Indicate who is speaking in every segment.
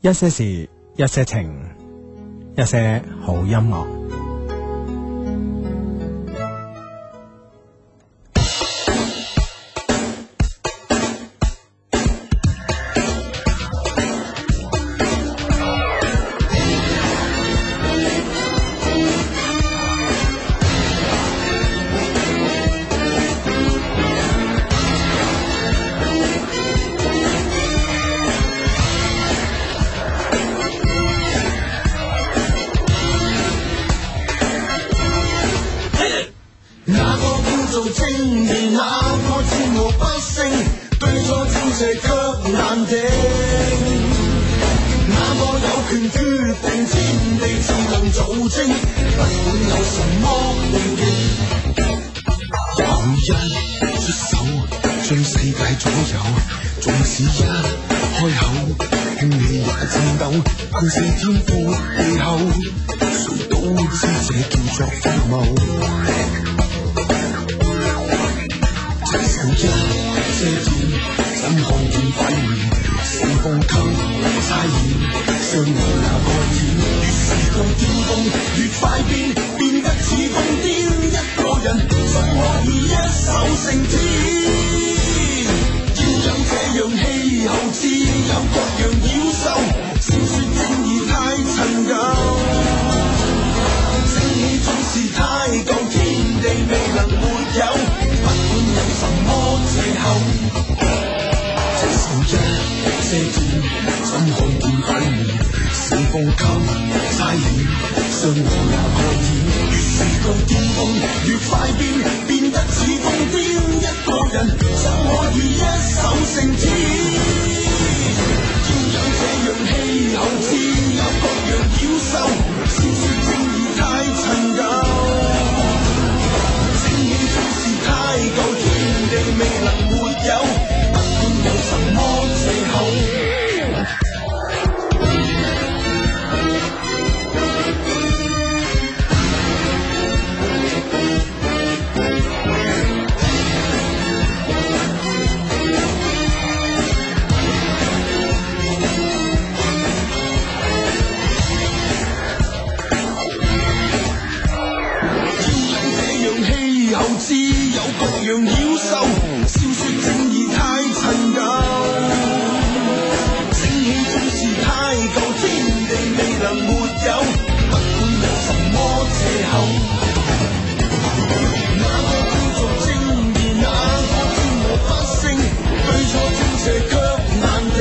Speaker 1: 一些事，一些情，一些好音樂。
Speaker 2: 那個叫做正義，那個戰無不勝，對錯照射卻難定。那個有權決定天地就能做精，不管有什麼利益。
Speaker 3: 有一出手，將世界左右。縱使一開口，興起也戰鬥，傲視天闊地厚，誰都知這叫做荒謬。只少一些見，怎看見反面？四方溝猜疑，相愛那個點？越是到巔峰，越快變，變得似瘋癲。一個人怎可以一手勝天？要有這樣氣候，自有各樣妖獸，先說正義太陳舊。正義總是太舊，天地未能沒有，不管有什麼借口。這少一些見，怎看見反面？小風給猜疑，相愛那個點？越是到巔峰，越快變，變得似瘋癲。一個人怎可以一手勝天？要有這樣氣候，自有各樣妖獸，先說正義太陳舊。正義總是太舊，天地未能沒有，不管有什麼借口。要有這樣氣候，自有各樣妖獸，笑說正義太陳舊。正氣總是太舊，天地未能沒有，不管有什麼借口。那個叫做正義，那個戰無不勝，對錯正邪卻難定。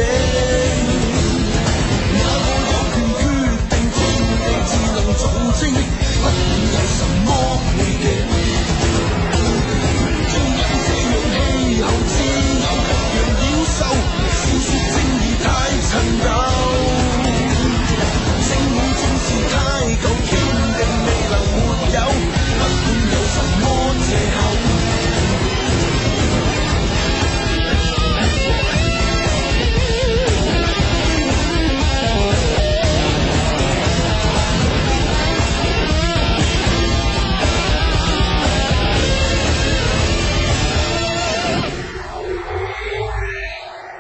Speaker 3: 那個有權決定天地，只能做精，不管有什麼利益。要有這樣氣候，自有各樣妖獸，笑說正義太陳舊。正義總是太舊，天地未能沒有，不管有什麼借口。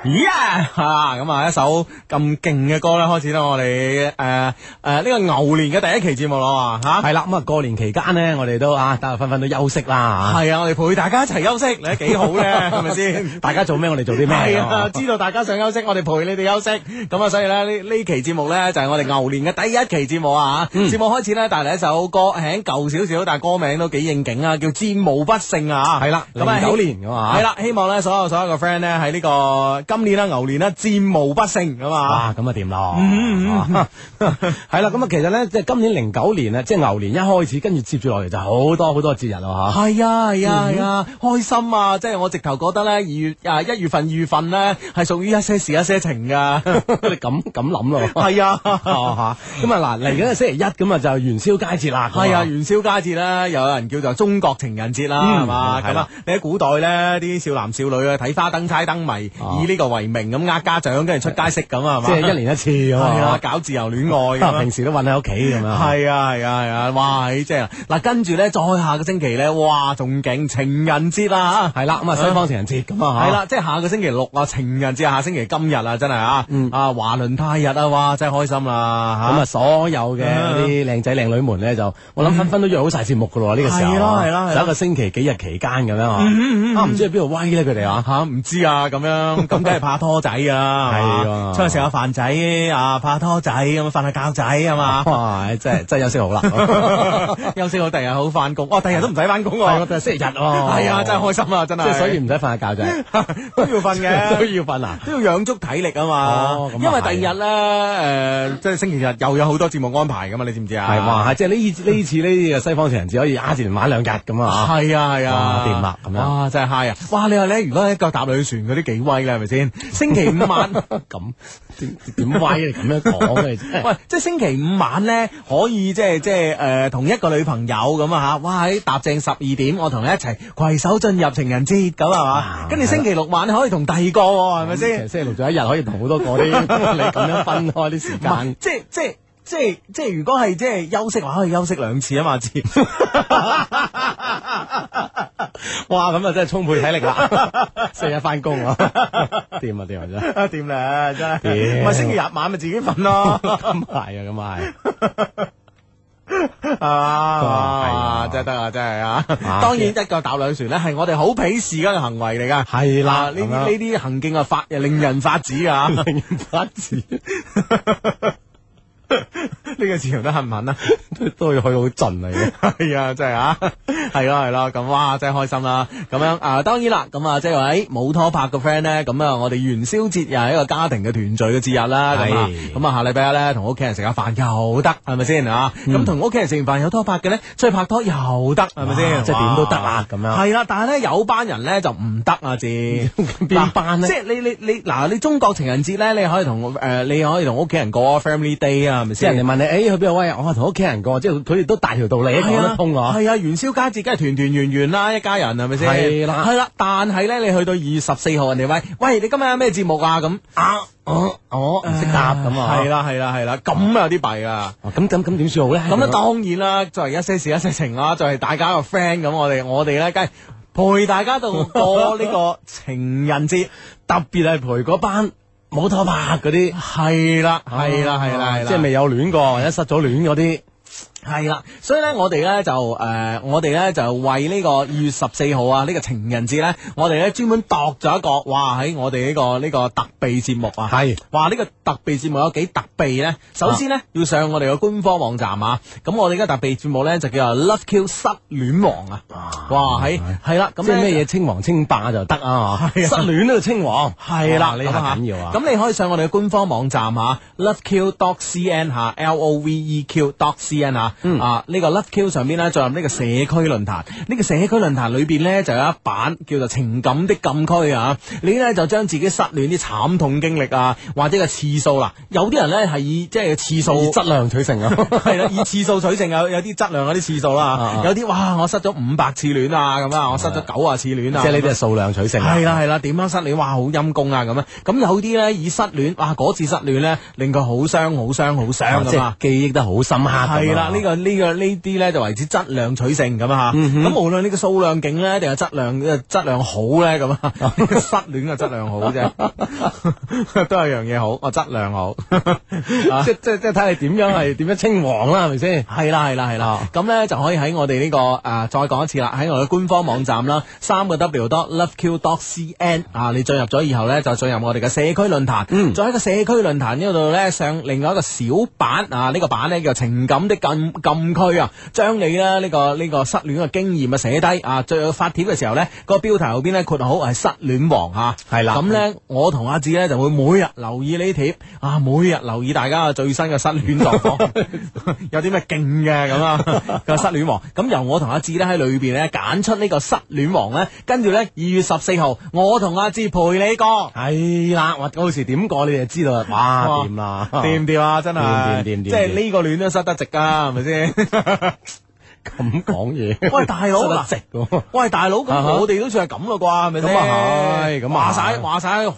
Speaker 1: Yeah！啊，咁啊，一首咁勁嘅歌咧，開始到我哋誒誒呢個牛年嘅第一期節目啦，吓
Speaker 4: 系啦，咁啊過年期間呢，我哋都啊，大家紛紛都休息啦
Speaker 1: 係啊，我哋陪大家一齊休息，你睇幾好咧，係 咪
Speaker 4: 吓，
Speaker 1: 先？
Speaker 4: 大家做咩我哋做啲
Speaker 1: 係
Speaker 4: 咩
Speaker 1: 啊，
Speaker 4: 啊？
Speaker 1: 知道大家想休息，我哋陪你哋休息。咁啊，所以咧呢呢期節目咧就係我哋牛年嘅第一期節目啊！節目開始咧帶嚟一首歌，係舊少少，但係歌名都幾應景啊，叫《戰無不勝》啊！
Speaker 4: 係啦
Speaker 1: 咁啊
Speaker 4: 09年㗎嘛
Speaker 1: 係啦，希望咧所有所有嘅 friend 咧喺呢個今年啦牛年啦戰無不勝咁啊！
Speaker 4: 哇，咁啊掂咯，
Speaker 1: 嗯嗯
Speaker 4: 啊 係啦，咁啊其實咧，即係今年零九年咧，即係牛年一開始，跟住接住落嚟就好多好多節日啦吓。嗯
Speaker 1: 係啊係啊係啊，開心啊！即係我直頭覺得咧，二月啊一月份、二月份咧係屬於一些事一些情噶。
Speaker 4: 你咁咁諗咯，
Speaker 1: 係啊。
Speaker 4: 哦吓，咁啊嗱，嚟緊嘅星期一咁啊就元宵佳節啦，
Speaker 1: 係啊，元宵佳節啦，又有人叫做中國情人節啦，
Speaker 4: 嗯
Speaker 1: 係嘛
Speaker 4: 係
Speaker 1: 咁啊
Speaker 4: 啦？
Speaker 1: 你喺古代咧，啲少男少女啊睇花燈、猜燈謎，
Speaker 4: 哦
Speaker 1: 以呢個為名咁呃家家長，跟住出街識咁啊，係嘛？
Speaker 4: 即係一 年一次咁
Speaker 1: 係啊，
Speaker 4: 啊，
Speaker 1: 搞自由戀愛咁
Speaker 4: 可能
Speaker 1: 啊
Speaker 4: 平。時都韞喺屋企咁啊。
Speaker 1: 系啊系啊系啊，哇！即系嗱，跟住咧，再下個星期咧，哇，仲勁情人節啦
Speaker 4: 系啦，咁啊西方情人節咁啊，
Speaker 1: 系啦，即係下個星期六啊，情人節下星期今日啊，真係啊，啊華倫泰日啊，哇，真係開心啦
Speaker 4: 嚇。
Speaker 1: 吓
Speaker 4: 嗯咁啊，所
Speaker 1: 嗯
Speaker 4: 有嘅嗰啲靚仔靚女們咧，就我諗紛紛都約好晒節目噶咯，呢個時候啊
Speaker 1: 係啦係啦係啦嗯
Speaker 4: 就一個星期幾日期間咁樣啊，啊唔知去邊度威咧佢 哋啊，
Speaker 1: 吓唔知啊，咁樣 咁梗係拍拖仔啊，係嘛
Speaker 4: 啊
Speaker 1: 出去食下飯仔啊，拍拖仔咁瞓下覺仔啊 嘛，
Speaker 4: 哇，真係真係休息好啦，
Speaker 1: 休息好，第日好翻工，哇，哦第日啊都唔使翻工
Speaker 4: 係
Speaker 1: 喎
Speaker 4: 喎，第日星期日喎，
Speaker 1: 係啊，真係開心啊，真
Speaker 4: 即
Speaker 1: 係，
Speaker 4: 係所以 唔使瞓下覺就係
Speaker 1: 都要瞓 嘅，
Speaker 4: 都要瞓啊，
Speaker 1: 都要養足體力啊嘛，
Speaker 4: 哦咁啊
Speaker 1: 因為第二日咧，誒、即係星期日又有好多節目安排噶嘛，你知唔知啊？
Speaker 4: 係哇，即係呢次呢次呢個西方情人節可以啊，連玩兩日 咁啊，
Speaker 1: 係啊係啊，
Speaker 4: 哇掂啦咁樣
Speaker 1: 哇真係 high 啊！哇你話咧，如果一腳踏兩船嗰啲幾威啦，係咪先？星期五 晚，
Speaker 4: 咁點點威啊你咁樣講嘅真係
Speaker 1: 喂，即係星期五晚咧，可以即係即係誒、呃同一個女朋友咁啊嚇，哇喺搭正十二點，我同你一齊攜手進入情人節咁係嘛
Speaker 4: 啊？
Speaker 1: 跟住星期六晚可以同第二個喎，係咪先？
Speaker 4: 其實星期六仲有一日可以同好多個啲嗯 你咁樣分開啲時
Speaker 1: 唔
Speaker 4: 間
Speaker 1: 係。即係即係即係即係，如果係即係休息嘅話，可以休息兩次啊嘛，知
Speaker 4: 哇，咁啊真係充沛體力啦，四日翻工 啊，掂啊掂啊真係，
Speaker 1: 點咧真係，
Speaker 4: 屌
Speaker 1: 咪星期日晚咪自己瞓 咯，
Speaker 4: 咁係啊咁啊係，
Speaker 1: 係嘛
Speaker 4: 係啊
Speaker 1: 真係得啊真係啊！
Speaker 4: 啊
Speaker 1: 當然一個搭兩船咧，係我哋好鄙視嘅行為嚟㗎。
Speaker 4: 係啦
Speaker 1: 啊呢啲呢啲行徑啊發令人發指 啊！
Speaker 4: 零八字
Speaker 1: 呢個字用得狠唔狠啊？
Speaker 4: 都 都要去好盡嚟 嘅，
Speaker 1: 係啊，真係啊，係咯係咯，咁哇真係開心啦！咁樣啊，當然啦，咁啊即係話誒冇拖拍嘅 friend 咧，咁啊我哋元宵節又係一個家庭嘅團聚嘅節日啦，咁啊
Speaker 4: 係
Speaker 1: 咁啊下禮拜一咧同屋企人食下飯又得，係咪先啊？
Speaker 4: 嗯
Speaker 1: 咁同屋企人食完飯有拖拍嘅咧，出去拍拖又得，係咪先？
Speaker 4: 哇即係點都得啦咁樣
Speaker 1: 係啦，但係咧有班人咧就唔得啊， 字
Speaker 4: 邊班呢
Speaker 1: 即係你你你嗱，你中國情人節咧，你可以同誒你可以同屋企人過 family day 啊，係咪
Speaker 4: 即
Speaker 1: 先
Speaker 4: 係？人哋問你，誒去邊度威啊？我係同屋企人過，即係佢哋都大條道理講得通啊。
Speaker 1: 系啊，元宵佳節梗係團團圓圓啦，一家人係咪先？
Speaker 4: 係啦
Speaker 1: 系啦。但係咧，你去到二月十四號，人哋喂喂，你今日有咩節目啊？咁
Speaker 4: 啊，我我唔識答咁啊，哦
Speaker 1: 係，啦係啦係啦，咁啊有啲弊啊。
Speaker 4: 咁咁咁點算好咧？
Speaker 1: 咁啊，當然啦，作為一些事一些情啦，作為大家嘅 friend 咁，我哋我哋咧，梗係陪大家度過呢個情人節，
Speaker 4: 特別係陪嗰班冇拖拍嗰啲。
Speaker 1: 係啦係啦係啦
Speaker 4: 啊
Speaker 1: 係啦，
Speaker 4: 即係未有戀過或者失咗戀嗰啲，
Speaker 1: 系啦，所以咧，我哋咧就诶、呃我哋咧就為呢個二月十四號啊，呢、個情人節咧，我哋咧專門度咗一個，哇！喺我哋呢、個呢、個特備節目啊，
Speaker 4: 係啊
Speaker 1: 哇！呢、個特備節目有幾特備咧？首先咧，要上我哋嘅官方網站啊，咁我哋嘅特備節目咧就叫做 Love Q 失戀王啊，哇！喺係啦，咁
Speaker 4: 即係
Speaker 1: 咧
Speaker 4: 咩嘢稱王稱霸就得啊，失戀都要稱王，
Speaker 1: 係啦，
Speaker 4: 哇呢
Speaker 1: 咁啊
Speaker 4: 下緊要啊。
Speaker 1: 咁你可以上我哋嘅官方網站啊吓，loveq.cn 吓，l o v e q.cn 吓，
Speaker 4: 嗯
Speaker 1: 啊呢個 loveq 上邊咧進入呢個社區論壇，呢個社區論壇裏邊咧就有一版叫做情感的禁區啊，你咧就將自己失戀啲慘痛經歷啊，或者個次數啦，有啲人咧係以即係次數
Speaker 4: 以。質量取 勝啊，
Speaker 1: 系啦，以次數取勝，啊有有啲質量，有啲次數啦
Speaker 4: 啊，
Speaker 1: 有啲哇，我失咗五百次戀啊，咁啊，我失咗九啊次戀啊，
Speaker 4: 即係呢
Speaker 1: 咁啊
Speaker 4: 啲係數量取勝啊。
Speaker 1: 系啦系啦，點樣失戀？哇，好陰功啊咁樣。咁有啲咧以失戀，哇嗰次失戀咧令佢好傷、好傷、好傷
Speaker 4: 啊，即
Speaker 1: 咁啊
Speaker 4: 係。記憶得好深刻咁啊。
Speaker 1: 係啦，呢、個呢、個呢啲咧就為之質量取勝咁啊吓。
Speaker 4: 嗯
Speaker 1: 咁、無論呢個數量勁咧，定係質量呃質量好咧咁 啊，失戀嘅質量好啫， 都有樣嘢好，我哦質量 好。啊
Speaker 4: 即即即係睇你點 樣係點樣稱王啦，係咪先？
Speaker 1: 系啦系啦系啦
Speaker 4: 啊，
Speaker 1: 咁咧就可以喺我哋呢、個个诶、啊再講一次啦，喺我哋官方網站啦，三個 W dot loveq dot cn 啊，你進入咗以後咧就進入我哋嘅社區論壇，嗯，再喺個社區論壇呢度咧上另外一個小版啊，呢、個版咧叫情感的禁禁區啊，將你咧呢、呢個呢、個失戀嘅經驗啊寫低啊，最後發帖嘅時候咧、個標題後邊咧括號係失戀王啊，
Speaker 4: 係啦
Speaker 1: 咁咧我同阿志咧就會每日留意呢啲帖啊，每日留意大家嘅最新嘅失戀狀況。 有啲咩勁嘅咁啊？個失戀王咁由我同阿志咧喺裏邊咧揀出呢個失戀王咧，跟住咧二月十四號，我同阿志陪你過，
Speaker 4: 係啦，我到時點過你就知道啦。哇，
Speaker 1: 哇
Speaker 4: 掂啦，
Speaker 1: 掂唔掂啊？真係
Speaker 4: 掂掂掂掂
Speaker 1: 即係呢個戀都失得值啊，係咪先？
Speaker 4: 咁講嘢，
Speaker 1: 喂大佬
Speaker 4: 塞得
Speaker 1: 嗱
Speaker 4: 直喎。
Speaker 1: 喂，大佬，咁
Speaker 4: 啊哈
Speaker 1: 我哋都算係咁咯啩，係咪先？
Speaker 4: 咁啊係咁啊
Speaker 1: 話晒
Speaker 4: 係
Speaker 1: 話晒，好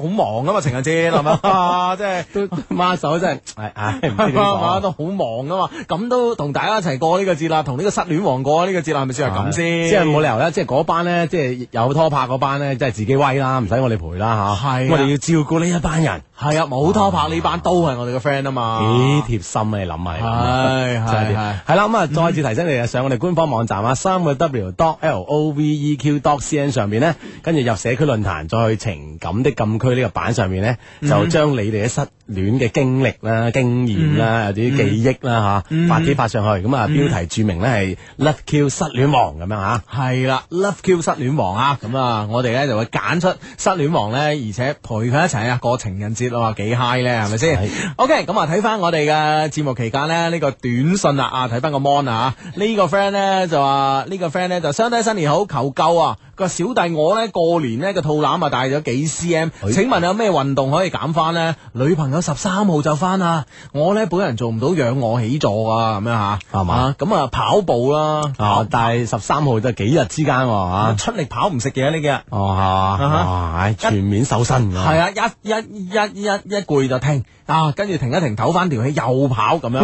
Speaker 1: 好忙噶嘛，情人節係咪 啊？即係。
Speaker 4: 都 孖手真係， 唉唉，哎唔知點
Speaker 1: 啊
Speaker 4: 講。
Speaker 1: 都好忙啊嘛，咁都同大家一齊過呢個節啦，同呢個失戀王過呢個節啦，係咪算係咁先？
Speaker 4: 即係冇理由啦，即係嗰班咧，即係有拖拍嗰班咧，即係自己威啦，唔使我哋陪啦吓。
Speaker 1: 係啊
Speaker 4: 我哋要照顧呢一班人，
Speaker 1: 係啊，冇拖拍呢班都係我哋嘅 friend 啊嘛，
Speaker 4: 幾貼心啊！你諗
Speaker 1: 係
Speaker 4: 下，真係
Speaker 1: 係係
Speaker 4: 貼。係啦，咁啊，再次提醒你啊，上我哋官方網站啊，三個 W dot L O V E Q dot C N 上面咧，跟住入社區論壇，再去情感的禁區呢個版上面咧，
Speaker 1: 嗯
Speaker 4: 就將你哋嘅失戀嘅經歷啦、經驗
Speaker 1: 嗯
Speaker 4: 啦、有啲記憶啦吓，發帖發上去，咁啊標題注明咧係 Love Q 失戀王咁樣吓。
Speaker 1: 係啦，Love Q 失戀王啊，咁啊，我哋咧就會揀出失戀王咧，而且陪佢一齊啊過情人節啊，話幾 high 咧，係咪先
Speaker 4: 係
Speaker 1: ？OK，咁啊睇翻我哋嘅節目期間咧，呢個短信啊，啊睇翻個 mon 啊，呢個 friend 咧就話呢個 friend 咧就相低新年好求救啊！個小弟我咧過年呢個肚腩啊大咗幾 cm，
Speaker 4: 哎
Speaker 1: 請問有咩運動可以減翻呢？女朋友十三號就翻啊，我咧本人做唔到仰臥起坐啊，咁樣吓，
Speaker 4: 係嘛
Speaker 1: 啊？咁啊跑步啦，
Speaker 4: 啊！但係十三號都係幾日之間喎啊
Speaker 1: 出力跑唔食嘢呢幾日。
Speaker 4: 哦，係
Speaker 1: 啊哈
Speaker 4: 嘛，哇！唉全面瘦身㗎
Speaker 1: 系，啊，一一一一一攰就停啊，跟住停一停，唞翻條氣又跑咁樣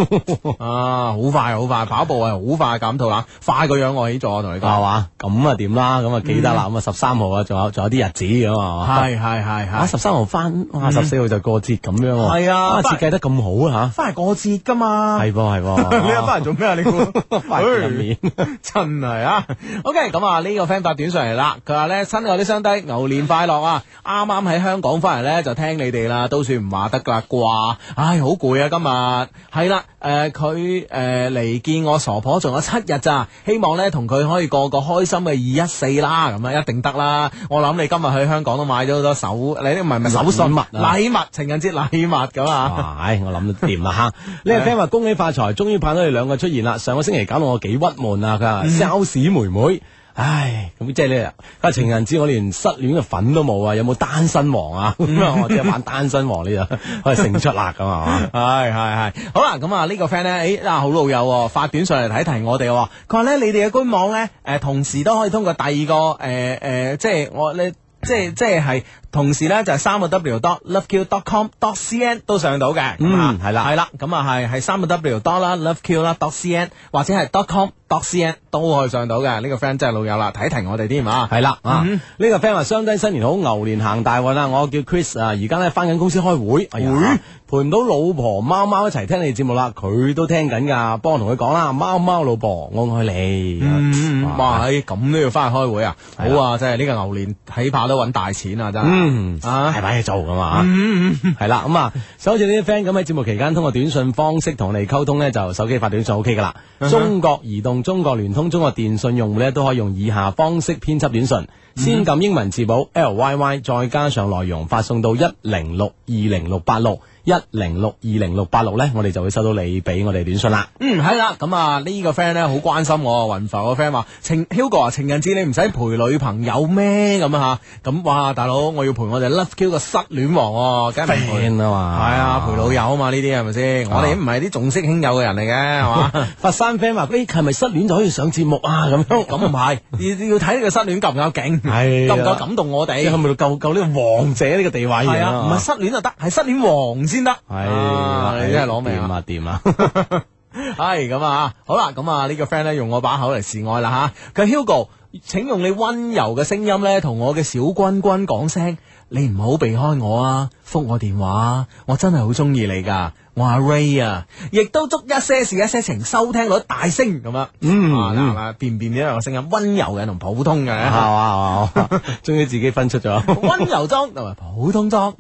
Speaker 1: 啊，好快好快，跑步係好快減肚腩，快過仰臥起坐，我同你
Speaker 4: 係
Speaker 1: 講。
Speaker 4: 嘛？咁啊點啦？咁啊記得啦？咁啊十三號啊，仲有仲有啲日子咁啊係嘛。
Speaker 1: 嗯係係係
Speaker 4: 啊！
Speaker 1: 係，
Speaker 4: 十三號翻，哇！十四號就過節咁樣喎。
Speaker 1: 係啊
Speaker 4: 哇
Speaker 1: 翻
Speaker 4: 設計得咁好啊
Speaker 1: 翻嚟過節噶嘛
Speaker 4: 吓。係噃係噃。
Speaker 1: 你一班人做咩啊？ 哎你估
Speaker 4: 翻嚟見 面
Speaker 1: 真係啊！OK，咁啊呢個 friend 發短上嚟啦，佢話咧親愛啲雙低牛年快樂啊！啱啱喺香港翻嚟咧就聽你哋啦，都算唔話得噶啦啩？唉，好攰啊今日。係啦，誒佢誒嚟見我傻婆仲有七日咋，希望咧同佢可以過個開心嘅二一四啦，咁啊一定得啦。我諗你今日去香港都買咗好多手，你啲唔係唔係手信
Speaker 4: 禮物啊
Speaker 1: 禮物情人節禮物咁啊。
Speaker 4: 哇！唉，我諗都掂啦哈！呢個 friend 話恭喜發財，終於盼到你兩個出現啦。上個星期搞到我幾鬱悶啊！佢
Speaker 1: 嗯
Speaker 4: 話 sales 妹妹，唉，咁即係咧，佢話情人節我連失戀嘅粉都冇啊！有冇單身王啊？咁啊，我即係玩單身王 呢就可以勝出啦咁啊！
Speaker 1: 系系系，好啦，咁啊呢個 friend 咧，诶啊好老友喎，發短信嚟睇提我哋喎，佢話咧你哋嘅官網咧，诶同時都可以通過第二個诶诶，即係我你。即係即係係同時咧就係三個 W dot loveq dot com dot cn 都上到嘅，咁啊
Speaker 4: 嗯係啦
Speaker 1: 係啦，咁啊係係三個 W dot 啦 loveq 啦 dot cn 或者係 dot com dot cn 都可以上到嘅，呢個 friend 真係老友啦，睇提我哋添啊，
Speaker 4: 系啦啊！呢個 friend 話雙低新年好，牛年行大運啦！我叫 Chris 啊，而家咧翻緊公司開會，哎呀，陪唔到老婆貓貓一齊聽你節目啦，佢都聽緊㗎，幫我同佢講啦，貓貓老婆，我愛你。
Speaker 1: 嗯，哇，係咁都要翻去開會啊，好
Speaker 4: 係啦
Speaker 1: 啊，真係呢個牛年起怕都揾大錢啊，真係。
Speaker 4: 嗯，
Speaker 1: 啊
Speaker 4: 大把嘢做噶
Speaker 1: 嗯
Speaker 4: 嘛，系啦，咁啊，所以好似呢啲 friend 咁喺節目期間通過短信方式同我哋溝通咧，就手機發短信 O K 噶啦。
Speaker 1: 嗯
Speaker 4: 中國移動、中國聯通、中國電信用戶咧都可以用以下方式編輯短
Speaker 1: 嗯
Speaker 4: 信，先撳英文字母 L Y Y，再加上內容發送到一零六二零六八六一零六二零六八六咧，我哋就會收到你俾我哋短信啦。
Speaker 1: 嗯，系啦，咁啊呢個 friend 咧好關心我，啊雲浮個 friend 話情 Hugo 啊，情人節你唔使陪女朋友咩咁啊吓，咁哇大佬我要陪我哋 Love Q 個失戀王喎，梗係唔陪
Speaker 4: friend 啊嘛，
Speaker 1: 係啊，陪老友啊嘛呢啲係咪先？我
Speaker 4: 啊
Speaker 1: 哋唔係啲重色輕友嘅人嚟嘅，係 嘛？
Speaker 4: 佛山 friend 話：，誒係咪失戀就可以上節目啊？咁 樣
Speaker 1: 咁唔係，要要睇你個失戀夠唔夠勁，
Speaker 4: 係
Speaker 1: 夠唔夠
Speaker 4: 啦
Speaker 1: 感動我
Speaker 4: 你係
Speaker 1: 哋？
Speaker 4: 咪夠夠呢個王者呢個地位
Speaker 1: 係啊，唔係失戀就得，係失戀王先得。
Speaker 4: 係
Speaker 1: 啊你真係攞命啊
Speaker 4: 掂！啊掂啊！
Speaker 1: 系咁啊，好啦，咁啊呢個 friend 咧用我把口嚟示愛啦吓，佢 Hugo，請用你温柔嘅聲音咧同我嘅小君君講聲，你唔好避開我啊，覆我電話啊，我真係好中意你噶，我阿 Ray 啊，亦都祝一些事一些情收聽率大升咁啊，嗯，嗱嗱變唔變呢兩個聲音温柔嘅同普通
Speaker 4: 係
Speaker 1: 嘅，
Speaker 4: 嘛係嘛，終啊於自己分出咗。
Speaker 1: 温柔裝同埋普通 裝，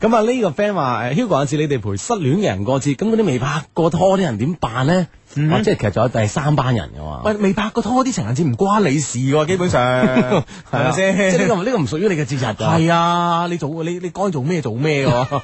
Speaker 4: 咁啊呢個 friend 話誒 Hugo 有次你哋陪失戀嘅人過節，咁嗰啲未拍過拖啲人點辦咧？哇即係其實仲有第三班人嘅喎。
Speaker 1: 喂，未拍過拖啲情人節唔關你事喎，基本 上係
Speaker 4: 係
Speaker 1: 咪
Speaker 4: 啊
Speaker 1: 先？
Speaker 4: 即係呢個呢個唔屬於你嘅
Speaker 1: 啊
Speaker 4: 節日 㗎。
Speaker 1: 系啊，你做你你该做咩做咩喎，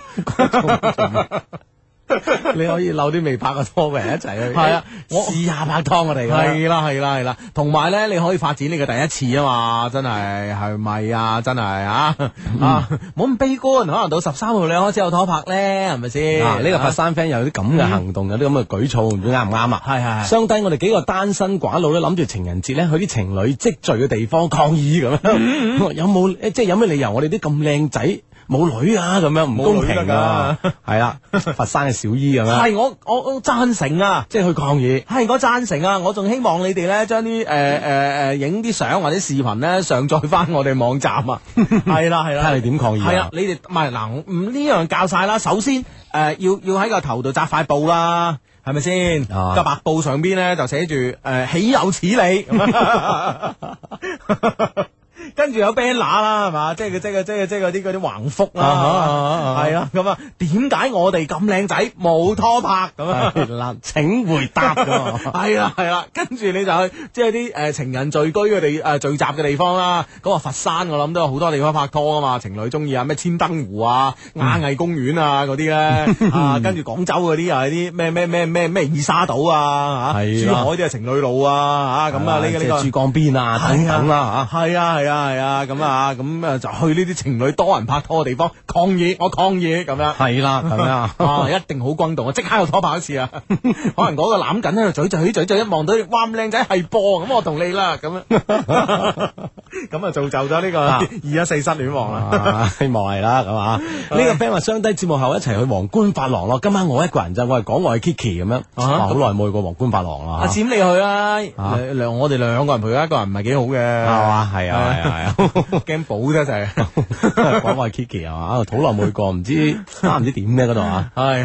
Speaker 4: 你可以扭啲未拍過拖嘅人一齊去，哎
Speaker 1: 係啊我
Speaker 4: 試下拍拖我哋
Speaker 1: 系啦系啦系啦，同埋咧你可以發展呢個第一次啊嘛，真係係咪啊？真係啊
Speaker 4: 嗯
Speaker 1: 啊，冇咁悲觀，可能到十三號你開始有拖拍咧，係咪先？
Speaker 4: 啊！呢個佛山 friend 有啲咁嘅行動，有啲咁嘅舉措，唔知啱唔啱啊？
Speaker 1: 係係係
Speaker 4: 相低我哋幾個單身寡佬咧，諗住情人節咧去啲情侶積聚嘅地方抗議咁樣，有冇誒即係有咩理由我哋啲咁靚仔冇女啊？咁樣唔公
Speaker 1: 冇女得
Speaker 4: 平
Speaker 1: 㗎
Speaker 4: 啊！係啦，佛山嘅小姨咁樣，
Speaker 1: 係我我我贊成啊！
Speaker 4: 啊即係去抗議。
Speaker 1: 係我贊成啊！我仲希望你哋咧將啲誒誒誒影啲相或者視頻咧上載翻我哋網站 啊！ 係啦係啦，
Speaker 4: 睇下你點抗議啊
Speaker 1: 係啊，你哋唔係嗱，唔呢樣教晒啦。首先誒、呃要要喺個頭度紮塊布啦。係咪先？個、
Speaker 4: 啊
Speaker 1: 白布上邊咧就寫住誒，呃豈有此理！ 跟住有 banner 啦，係嘛？即係即係即係即係嗰啲嗰啲橫幅
Speaker 4: 啊啊啊啊
Speaker 1: 啦，係啦咁啊。點解我哋咁靚仔冇拖拍咁啊？
Speaker 4: 係啦，請回 答㗎。
Speaker 1: 系啦系啊啦，跟住你就去即系啲诶情人聚居嘅地诶聚集嘅地方啦。咁啊佛山我諗都有好多地方拍拖啊嘛，情侶中意啊咩千燈湖啊、
Speaker 4: 嗯
Speaker 1: 雅藝公園啊嗰啲 咧，啊跟住廣州嗰啲啊啲咩咩咩咩咩二沙島啊吓，
Speaker 4: 係
Speaker 1: 珠
Speaker 4: 啦
Speaker 1: 海啲啊情侶路啊吓，咁啊呢個呢
Speaker 4: 即係
Speaker 1: 個
Speaker 4: 珠。江邊啊， 等等啦嚇。
Speaker 1: 系啊系啊系啊，咁啊咁啊就去呢啲情侶多人拍拖嘅地方抗議，我抗議咁樣。
Speaker 4: 係啦，咁樣啊。
Speaker 1: 啊，一定好轟動啊！即刻又拖拍一次 啊！可能嗰個攬緊喺度嘴嘴嘴嘴，一望到哇咁靚仔係波，咁我同你啦咁樣， 咁啊造就咗呢個
Speaker 4: 啊
Speaker 1: 二一四失戀王啦。
Speaker 4: 啊 希望係啦，咁啊，呢個 friend 話相低節目後一齊去皇冠髮廊咯。今晚我一個人就我係講我係 Kiki 咁樣，哇好耐冇去過皇冠髮廊
Speaker 1: 啊阿
Speaker 4: 啦，
Speaker 1: 閃你去啊！
Speaker 4: 啊
Speaker 1: 兩兩我哋兩個人陪佢一個人唔係幾好嘅，
Speaker 4: 係嘛？係啊，係啊，係啊。
Speaker 1: 驚補得滯。
Speaker 4: 講我係 Kiki 啊嘛，好耐冇去過，唔知啊唔知點咧嗰度啊。
Speaker 1: 係係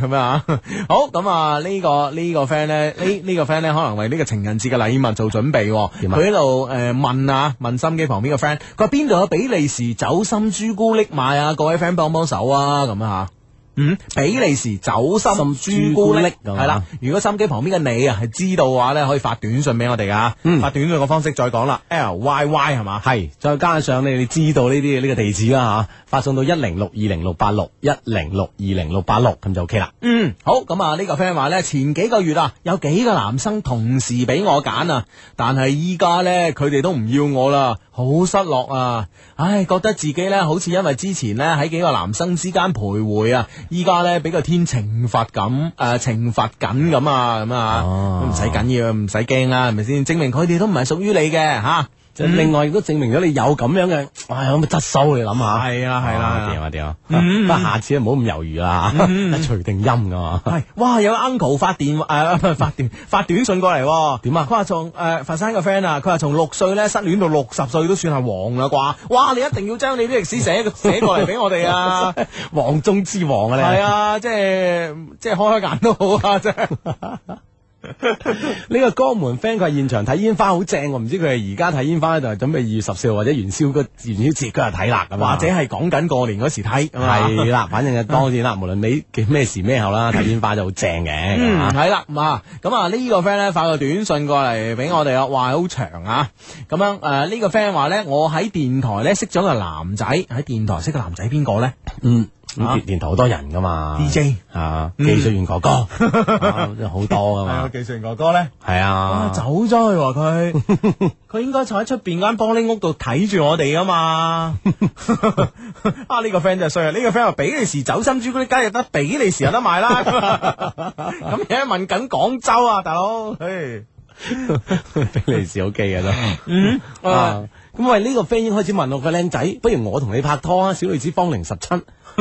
Speaker 1: 係咁啊！好咁啊，呢個呢個 friend 咧，呢呢個 friend 咧，可能為呢個情人節嘅禮物做準備喎。
Speaker 4: 點啊
Speaker 1: 佢喺度誒問啊，問心機旁邊嘅 friend，佢話邊度有比利時酒心朱古力賣啊？各位 friend 幫幫手啊！咁啊嚇。嗯，比利時酒心朱古力
Speaker 4: 朱古力咁啊
Speaker 1: 係啦，如果心機旁邊嘅你啊係知道嘅話咧，可以發短信俾我哋噶，
Speaker 4: 嗯
Speaker 1: 發短信嘅方式再講啦，L Y Y 係嘛？
Speaker 4: 係，再加上你哋知道呢啲呢個地址啦嚇，發送到一零六二零六八六一零六二零六八六咁就 OK 啦。
Speaker 1: 嗯，好咁啊！呢個 friend 話呢，前幾個月啊，有幾個男生同時俾我揀啊，但係依家呢，佢哋都唔要我啦，好失落啊！唉，覺得自己呢，好似因為之前呢，喺幾個男生之間徘徊啊，依家呢，俾個天懲罰咁誒、呃、懲罰緊咁啊咁啊，
Speaker 4: 哦
Speaker 1: 唔使緊要，唔使驚啦，係咪先？證明佢哋都唔係屬於你嘅嚇。
Speaker 4: 就另外亦都證明咗你有咁樣嘅，哇有咁嘅質素，你諗下。
Speaker 1: 係啊係啦係嗯啦
Speaker 4: 掂啊掂啊！不過下次唔好咁猶豫啦， 除定音啊㗎嘛。
Speaker 1: 嗯系，哇！有 uncle 發電誒、呃唔係發電 發短信過嚟喎，
Speaker 4: 點啊
Speaker 1: 佢話從誒、呃佛山個 friend 啊，佢話從六歲咧失戀到六十歲都算係黃啦啩，哇！你一定要將你啲歷史寫 寫過嚟俾我哋 啊！
Speaker 4: 王中之王啊你
Speaker 1: 係啊，即係即係開開眼都好啊！真係
Speaker 4: 呢個江門 friend 佢係現場睇煙花好正，我唔知佢係而家睇煙花咧，就係準備二月十四號或者元宵個元宵節嗰日睇啦，咁啊啊
Speaker 1: 或者係講緊過年嗰時睇，係啊嘛
Speaker 4: 係啦，反正就當然啦，無論你 幾咩時咩後啦，睇煙花就好正嘅，咁
Speaker 1: 嗯，
Speaker 4: 啊
Speaker 1: 系啦，咁啊，咁啊呢個 friend 咧發個短信過嚟俾我哋啊，話好長啊，咁樣诶呢個 friend 話咧，我喺電台咧識咗個男仔，喺電台識個男仔邊個咧
Speaker 4: 嗯，
Speaker 1: 啊
Speaker 4: 咁電年頭好多人噶嘛
Speaker 1: DJ
Speaker 4: 啊，技術員 哥哥啊真係好多噶
Speaker 1: 係啊
Speaker 4: 嘛，
Speaker 1: 技術員哥哥咧。
Speaker 4: 係
Speaker 1: 啊，
Speaker 4: 啊
Speaker 1: 走，咗去喎佢， 佢應該坐喺出邊間玻璃屋度睇住我哋啊嘛。 啊呢、個 friend 就衰啊，呢、個 friend 話比利時酒心朱古力梗係得比利時有得賣 啦。咁而家問緊廣州啊，大佬，唉
Speaker 4: 比利時好機嘅都。
Speaker 1: 啊
Speaker 4: 啊！咁喂，呢、個 friend 已經開始問我個靚仔，不如我同你拍拖啊！小女子芳齡十七，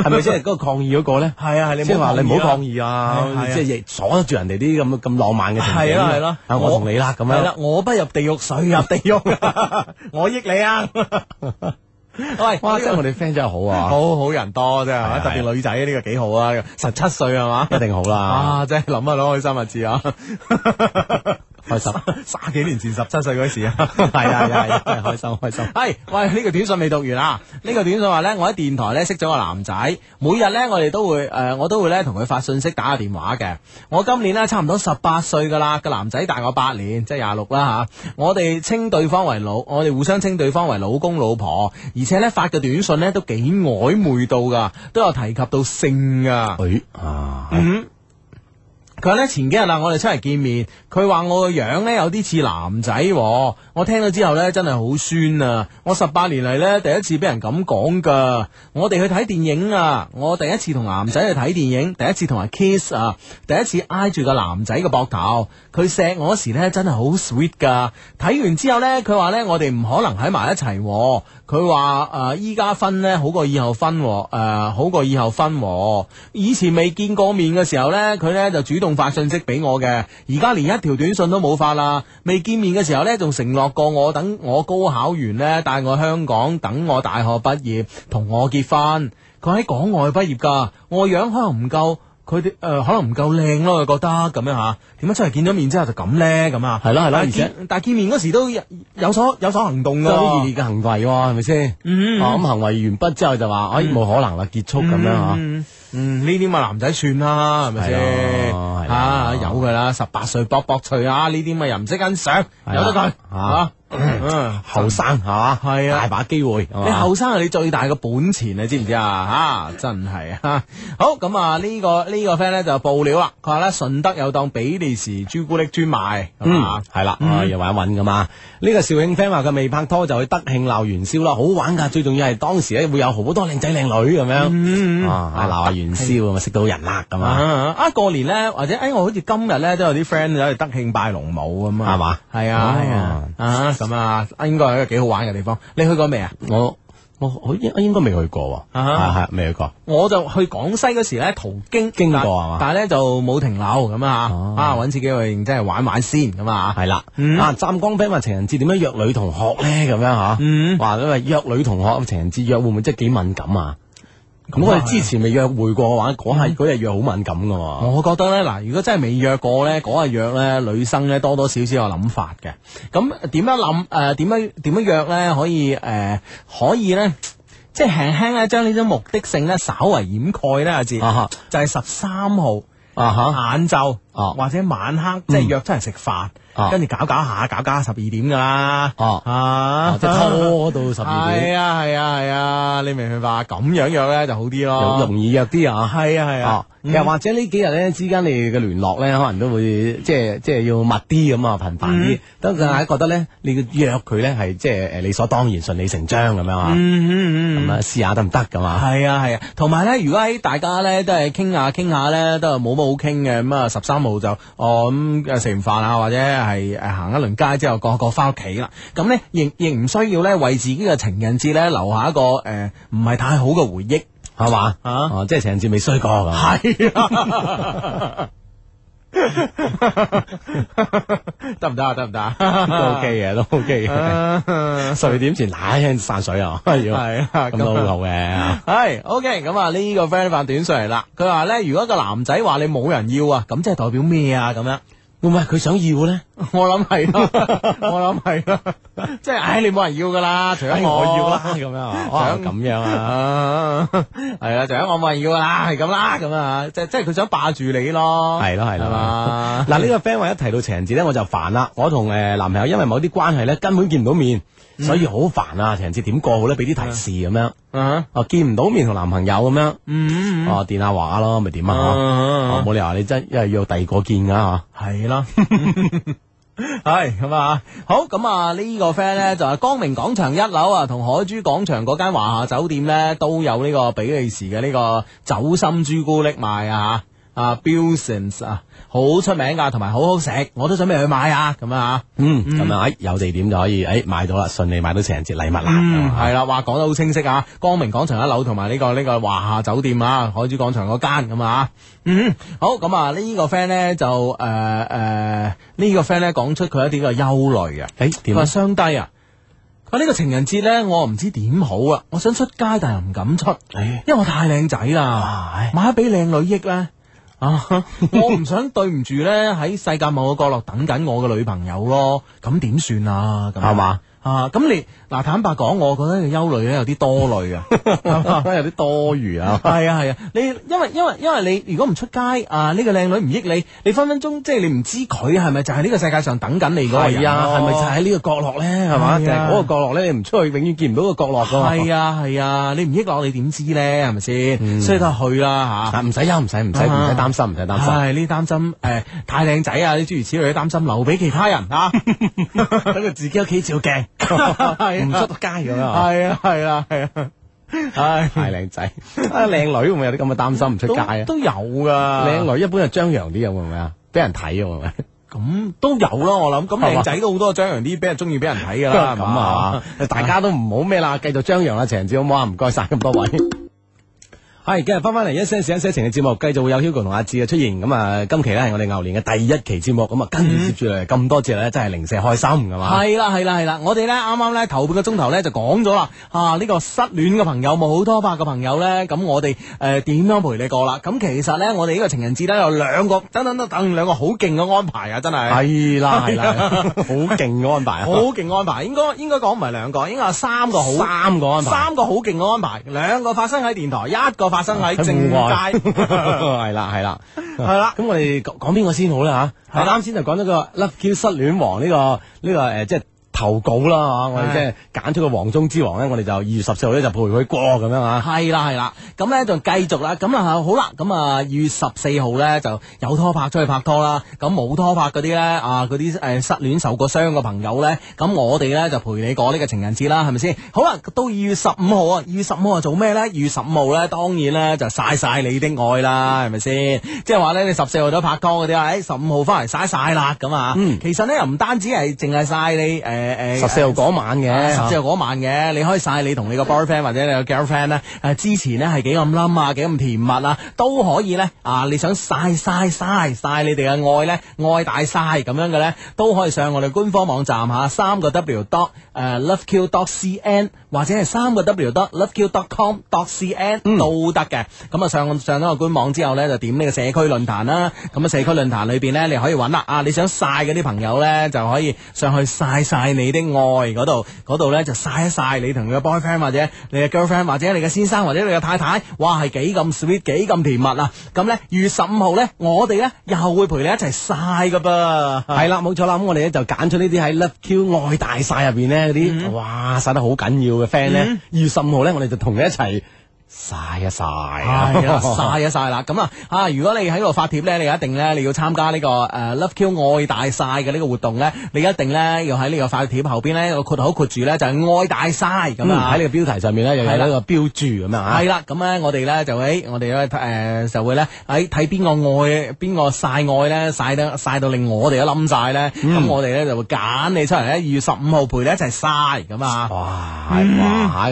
Speaker 4: 係咪即係嗰個抗議嗰個咧？
Speaker 1: 係啊，係你
Speaker 4: 即係話你唔好抗
Speaker 1: 議
Speaker 4: 議啊！
Speaker 1: 係啊
Speaker 4: 即係亦鎖住人哋啲咁咁浪漫嘅情景。
Speaker 1: 係啦係啦
Speaker 4: 啊
Speaker 1: 我
Speaker 4: 我同你啦咁
Speaker 1: 係啦
Speaker 4: 樣。，
Speaker 1: 我不入地獄，誰入地 獄？我益你啊！ 喂，
Speaker 4: 哇！
Speaker 1: 呢
Speaker 4: 真係
Speaker 1: 個
Speaker 4: 我哋 friend 真係好啊，
Speaker 1: 好好人多真係
Speaker 4: 係
Speaker 1: 嘛，
Speaker 4: 啊
Speaker 1: 特別女仔呢個幾好啊，十七歲係嘛？
Speaker 4: 一定好啦。
Speaker 1: 啊，真係諗下都開心啊，知啊。
Speaker 4: 開心。
Speaker 1: 卅幾年前十七歲嗰時啊。
Speaker 4: 係啊係啊，係啊開心開心。
Speaker 1: 系，喂，呢、個短信未讀完啊！呢、個短信話呢，我喺電台呢識咗個男仔，每日呢，我哋都會诶、呃我都會呢同佢發信息、打下電話嘅。我今年呢，差唔多十八歲噶啦，個男仔大我八年，即係廿六啦吓。我哋稱對方為老，我哋互相稱對方為老公老婆，而且呢，發嘅短信呢都幾曖昧到噶，都有提及到性噶。
Speaker 4: 誒啊，
Speaker 1: 佢話咧前幾日啊啦，我哋出嚟見面，佢話我個樣咧有啲似男仔喎，我聽到之後咧真係好酸啊！我十八年嚟咧第一次俾人咁講噶，我哋去睇電影啊，我第一次同男仔去睇電影，第一次同人 kiss 啊，第一次挨住個男仔嘅膊頭，佢錫我嗰時咧真係好 sweet 噶。睇完之後咧，佢話咧我哋唔可能喺埋一齊喎，佢話誒依家分咧好過以後分喎，誒、啊好過以後分喎。以前未見過面嘅時候咧，佢咧就主動發信息俾我嘅，而家連一條短信都冇發啦。未見面嘅時候咧，仲承諾過我等我高考完咧，帶我香港等我大學畢業，同我結婚。佢喺港外畢業㗎，我樣可能唔夠。佢哋誒呃 可能唔夠靚咯，佢覺得咁樣嚇，點解出嚟見咗面之後就咁咧咁啊？
Speaker 4: 係咯係咯
Speaker 1: 但
Speaker 4: 而且
Speaker 1: 見但係見面嗰時都有有所有所行動㗎
Speaker 4: 都有啲熱烈嘅行為喎，係咪先？
Speaker 1: 嗯
Speaker 4: 啊咁行為完畢之後就話，哎冇可能啦，結束咁樣啊嚇。
Speaker 1: 嗯，嗯，呢啲咪男仔算啦，係咪先？
Speaker 4: 係啊係啊
Speaker 1: 啊，有噶啦，十八歲卜卜脆啊，呢啲咪又唔識欣賞，
Speaker 4: 係啊
Speaker 1: 由得佢
Speaker 4: 啊
Speaker 1: 啊。嗯
Speaker 4: 後生係嘛，
Speaker 1: 係啊
Speaker 4: 大把機會。係嘛
Speaker 1: 你後生係你最大嘅本錢，你知唔知啊？吓，真係啊！好咁啊，呢個呢個 friend 咧就報料啦，佢話咧順德有檔比利時朱古力專賣，咁
Speaker 4: 嗯
Speaker 1: 啊，
Speaker 4: 系啦，啊又玩一揾噶嘛。呢個肇慶 friend 話佢未拍拖就去德慶鬧元宵啦，好玩噶。最重要係當時咧會有好多靚仔靚女咁樣，啊啊鬧下元宵咁啊，識到人啦咁啊。
Speaker 1: 嗯啊啊！過年咧，或者誒，我好似今日咧都有啲 friend 走去德慶拜龍舞咁啊，
Speaker 4: 係嘛哦
Speaker 1: 係啊，係啊，啊咁啊，應該係一個幾好玩嘅地方。你去過未啊？
Speaker 4: 我我我應應該未去過喎，
Speaker 1: 啊哈
Speaker 4: 係係未去過。
Speaker 1: 我就去廣西嗰時咧，途經
Speaker 4: 經過
Speaker 1: 但
Speaker 4: 係嘛
Speaker 1: 但係咧就冇停留咁啊
Speaker 4: 哦，
Speaker 1: 啊揾自己去認真係玩玩先咁啊，
Speaker 4: 係啦，啊湛江 friend 話情人節點樣約女同學咧咁樣吓，
Speaker 1: 嗯
Speaker 4: 話因為約女同學情人節約會唔會真係幾敏感啊？咁我哋之前未約會過嘅話，嗰下嗰日約好敏感噶喎。
Speaker 1: 我覺得咧，嗱，如果真係未約過咧，嗰日約咧，女生咧多多少少有諗法嘅。咁點樣諗？誒、點樣點樣約咧？可以誒、可以咧，即係輕輕咧將呢種目的性咧稍為掩蓋咧，阿志、
Speaker 4: 啊哈
Speaker 1: 就係十三號。
Speaker 4: 啊哈
Speaker 1: 晏晝
Speaker 4: 啊
Speaker 1: 或者晚黑，即係約出嚟食飯
Speaker 4: 啊，
Speaker 1: 跟住搞搞下，搞搞下十二點噶啦，
Speaker 4: 啊
Speaker 1: 啊
Speaker 4: 啊，即係拖到十二點
Speaker 1: 係。啊係啊係啊，你明唔明白？咁樣約咧就好啲咯，
Speaker 4: 容容易約啲啊。
Speaker 1: 係啊係啊
Speaker 4: 啊，，又或者呢幾日咧之間你哋嘅聯絡咧，可能都會即係即係要密啲咁啊，頻繁
Speaker 1: 嗯
Speaker 4: 啲，等大家覺得咧，你要約佢咧係即係誒理所當然、順理成章咁樣啊，
Speaker 1: 嗯嗯嗯。
Speaker 4: 咁啊試下得唔得咁啊？
Speaker 1: 系啊系啊，同埋咧，如果喺大家咧都係傾下傾下咧，都係冇乜好傾嘅，咁啊十三號就哦咁誒食完飯啊，或者係誒行一輪街之後，個個翻屋企啦。咁咧亦亦唔需要咧為自己嘅情人節咧留下一個誒唔係太好嘅回憶。
Speaker 4: 係嘛？
Speaker 1: 啊
Speaker 4: 哦，即係情人節未衰過咁啊。
Speaker 1: 係啊。 得唔得啊？得唔得啊？
Speaker 4: 都 OK 嘅，都 OK 嘅。
Speaker 1: 啊
Speaker 4: 十二點前嗱一聲散水啊，係
Speaker 1: 係啊
Speaker 4: 咁都好好嘅。
Speaker 1: 系，OK，咁啊呢個 friend 發短信嚟啦，佢話咧如果個男仔話你冇人要啊，咁即係代表咩啊？咁樣，
Speaker 4: 會唔會係佢想要咧？
Speaker 1: 我諗係 咯，我諗係咯，即係唉你冇人要噶啦，除咗
Speaker 4: 哎
Speaker 1: 我
Speaker 4: 我要啦，咁樣啊，哇
Speaker 1: 想
Speaker 4: 咁樣啊。
Speaker 1: 啊， 係啦，除咗我冇人要噶啦，係咁啦，咁啊，即係即係佢想霸住你咯，
Speaker 4: 係咯係咯
Speaker 1: 係嘛，
Speaker 4: 嗱呢個 friend 話一提到情人節咧，我就煩啦。我同誒男朋友因為某啲關係咧，根本見唔到面，
Speaker 1: 嗯
Speaker 4: 所以好煩啊！情人節點過好咧？俾啲提示咁樣。
Speaker 1: 啊
Speaker 4: 哦，見唔到面同男朋友咁樣，
Speaker 1: 嗯，
Speaker 4: 哦電下話咯，咪點啊？
Speaker 1: 嗯
Speaker 4: 哦冇理由你真一係約第二個見㗎嚇。
Speaker 1: 系啦。 系咁啊，好咁啊！呢個 friend 咧就係光明廣場一樓啊，同海珠廣場嗰間華夏酒店咧都有呢個比利時嘅呢個酒心朱古力賣啊啊 b i l s o n s 啊，好出名噶，同埋好好食，我都準備去買啊，咁啊，
Speaker 4: 嗯，咁樣誒有地點就可以誒買到啦，順利買到情人節禮物
Speaker 1: 嗯，
Speaker 4: 啦。
Speaker 1: 係啦，話講得好清晰啊，光明廣場一樓同埋呢個呢、個華夏酒店啊，海珠廣場嗰間咁啊，嗯，好咁啊，呢個 friend 咧就誒誒呢個 friend 咧講出佢一啲嘅憂慮啊。
Speaker 4: 誒
Speaker 1: 佢
Speaker 4: 點啊
Speaker 1: 話？相低啊！佢話呢個情人節咧，我唔知點好啊！我
Speaker 4: 哎
Speaker 1: 哎想出街，但係又唔敢出，因為我太靚仔啦，買一俾靚女益咧，
Speaker 4: 啊，
Speaker 1: 我唔想對唔住咧喺世界某個角落等緊我嘅女朋友咯，咁點算啊？咁樣
Speaker 4: 係嘛？
Speaker 1: 啊，咁你嗱坦白講，我覺得你憂慮咧有啲多慮啊。
Speaker 4: 有啲多餘啊。
Speaker 1: 系啊系啊，你因為因為因為你如果唔出街啊，呢、個靚女唔益你，你分分鐘即係你唔知佢係咪就係呢個世界上等緊你嗰個人
Speaker 4: 係啊，
Speaker 1: 咯
Speaker 4: 係咪就喺呢個角落咧？係嘛，
Speaker 1: 係啊
Speaker 4: 就係嗰個角落咧，你唔出去，永遠見唔到個角落噶嘛。
Speaker 1: 係啊係啊，你唔益落你點知咧？係咪先？所以都係去啦
Speaker 4: 啊，
Speaker 1: 吓。
Speaker 4: 唔使憂，唔使嗯唔使唔使擔心，唔使擔心。
Speaker 1: 唉，呢擔心诶太靚仔啊，呢諸如此類嘅擔心留俾其他人 啊。
Speaker 4: 等佢自己屋企 照鏡，唔出得街咁樣啊。
Speaker 1: 係啊係啊係啊，唉，
Speaker 4: 太靚仔，啊靚女會唔會有啲咁嘅擔心唔出街啊？
Speaker 1: 都都有噶。
Speaker 4: 靚女一般係張揚啲嘅，會唔會啊？俾人睇嘅會唔會？
Speaker 1: 咁都有啦，我諗咁
Speaker 4: 係嘛
Speaker 1: 靚仔都好多張揚啲，俾人中意俾人睇㗎啦，係
Speaker 4: 咁
Speaker 1: 嘛
Speaker 4: 啊，大家都唔好咩啦，繼續張揚啦，情人節好唔好啊？唔該晒咁多位。 係，今日翻翻嚟一些事一些情嘅節目，繼續會有 Hugo 同阿志嘅出現。咁啊，今期咧係我哋牛年嘅第一期節目，咁啊跟住接
Speaker 1: 嗯
Speaker 4: 住嚟咁多節咧，真係零舍開心噶嘛。
Speaker 1: 系啦系啦系啦，我哋咧啱啱咧頭半個鐘頭咧就講咗啦，啊呢、個失戀嘅朋友冇拖拍嘅朋友咧，咁我哋诶点样陪你過啦？咁其實咧，我哋呢個情人節咧有兩個等等等等兩個好勁嘅安排啊，真係
Speaker 4: 係啦係啦， 好勁嘅安排啊，
Speaker 1: 好勁安排，應該應該講唔係兩個，應該有三個好
Speaker 4: 三個安排，
Speaker 1: 三個好勁嘅安排，兩個發生喺電台，一個發生喺
Speaker 4: 喺
Speaker 1: 正
Speaker 4: 戶外
Speaker 1: 街，
Speaker 4: 係啦係啦係
Speaker 1: 係啦
Speaker 4: 咁我哋講講邊個先好啦吓？
Speaker 1: 係啦
Speaker 4: 啱先就講咗個 Love Q 失戀王呢個呢個诶，呃即係投稿啦吓，我哋
Speaker 1: 係
Speaker 4: 即係揀出個王中之王咧，我哋就二月十四號咧就陪佢過咁樣啊。
Speaker 1: 係啦係啦，咁咧就繼續啦，咁啊好啦，咁啊二月十四號咧就有拖拍出去拍拖啦，咁冇拖拍嗰啲咧啊嗰啲誒失戀受過傷嘅朋友咧，咁我哋咧就陪你過呢個情人節啦，係咪先？好啦，到二月十五號啊，二月十五號做咩咧？二月十五號咧，當然咧就晒晒你的愛啦，係咪先？即係話咧，你十四號都拍拖嗰啲啊，誒十五號翻嚟晒晒啦咁啊，
Speaker 4: 嗯
Speaker 1: 其實咧又唔單止係淨係晒你誒誒。呃
Speaker 4: 十四號嗰晚嘅，
Speaker 1: 十四號嗰晚嘅，你可以晒你同你個 boyfriend 或者你個 girlfriend 咧，誒之前咧係幾咁冧啊，幾咁甜蜜啊，都可以咧啊！你想晒晒晒晒你哋嘅愛咧，愛大晒咁樣嘅咧，都可以上我哋官方網站嚇，三個 w dot 誒 loveq dot cn 或者係三個 w dot loveq dot com dot cn 都得嘅。咁啊上上咗個官網之後咧，就點呢個社區論壇啦。咁啊社區論壇裏邊咧，你可以揾啦啊！你想晒嗰啲朋友咧，就可以上去晒晒你的愛嗰度，嗰度咧就晒一晒你同你嘅 boyfriend 或者你嘅 girlfriend 或者你嘅先生或者你嘅太太，哇係幾咁 sweet 幾咁甜蜜啊！咁咧二月十五號咧，我哋咧又會陪你一齊晒噶噃。
Speaker 4: 係啦，冇錯啦。咁我哋咧就揀咗呢啲喺 Love Q 愛大晒入邊咧嗰
Speaker 1: 嗯
Speaker 4: 啲，哇晒得好緊要嘅 friend 咧，二月十五號咧，我哋就同佢一齊晒一晒啊，
Speaker 1: 系啦， 晒一晒啦，咁啊啊！如果你喺度發帖咧，你一定咧你要參加呢、個个呃 Love Q 愛大晒嘅呢個活動咧，你一定咧要喺呢個發帖後边咧有個括號括住咧就係愛大晒咁
Speaker 4: 咁啊
Speaker 1: 啊
Speaker 4: 喺。呢個標題上面咧又有
Speaker 1: 係啦
Speaker 4: 呢個標注咁樣啊
Speaker 1: 系。啦，咁咧我哋咧就喺我哋咧诶就會咧喺睇邊個愛邊個晒愛咧晒得晒到令我哋都冧晒咧，咁、我哋咧就會揀你出嚟咧，二月十五號陪你一齊晒咁啊！
Speaker 4: 哇哇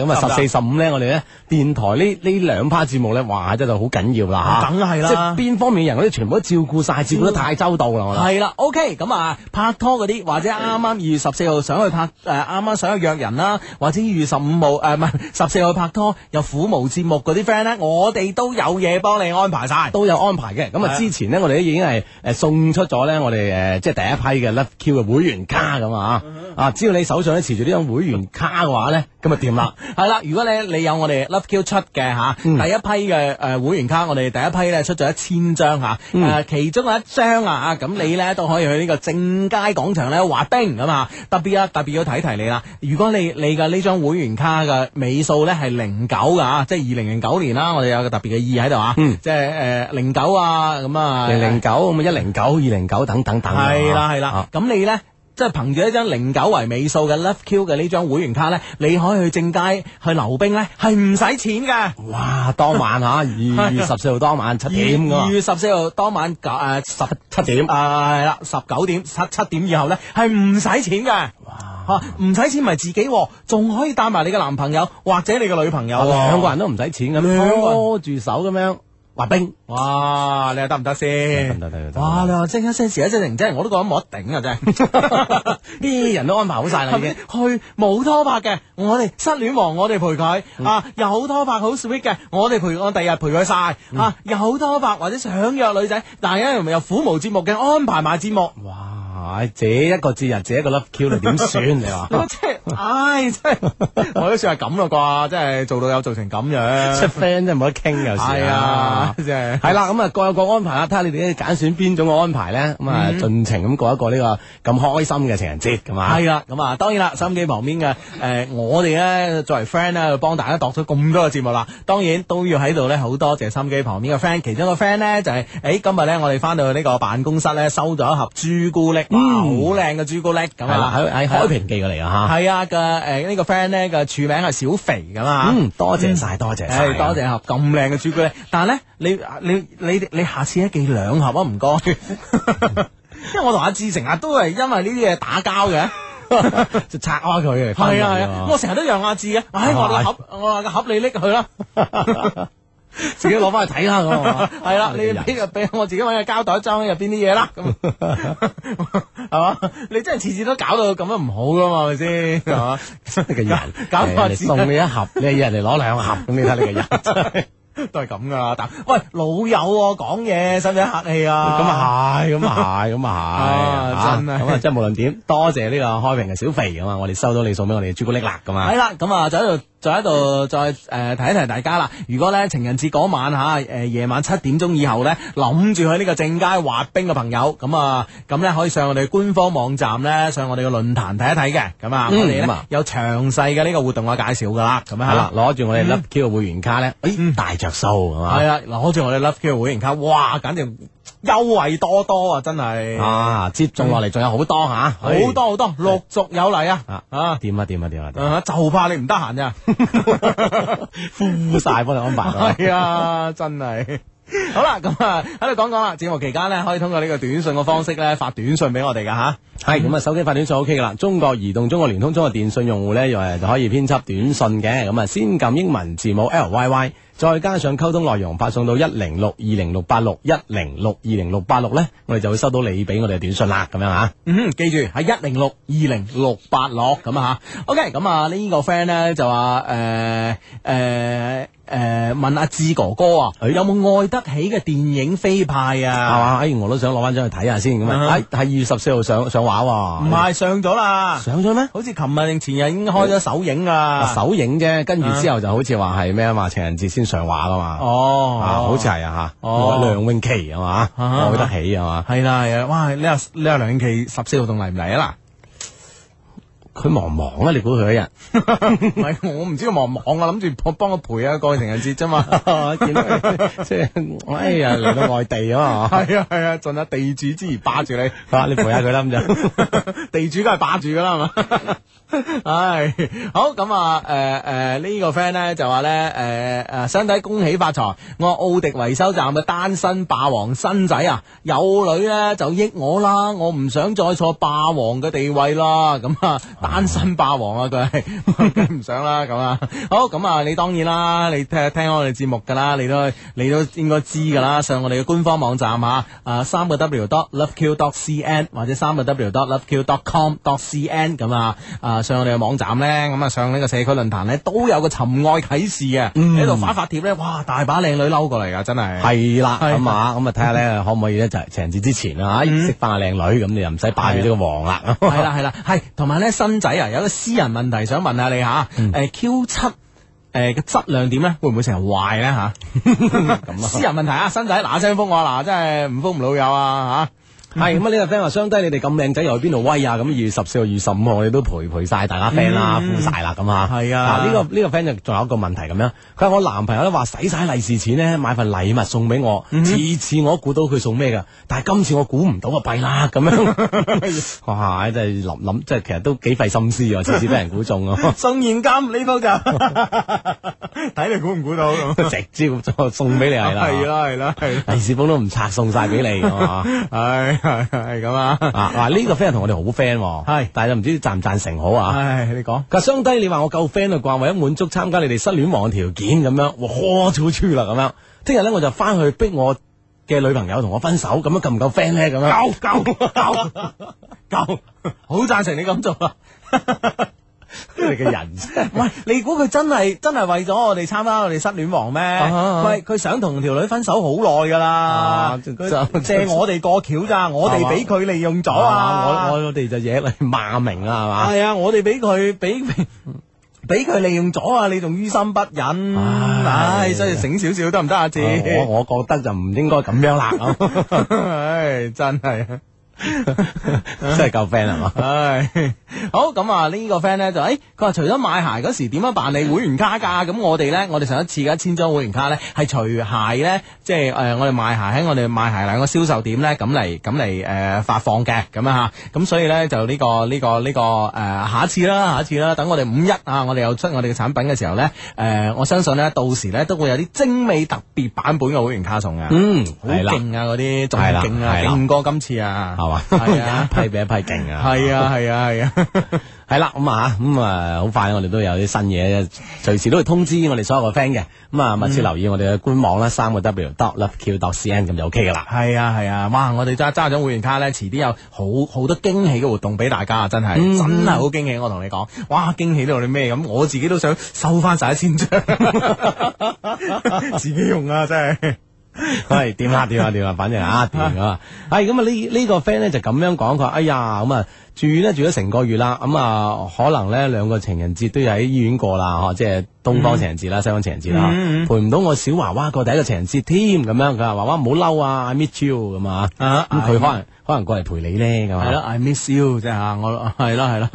Speaker 4: 咁
Speaker 1: 得唔
Speaker 4: 啊
Speaker 1: 得
Speaker 4: 十四十五咧，我哋咧電台呢呢兩 part 節目咧，哇真係好緊要啦吓，
Speaker 1: 梗係啦
Speaker 4: 即係邊方面嘅人，我哋全部都照顧晒，照顧得太周到啦，我哋
Speaker 1: 系啦，OK，咁啊，拍拖嗰啲或者啱啱二月十四號想去拍诶，啱、啱想去約人啦，或者二月十五號呃诶，唔係十四號去拍拖又苦無節目嗰啲 friend 咧，我哋都有嘢幫你安排晒。
Speaker 4: 都有安排嘅。咁
Speaker 1: 係
Speaker 4: 啊
Speaker 1: 啊
Speaker 4: 之前咧，我哋都已經係誒送出咗咧，我哋誒即係第一批嘅 Love Q 嘅會員卡咁啊啊，只要你手上咧持住呢張會員卡嘅話咧，咁啊掂啦。
Speaker 1: 係啦，如果咧你有我哋 Love Q 出嘅吓，
Speaker 4: 嗯
Speaker 1: 第一批嘅誒會員卡，我哋第一批咧出咗一千張吓，
Speaker 4: 嗯
Speaker 1: 誒、其中有一張啊，咁你咧都可以去呢個正佳廣場咧滑冰咁啊！特別啊，特別要提提你啦，如果你你嘅呢張會員卡嘅尾數咧係零九㗎啊，即係二零零九年啦，我哋有個特別嘅意喺度啊，即係誒零九啊咁啊
Speaker 4: 嗯零零九咁啊，一零九、二零九等等等啊。
Speaker 1: 系啦系
Speaker 4: 啊
Speaker 1: 啦，咁你呢，即係憑住一張零九為尾數嘅 Love Q 嘅呢張會員卡呢，你可以去正佳去溜冰呢，係唔使錢嘅。
Speaker 4: 哇！當晚 嚇，二月十四號當 晚七點㗎嘛
Speaker 1: 二月十四號當晚九诶十七點啊係啦，十九點七七點以後呢，係唔使錢嘅。啊唔使錢咪自己喎，仲可以帶埋你嘅男朋友或者你嘅女朋友
Speaker 4: 啊
Speaker 1: 喎。
Speaker 4: 兩個人都唔使錢咁，
Speaker 1: 兩個人
Speaker 4: 拖住手咁樣。滑冰，
Speaker 1: 哇！你話得唔得
Speaker 4: 得
Speaker 1: 先？
Speaker 4: 得得得
Speaker 1: 哇！你話即係一些事一些情，真係 我都覺得冇得頂啊！真 係。
Speaker 4: 啲人都安排好晒啦，已經。
Speaker 1: 去冇拖拍嘅，我哋失戀王我哋陪佢、啊，有拖拍好 sweet 嘅，我哋陪我第日陪佢晒、啊，有拖拍或者想約女仔，但係因為又苦無節目嘅安排埋節目，
Speaker 4: 哇！這一個節日，這一個 love Q，你點算？你 話
Speaker 1: 我 即係，唉，真係我都算係咁啦啩，真係做到有做成咁
Speaker 4: 出
Speaker 1: 樣，
Speaker 4: friend 真係冇得傾有時。
Speaker 1: 係啊，真係。
Speaker 4: 係啦，咁啊各有各安排啦，睇下你哋揀選邊種嘅安排咧，咁啊盡情咁過一過呢個咁開心嘅情人節，咁啊
Speaker 1: 系。啦，咁啊，當然啦，收音機旁邊嘅誒，我哋咧作為 friend 咧，幫大家度咗咁多嘅節目啦，當然都要喺度咧，好多謝收音機旁邊嘅 friend，其中一個 friend 咧就係、誒今日咧我哋翻到呢個辦公室咧，收咗一盒朱古力，哇，好靚嘅朱古力咁
Speaker 4: 嗯係啦，
Speaker 1: 啊，
Speaker 4: 喺喺海平寄過嚟啊
Speaker 1: 係啊嘅誒呢個 friend 咧嘅署名係小肥噶嘛
Speaker 4: 吓，。嗯，啊多謝晒，多謝晒，
Speaker 1: 誒多。謝盒咁靚嘅朱古力，但係咧，你你你你下次咧寄兩盒啊，唔該， 因為我同阿志成日都係因為呢啲嘢打交嘅。
Speaker 4: 就拆開佢嚟啊分
Speaker 1: 系
Speaker 4: 人
Speaker 1: 啊係
Speaker 4: 㗎
Speaker 1: 啊，
Speaker 4: 嘛
Speaker 1: 我成日都讓阿志嘅，唉，我話個盒，我話個盒你拎佢啦，
Speaker 4: 自己攞翻去睇下咁啊。
Speaker 1: 係啦，你
Speaker 4: 人
Speaker 1: 俾俾我自己搵個膠袋裝喺入邊啲嘢 啦，咁係嘛？你真係次次都搞到咁樣唔好噶嘛，係咪先？係嘛？
Speaker 4: 你個人，
Speaker 1: 搞
Speaker 4: 人
Speaker 1: 到我
Speaker 4: 哋
Speaker 1: 知
Speaker 4: 送你一啊盒，你一人哋攞兩盒，咁你睇你個 人。
Speaker 1: 都係咁噶啦，但喂老友喎講嘢使唔使客氣啊？
Speaker 4: 咁啊係，咁啊係，咁 啊係，
Speaker 1: 啊真係
Speaker 4: 咁啊，即係無論點，多謝呢個開平嘅小肥咁啊，我哋收到你送俾我哋嘅朱古力啦，咁啊
Speaker 1: 系。啦，咁啊，就喺度，就喺度，再诶提一提大家啦。如果咧情人節嗰晚吓，诶、夜晚七點鐘以後咧，諗住去呢個正佳滑冰嘅朋友，咁啊，咁咧可以上我哋官方網站咧，上我哋嘅論壇睇一睇嘅。咁啊，
Speaker 4: 嗯
Speaker 1: 我哋咧
Speaker 4: 咁啊
Speaker 1: 有詳細嘅呢個活動嘅介紹噶啦，咁樣啊
Speaker 4: 係啦
Speaker 1: 吓，。
Speaker 4: 攞住我哋 Love Q 嘅會員卡咧，誒大着數係嘛
Speaker 1: 系？啦，攞住我哋 Love Q 會員卡，哇，簡直優惠多多啊，真係
Speaker 4: 啊，接種落嚟仲有好多吓，
Speaker 1: 好多好多，陸續有嚟啊！
Speaker 4: 啊
Speaker 1: 啊
Speaker 4: 掂啊掂啊掂啊掂啊，
Speaker 1: 啊就怕你唔得閒 咋。
Speaker 4: 敷晒幫你安 排啊。
Speaker 1: 系啊，真系。好啦，咁啊喺度講講啦。節目期間呢，可以通過呢個短信嘅方式咧發短信俾我哋噶吓。
Speaker 4: 係咁啊，手機發短信 O K 噶啦。中國移動、中國聯通、中國電信用戶咧，又誒就可以編輯短信嘅。咁啊，先撳英文字母 L Y Y，再加上溝通內容，發送到一零六二零六八六一零六二零六八六咧，我哋就會收到你俾我哋嘅短信啦。咁樣啊，
Speaker 1: 嗯，記住係一零六二零六八六咁啊吓。OK，咁啊呢個 friend 咧就話诶诶诶問阿志哥哥啊，
Speaker 4: 哎
Speaker 1: 有冇愛得起嘅電影飛派
Speaker 4: 係
Speaker 1: 啊？
Speaker 4: 嘛？哎，我都想攞翻張去睇下先咁
Speaker 1: 嗯
Speaker 4: 啊。哎，係二月十四號上上畫喎。
Speaker 1: 唔係上咗啦，
Speaker 4: 上咗咩？
Speaker 1: 好似琴日定前日已經開咗首映啊。
Speaker 4: 首映啫，跟住之後就好似話係咩啊嘛，情人節先上畫噶嘛。
Speaker 1: 哦，
Speaker 4: 啊，好似係啊吓。
Speaker 1: 哦
Speaker 4: 梁詠琪係嘛？
Speaker 1: 啊
Speaker 4: 愛得起係嘛？
Speaker 1: 係啦係啊。哇，你話你話梁咏琪十四號仲嚟唔嚟啊嗱？
Speaker 4: 佢忙唔忙啊？你估佢 一日？
Speaker 1: 唔係，我唔知佢忙唔忙，我啊諗住幫佢陪啊過情人節啫嘛。
Speaker 4: 見到佢 即係，哎呀，嚟到外地啊 嘛，
Speaker 1: 係啊係啊，盡下地主之誼霸住你，
Speaker 4: 啊，你陪下佢啦咁就，
Speaker 1: 地主梗係霸住噶啦，係嘛？ 唉，好咁啊，誒誒呢個 friend 咧就話咧誒誒，相弟恭喜發財，我奧迪維修站嘅單身霸王新仔啊，有女咧就益我啦，我唔想再坐霸王嘅地位啦，咁啊單身霸王啊佢係 唔想啦咁啊，好咁啊你當然啦，你聽聽我哋節目㗎啦，你都你都應該知㗎啦，上我哋嘅官方網站啊，啊三個 W dot loveq dot cn 或者三個 W dot loveq dot com dot cn 咁啊，啊上我哋嘅網站咧，咁啊上呢個社區論壇咧都有個尋愛啟示嘅，喺度發發帖咧，哇大把靚女嬲過嚟啊㗎，真係。
Speaker 4: 係啦，
Speaker 1: 係嗯
Speaker 4: 咁啊，咁啊，睇下咧可唔可以咧就係情人節之前啊，識翻個靚女，咁你又唔使霸住呢個王啦，
Speaker 1: 系啦系啦，系同埋咧新仔啊，有個私人問題想問下你吓，诶 Q 七诶嘅質量點咧，會唔會成日壞咧吓？ 咁私人問題啊，新仔嗱聲封我啊嗱，真係唔封唔老友啊
Speaker 4: 係咁啊，呢個 friend 話，相低你哋咁靚仔又去邊度威啊？咁二月十四號、二月十五號，我哋都陪陪晒大家 friend 啦，
Speaker 1: 嗯
Speaker 4: 敷晒啦，咁啊，
Speaker 1: 係啊
Speaker 4: 呢個呢個 friend 就仲有一個問題咁樣，佢話我男朋友咧話使晒利是錢咧買份禮物送俾我，
Speaker 1: 嗯
Speaker 4: 次次我都估到佢送咩噶，但係今次我估唔到啊，弊啦咁樣， 哇！真係諗諗，即係其實都幾費心思啊，次次俾人估中啊
Speaker 1: 吓，，送現金呢鋪就 睇你估唔估到咁。
Speaker 4: 直接就送俾 你
Speaker 1: 係啊
Speaker 4: 係啦，
Speaker 1: 啦係啦係啦，
Speaker 4: 利是封都唔拆，送晒俾你 係嘛。
Speaker 1: 係係係咁啊！
Speaker 4: 啊！嗱，呢個 friend 同我哋好 friend，喎
Speaker 1: 係
Speaker 4: 但係就唔知贊唔贊成好啊。
Speaker 1: 唉，你講
Speaker 4: 佢話相低，你話我夠 friend 啦啩，為咗滿足參加你哋失戀王嘅條件咁樣，我豁出去啦咁樣。聽日咧我就翻去逼我嘅女朋友同我分手，咁樣夠唔夠 friend 咧？咁樣
Speaker 1: 夠夠夠夠，好贊成你咁做啊！
Speaker 4: 你嘅人啫，
Speaker 1: 喂，你估佢真係真係為咗我哋參加我哋失戀王咩？
Speaker 4: 啊
Speaker 1: 喂，佢想同條女分手好耐噶啦
Speaker 4: 啊，
Speaker 1: 佢
Speaker 4: 就
Speaker 1: 借我哋過橋 咋，我哋俾佢利用咗啊！
Speaker 4: 我我我哋就惹嚟罵名啦，係嘛？
Speaker 1: 系啊，我哋俾佢俾 俾佢利用咗啊！你仲於心不忍，
Speaker 4: 唉
Speaker 1: 嗯唉，真係醒少少得唔得啊？志，
Speaker 4: 我我覺得就唔應該咁樣啦，咁
Speaker 1: 唉，真係。啊
Speaker 4: 真係夠 friend 係嘛？
Speaker 1: 唉，好咁啊！呢個 friend 咧就，誒佢話除咗買鞋嗰時點樣辦理會員卡㗎？咁我哋咧，我哋上一次嘅一千張會員卡咧，係除鞋咧，即係誒、呃我哋賣鞋喺我哋賣鞋兩個銷售點咧，咁嚟咁嚟誒發放嘅咁啊嚇。咁所以咧就呢、個呢、個呢、個誒、呃下一次啦，下一次啦，等我哋五一啊，我哋有出我哋嘅產品嘅時候咧，誒、我相信咧到時咧都會有啲精美特別版本嘅會員卡送啊嘅。
Speaker 4: 嗯，
Speaker 1: 好
Speaker 4: 係啦，
Speaker 1: 勁啊！嗰啲仲
Speaker 4: 係啦
Speaker 1: 勁啊，
Speaker 4: 係啦
Speaker 1: 勁過今次啊，
Speaker 4: 係嘛？。
Speaker 1: 係啊
Speaker 4: 一批比一批勁啊！
Speaker 1: 系啊系啊系啊，
Speaker 4: 係啦，咁啊咁啊，好快我哋都有啲新嘢，隨時都會通知我哋所有嘅 friend 嘅。咁啊，密切留意我哋嘅官網
Speaker 1: 嗯
Speaker 4: 啦，三個 W dot loveq dot cn 咁就 OK 噶 啦。
Speaker 1: 系啊系啊，哇！我哋揸揸咗會員卡咧，遲啲有好好多驚喜嘅活動俾大家啊！真係真係好驚喜，我同你講，哇！驚喜到你咩咁？我自己都想收翻晒先 張，自己用啊！真係。
Speaker 4: 喂，掂啦掂啦掂啦，反正啊掂㗎嘛。係咁啊，呢呢個 friend 咧就咁樣講，佢話：哎呀，咁啊住院咧住咗成個月啦，咁啊可能咧兩個情人節都要喺醫院過啦，哦嗬，即係東方情人
Speaker 1: 嗯
Speaker 4: 節啦，西方情人節啦，陪唔到我小娃娃過第一個情人節添，咁樣佢話：娃娃唔好嬲啊，I miss you 咁啊，
Speaker 1: 啊
Speaker 4: 咁佢可能可能過嚟陪你咧，咁啊
Speaker 1: 係咯。，I miss you 即係吓，我係咯係咯，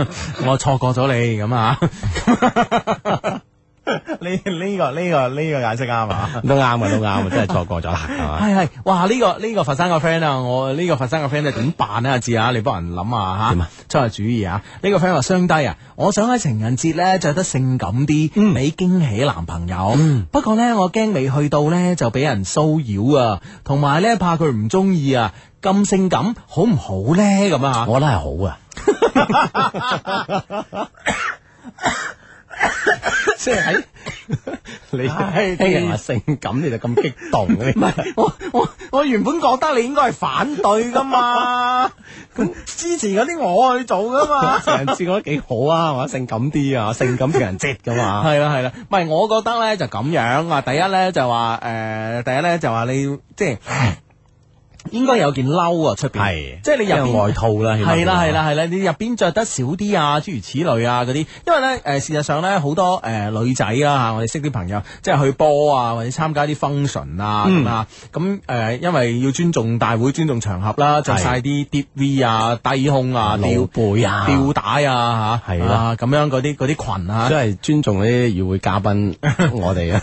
Speaker 1: 我錯過咗你咁啊！ 呢呢、個呢、個呢、個解釋啱啊！
Speaker 4: 都啱啊，都啱啊，真係錯過咗 啦，係嘛？
Speaker 1: 系系，哇！呢、個呢、個佛山個 friend 啊，我呢、個佛山個 friend 咧點辦咧？阿志啊，你幫人諗下吓，
Speaker 4: 點啊
Speaker 1: 出下主意啊！呢、個 friend 話雙低啊，我想喺情人節咧着得性感
Speaker 4: 嗯
Speaker 1: 啲，俾驚喜男朋友。不過咧，我驚未去到咧就俾人騷擾啊，同埋咧怕佢唔中意啊。咁性感好唔好咧？咁啊
Speaker 4: 我覺得係好啊，即係喺 你
Speaker 1: 唉
Speaker 4: 聽人話性感，你就咁激動嘅， 唔係
Speaker 1: 我我我原本覺得你應該係反對噶 嘛，咁支持嗰啲我去做噶嘛。
Speaker 4: 情人節我覺得幾好啊，或者性感啲啊，性感情人節 噶嘛，
Speaker 1: 系啦系啦，唔系我覺得咧就咁樣啊。第一咧就話诶、誒第一咧就話你即係應該有件褸啊出边，
Speaker 4: 係
Speaker 1: 即係你入
Speaker 4: 因為
Speaker 1: 邊
Speaker 4: 外套啦，起碼
Speaker 1: 係啦係啦係啦，你入邊着得少啲啊，諸如此類啊嗰啲，因為咧誒、事實上咧好多誒、女仔啦、啊、我哋識啲朋友即係去波啊或者參加啲 function 啊
Speaker 4: 嗯
Speaker 1: 咁啊，咁誒、因為要尊重大會尊重場合啦，着
Speaker 4: 係
Speaker 1: 晒啲跌 V 啊低胸啊吊
Speaker 4: 露背啊，
Speaker 1: 吊帶啊嚇，
Speaker 4: 係啦
Speaker 1: 啊咁樣嗰啲嗰啲裙啊
Speaker 4: 即。係尊重呢啲與會 嘉賓，我哋啊，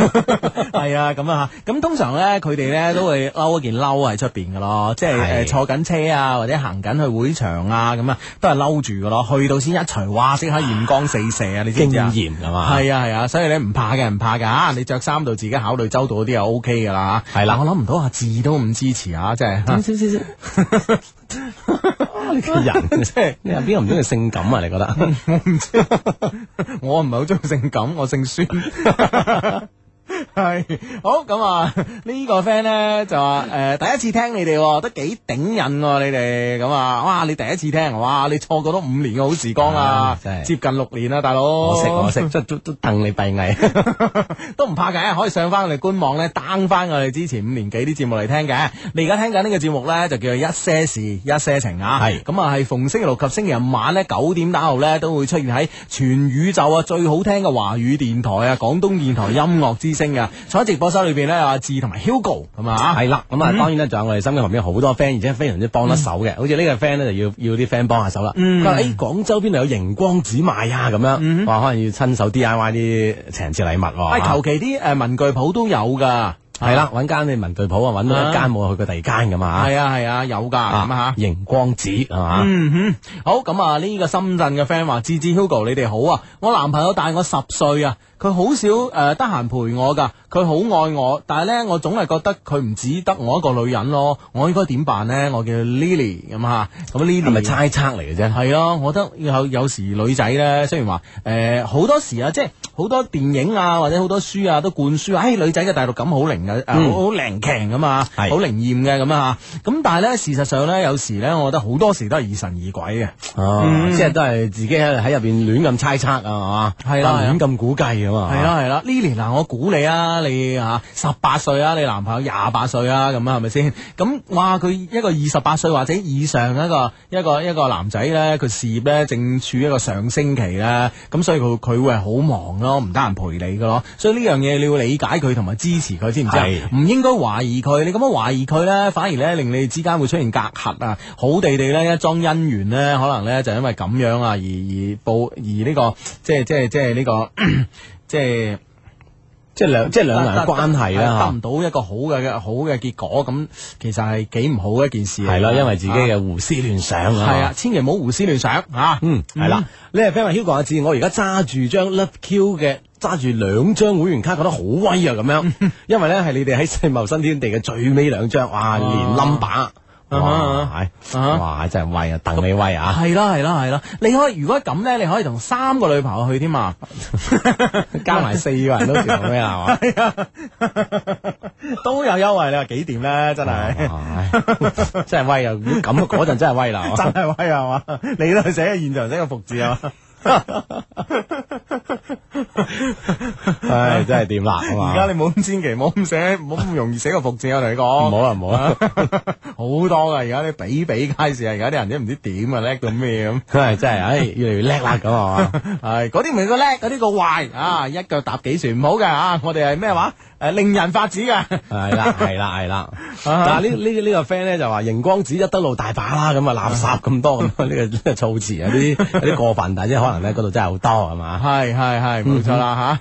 Speaker 1: 系啊，咁啊，咁通常咧，佢哋咧都會褸一件褸喺出边噶咯，即係
Speaker 4: 係
Speaker 1: 诶坐緊車啊，或者行緊去會場啊，咁啊，都係褸住噶咯。去到先一除，哇，即刻豔光四射啊！你知唔
Speaker 4: 經
Speaker 1: 知啊？
Speaker 4: 驗係嘛，
Speaker 1: 係啊係啊，所以咧唔怕嘅唔怕噶，你着衫度自己考慮周到嗰啲就 O K 噶啦。
Speaker 4: 係啦
Speaker 1: 但我諗唔到阿志都咁支持啊，即係
Speaker 4: 少少少，你個 人
Speaker 1: 即係哦
Speaker 4: 你有邊個唔中意性感啊？你覺得？
Speaker 1: 我唔係好中意性感，我姓孫。 系好咁啊！呢、個 friend 咧就話诶、誒第一次聽你哋喎，都幾頂癮喎你哋咁啊！哇，你第一次聽，哇，你錯過咗五年嘅好時光啊
Speaker 4: 啊，真係
Speaker 1: 接近六年啊啦，大佬。
Speaker 4: 我識 我識，即係都都戥你閉翳。
Speaker 1: 都唔怕嘅，可以上翻我哋官網咧，down 翻我哋之前五年幾啲節目嚟聽嘅。你而家聽緊呢個節目咧，就叫做一些事一些情啊。
Speaker 4: 係
Speaker 1: 咁啊，係逢星期六及星期日晚咧九點打後咧，都會出現喺全宇宙啊最好聽嘅華語電台啊，廣東電台音樂之聲啊。坐喺直播室裏邊咧，有阿志同埋 Hugo 咁啊。
Speaker 4: 系啦，咁啊，當然咧，仲有我哋身邊旁邊好多 friend，而且非常之幫得手
Speaker 1: 嗯
Speaker 4: 嘅。好似呢個 friend 咧，就要要啲 friend 幫下手啦。佢話：，誒，廣州邊度有熒光紙賣啊？咁樣，話可能要親手 D I Y 啲情人節禮物喎。啊
Speaker 1: 喂，嗯哎求其啲誒文具鋪都有噶。
Speaker 4: 係啦，揾間你文具鋪啊，揾到一間
Speaker 1: 啊
Speaker 4: 冇去過第二間咁啊。
Speaker 1: 係啊係啊，有噶咁啊嚇。
Speaker 4: 熒光紙係嘛？
Speaker 1: 嗯哼，好咁啊！呢、個深圳嘅 friend 話：，志志 Hugo，你哋好啊！我男朋友大我十歲啊，佢好少誒得閒陪我㗎，佢好愛我，但係呢，我總係覺得佢唔只得我一個女人咯，我應該點辦呢？我叫 Lily 咁嚇，咁 Lily 啊
Speaker 4: 係咪猜測嚟嘅啫？
Speaker 1: 係咯，我覺得有有時女仔咧，雖然話誒好多時啊，即係好多電影啊，或者好多書啊，都灌輸啊，誒女仔嘅大陸感好靈嘅，誒好好靈強㗎嘛，好
Speaker 4: 嗯係
Speaker 1: 靈驗嘅咁啊嚇。咁但係咧，事實上咧，有時咧，我覺得好多時都係疑神疑鬼嘅。
Speaker 4: 哦，
Speaker 1: 嗯
Speaker 4: 即係都係自己喺喺入邊亂咁猜測啊，係嘛？
Speaker 1: 係啦係
Speaker 4: 啊
Speaker 1: 啦
Speaker 4: 亂咁估計啊嘛。
Speaker 1: 係啦係啦，Lily 嗱，我估你啊，你啊十八歲啊，你男朋友廿八歲啊，咁啊係咪先？咁哇，佢一個二十八歲或者以上一個一個一個男仔咧，佢事業咧正處一個上升期咧，咁所以佢佢會係好忙咯，唔得閒陪你噶咯，所以呢樣嘢你要理解佢同埋支持佢，知唔知啊
Speaker 4: 係？
Speaker 1: 唔應該懷疑佢，你咁樣懷疑佢咧，反而咧令你哋之間會出現隔閡啊！好地地咧一樁姻緣咧，可能咧就因為咁樣啊，而而報而呢、個即係即係即係呢、個即係。
Speaker 4: 即係兩即係兩個人關係啦
Speaker 1: 得唔到一個好嘅嘅好嘅結果，咁其實係幾唔好嘅一件事嚟
Speaker 4: 嚇
Speaker 1: 㗎。
Speaker 4: 係啦，因為自己
Speaker 1: 啊
Speaker 4: 嘅胡思亂想啊。
Speaker 1: 係啊，千祈唔好胡思亂想啊！
Speaker 4: 嗯，系啦。呢個 friend 話 Hugo 阿志，我而家揸住張 Love Q 嘅，揸住兩張會員卡，覺得好威啊咁 樣。因為咧係你哋喺世貿新天地嘅最尾兩張，
Speaker 1: 啊
Speaker 4: 哇，連 number，哇，係，哇，真係威啊，鄧你威啊，
Speaker 1: 係啦，係啦，係啦，你可以如果咁咧，你可以同三個女朋友去添啊嘛，
Speaker 4: 加埋四個人都做咩啊？係
Speaker 1: 都有優惠，你話幾掂咧？真
Speaker 4: 啊
Speaker 1: 係。
Speaker 4: 嘛，哇真係威啊！咁嗰陣真係 威啦，係嘛
Speaker 1: 真係威係嘛？你都係寫個現場寫個服字啊！
Speaker 4: 唉，真係掂 啦，啊係嘛
Speaker 1: 而家你冇咁千祈，冇咁寫，冇咁容易寫個服字，我同你講。
Speaker 4: 唔好啦，唔好啦，
Speaker 1: 好多噶，而家啲比比皆是啊！而家啲人都唔知點啊，叻到咩咁。
Speaker 4: 唉，真係唉，越嚟越叻啦 咁啊嘛。
Speaker 1: 係嗰啲唔係個叻，嗰啲個壞啊！一腳踏幾船唔好嘅啊！我哋係咩話？誒令人發指嘅。
Speaker 4: 系啦，系啦，系啦。但系呢呢呢个 friend 咧就话荧光紙一德路大把啦，咁啊垃圾咁 多咁啊，呢個呢個措辭有啊啲有啲過分，但係即係可能咧嗰度真係好多係嘛。嗯
Speaker 1: 係係係，冇錯啦吓。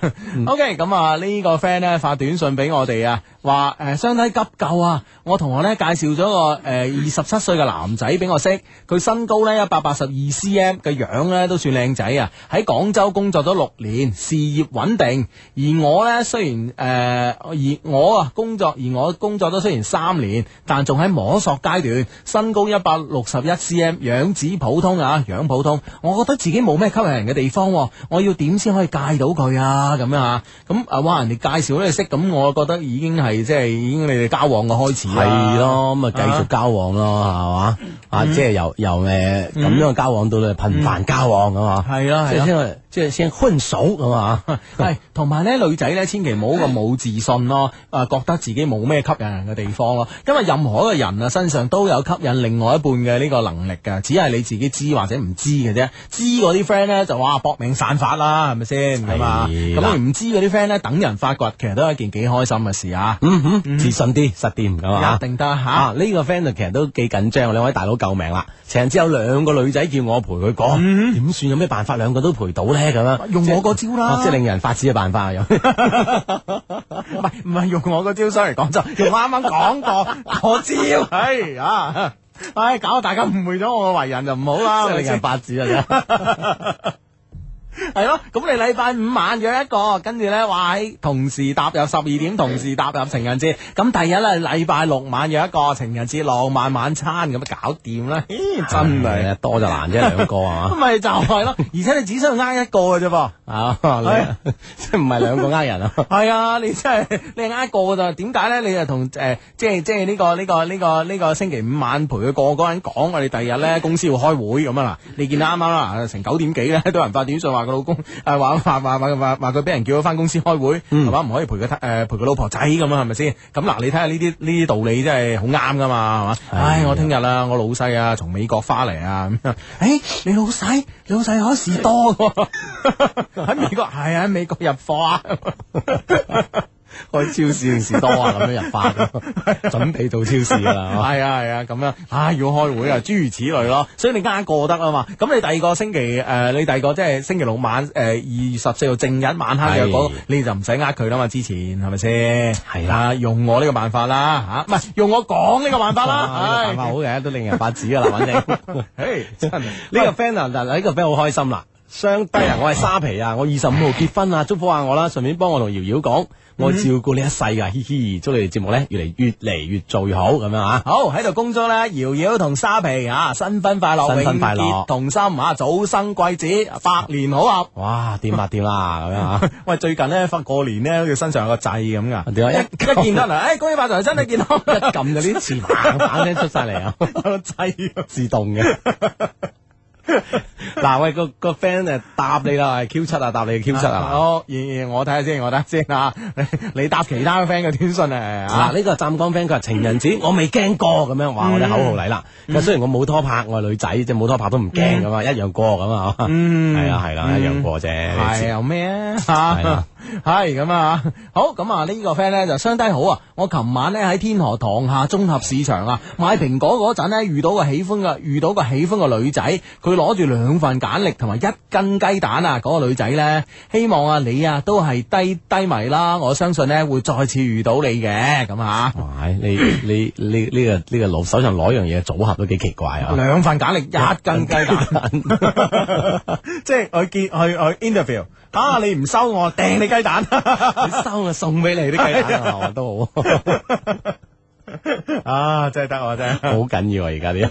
Speaker 1: OK，咁啊呢個 friend 咧發短信俾我哋啊，話誒相低急救啊！我同學咧介紹咗個誒二十七歲嘅男仔俾我識，佢身高咧一百八十二 cm，嘅樣咧都算靚仔啊！喺廣州工作咗六年，事業穩定。而我咧雖然誒、呃而我啊工作，而我工作咗雖然三年，但仲喺摸索階段，身高一百六十一 cm，樣子普通啊，樣普通。我覺得自己冇咩吸引人嘅地方、喎，我要點先可以戒到佢啊？咁樣啊？咁啊，哇！人哋介紹你識，咁我覺得已經係即係已經你哋交往嘅開始啦
Speaker 4: 係。咯，咁啊繼續交往咯，係嘛啊，即係由由誒咁樣交往到咧頻繁交往咁嘛，
Speaker 1: 係啦
Speaker 4: 即
Speaker 1: 係
Speaker 4: 嗯係啊嗯
Speaker 1: 啦，
Speaker 4: 先即係先混熟咁 嘛。哎
Speaker 1: 係同埋咧，女仔咧，千祈唔好咁冇自信 咯，啊，覺得自己冇咩吸引人嘅地方咯，因為任何一個人啊身上都有吸引另外一半嘅呢個能力噶，只係你自己知或者唔知嘅啫。知嗰啲 friend 咧就哇搏命散發啦，係咪先咁啊？
Speaker 4: 係
Speaker 1: 咁
Speaker 4: 啦
Speaker 1: 而唔知嗰啲 friend 咧等人發掘，其實都係一件幾開心嘅事啊！
Speaker 4: 嗯哼，自信啲，實掂咁啊
Speaker 1: 一。定得吓，
Speaker 4: 啊！呢、個 friend 就其實都幾緊張，兩位大佬救命啦！成日只有兩個女仔叫我陪佢講，點、算？有咩辦法兩個都陪到咧？咁樣
Speaker 1: 嗯用
Speaker 4: 即係
Speaker 1: 我個招啦
Speaker 4: 啊即係令人發指嘅辦法啊！有係
Speaker 1: 唔係唔係用我個招，sorry 講錯， 用我啱啱講過 我招，唉啊，唉搞到大家誤會咗我嘅為人就唔好啦，
Speaker 4: 即係令人
Speaker 1: 發指啊！ 系咯，咁你禮拜五晚約一個，跟住咧話喺同時踏入十二點，同時踏入情人節。咁第一咧禮拜六晚約一個情人節浪漫晚餐，咁啊搞掂啦，咦真係，
Speaker 4: 啊多就難啫，兩個係嘛
Speaker 1: 咪就係咯，而且你只需要呃一個嘅啫噃。
Speaker 4: 啊，你 即係唔係兩個呃 人啊？
Speaker 1: 系啊，你真系你係呃過噶咋？點解咧？你就同诶、呃即係即系呢、個呢、個呢、個呢、個星期五晚陪佢過嗰個人講，我哋第二日咧公司要開會咁啊啦。你見啱啱啦，成九點幾咧都有人發短信話佢老公诶話話話話話話佢俾人叫咗翻公司開會，係
Speaker 4: 嗯
Speaker 1: 嘛唔可以陪佢诶陪佢老婆仔咁啊？係咪先？咁嗱，你睇下呢啲呢啲道理真係好啱噶嘛？係嘛？唉，我聽日啊，我老細啊從美國翻嚟啊咁樣。誒，你老細你老細可士多 喎喺美國係啊喺美國入貨啊。
Speaker 4: 開超市定士多啊，咁樣入法，準備做超市㗎啦。係嘛
Speaker 1: 系啊啊系啊，咁樣啊要開會啊，諸如此類咯。所以你呃過得啊嘛。咁你第二個星期诶、呃你第二個即係星期六晚诶二十四號正日晚黑嘅嗰個
Speaker 4: 係，
Speaker 1: 你就唔使呃佢啦嘛。之前係咪先？
Speaker 4: 係啦
Speaker 1: 啊，用我呢個辦法啦啊吓，唔、係用我講呢個辦法 啦。
Speaker 4: 啊呢個辦法
Speaker 1: 唉
Speaker 4: 好嘅，都令人發指㗎啦，反正。
Speaker 1: 嘿真係
Speaker 4: 呢個 friend 啊，嗱呢個 friend 好開心啦。相低啊！我係沙皮啊！我二十五號結婚啊！祝福下我啦，順便幫我同瑤瑤
Speaker 1: 嗯
Speaker 4: 講，我照顧你一世噶，嘻嘻！祝你哋節目咧越嚟越嚟越做越好咁樣啊！
Speaker 1: 好喺度恭祝咧，瑤瑤同沙皮啊，新婚快樂，
Speaker 4: 新婚快樂
Speaker 1: 永結同心啊，早生貴子，百年好合。
Speaker 4: 哇，掂 啦掂啦咁樣啊！
Speaker 1: 喂，最近咧，發過年咧，佢身上有個掣咁噶，
Speaker 4: 點啊
Speaker 1: 一一見到人，哎，恭喜發財，身體健康，
Speaker 4: 一撳就啲 字嘭嘭聲出晒嚟啊！
Speaker 1: 有個掣啊。
Speaker 4: 自動 嘅。嗱，喂，個個 friend 誒答你啦，Q 七啊，答你 Q 七啊。
Speaker 1: 好，然我睇下先，我睇下先啊。你答其他 friend 嘅短信啊，
Speaker 4: 嗱，呢個湛江 friend 佢話情人節我未驚過咁樣，
Speaker 1: 嗯
Speaker 4: 哇！我哋口號嚟啦。咁雖然我冇拖拍，我係女仔，即係冇拖拍都唔驚咁啊，一樣過咁啊。
Speaker 1: 嗯
Speaker 4: 係啊係啦，一樣過啫。你知
Speaker 1: 系有咩啊？
Speaker 4: 係啊
Speaker 1: 系咁啊！好咁啊！呢個 friend 咧就相低好啊！我琴晚咧喺天河塘下綜合市場啊，買蘋果嗰陣咧遇到個喜歡嘅遇到個喜歡嘅女仔，佢攞住兩份簡歷同埋一斤雞蛋啊！嗰、個女仔咧，希望啊你啊都係低低迷啦，我相信咧會再次遇到你嘅咁啊！
Speaker 4: 哇！你你呢呢個呢個攞手上攞樣嘢組合都幾奇怪啊！
Speaker 1: 兩份簡歷一斤雞蛋， 即係我見去去呃 interview 啊！你唔收我，掟你雞蛋。
Speaker 4: 你收我送俾你啲雞 蛋啊，我都好
Speaker 1: 啊，真系得啊，真系。
Speaker 4: 好緊要啊！而家啲。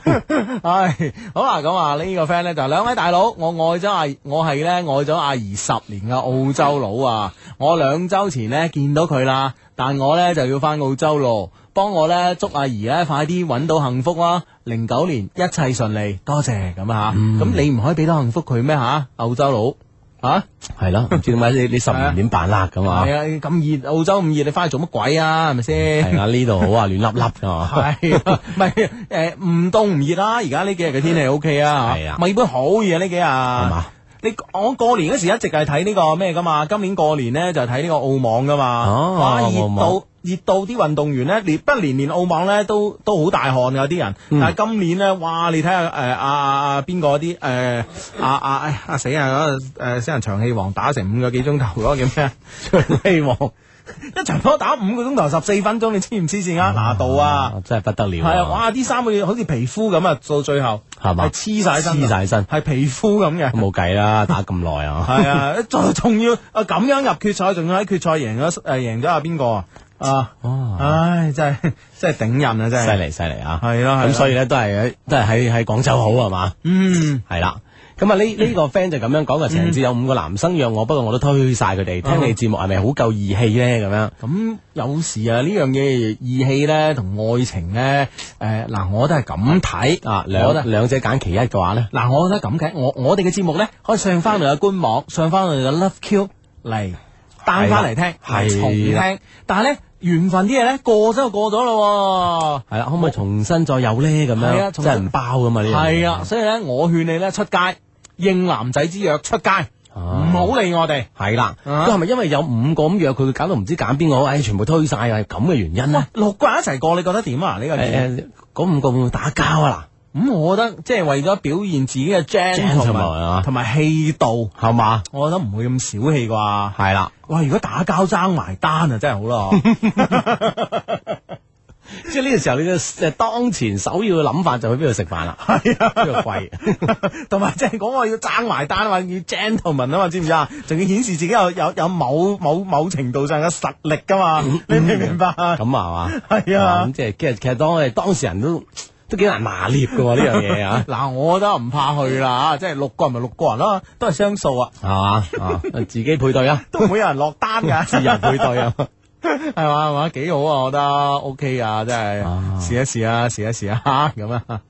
Speaker 1: 唉，好啦，咁啊，呢個 friend 咧就兩位大佬，我愛咗阿，我係咧愛咗阿姨十年嘅澳洲佬啊！我兩週前咧見到佢啦，但我咧就要翻澳洲咯，幫我咧祝阿姨咧快啲揾到幸福啦！零九年一切順利，多謝咁啊！咁、你唔可以俾到幸福佢咩吓？澳洲佬啊！
Speaker 4: 系啦，唔知點解呢呢十年點辦啦咁啊
Speaker 1: 係？啊，咁熱澳洲咁熱，你翻去做乜鬼啊？係咪先？
Speaker 4: 係啦，呢度好啊，亂粒粒噶 嘛。
Speaker 1: 系，啊唔系诶，唔凍唔熱啦，而家呢幾日嘅天氣 O K 啊，
Speaker 4: 係啊
Speaker 1: 墨爾本好熱啊呢幾日，係
Speaker 4: 嘛？
Speaker 1: 你我過年嗰時一直係睇呢個咩噶嘛，今年過年咧就睇呢個澳網噶嘛，
Speaker 4: 哦
Speaker 1: 哇
Speaker 4: 澳
Speaker 1: 熱
Speaker 4: 網
Speaker 1: 到熱到啲運動員咧，連不連連澳網咧都都好大汗有啲人，
Speaker 4: 嗯
Speaker 1: 但係今年咧，哇！你睇下诶阿阿邊個啲诶阿阿哎啊死啊誒死人長氣王打成五個幾鐘頭嗰個叫咩 啊？長氣王一場波打五個鐘頭十四分鐘，你黐唔黐線
Speaker 4: 哦
Speaker 1: 啊？拿度啊！，
Speaker 4: 真係不得了。
Speaker 1: 系啊，！哇！啲衫佢好似皮膚咁啊，到最後
Speaker 4: 係嘛
Speaker 1: 係黐晒身，啊
Speaker 4: 黐晒身嗯
Speaker 1: 係皮膚咁嘅。
Speaker 4: 冇計啦，打咁耐啊。
Speaker 1: 係啊，仲仲要啊咁樣入決賽，仲要喺決賽贏咗诶，赢咗阿邊個啊？啊，
Speaker 4: 哇！
Speaker 1: 唉，真係 真係頂人啊，真
Speaker 4: 哦犀
Speaker 1: 係。
Speaker 4: 利犀利啊！
Speaker 1: 係啦係啦
Speaker 4: 咁所以咧都係喺都係喺喺廣州好係嘛？
Speaker 1: 嗯，
Speaker 4: 係啦。咁 啊呢呢個 friend 就咁樣講嘅，情人節有五個男生約我，不過我都推晒佢哋。聽你節目係咪好夠義氣咧？咁樣
Speaker 1: 嗯咁有時啊，呢樣嘢義氣咧，同愛情咧，诶，嗱，我都係咁睇
Speaker 4: 啊，
Speaker 1: 我覺得
Speaker 4: 兩兩者揀其一嘅話咧，
Speaker 1: 嗱，我覺得咁嘅，我我哋嘅節目咧，可以上翻我哋嘅官網，上翻我哋嘅 Love Q 嚟 down 翻嚟聽，
Speaker 4: 係啦
Speaker 1: 重聽。但係咧，緣分啲嘢咧過咗就過咗咯
Speaker 4: 係啦，可唔可以重新再有咧？咁
Speaker 1: 係啊重
Speaker 4: 樣
Speaker 1: 新
Speaker 4: 真係唔包噶嘛
Speaker 1: 喎。
Speaker 4: 呢樣嘢。
Speaker 1: 係啊，所以咧，我勸你咧出街應男仔之約出街，唔
Speaker 4: 啊
Speaker 1: 好理我哋。
Speaker 4: 係啦，
Speaker 1: 啊
Speaker 4: 都係咪因為有五個咁約佢，搞到唔知揀邊個？唉，全部推晒啊係咁嘅原因咧
Speaker 1: 喂。，六個人一齊過，你覺得點啊？呢個
Speaker 4: 诶
Speaker 1: 點
Speaker 4: 诶，嗰五個會唔會打交啊？
Speaker 1: 咁，我覺得即係為咗表現自己嘅
Speaker 4: Gentleman 啊
Speaker 1: gentleman 同埋氣度，
Speaker 4: 嗱，係嘛？
Speaker 1: 我覺得唔會咁小氣啩。
Speaker 4: 係啦，
Speaker 1: 哇！如果打交爭埋單啊，真係好 咯。
Speaker 4: 即係呢個時候你嘅诶当前首要嘅諗法就去邊度食飯 啦？
Speaker 1: 係啊。
Speaker 4: 邊度 貴？
Speaker 1: 同埋即係講我要爭埋單啊嘛，要 gentleman 啊嘛，知唔知啊？仲要顯示自己有有有某某某程度上嘅實力噶嘛，
Speaker 4: 嗯
Speaker 1: 你明唔明白啊？
Speaker 4: 咁啊係嘛？
Speaker 1: 係啊，
Speaker 4: 咁即係其實其實當我哋當事人都都幾難拿捏嘅喎呢樣嘢啊
Speaker 1: 嗱，我覺得唔怕去啦，即係六個人咪六個人咯，都係雙數啊，
Speaker 4: 係嘛？啊，自己配對啊，
Speaker 1: 都唔會有人落單㗎，
Speaker 4: 自由配對啊，
Speaker 1: 係嘛係嘛，幾好啊！我覺得 OK 啊，真係
Speaker 4: 啊
Speaker 1: 試一試啊，試一試啊， 咁啊。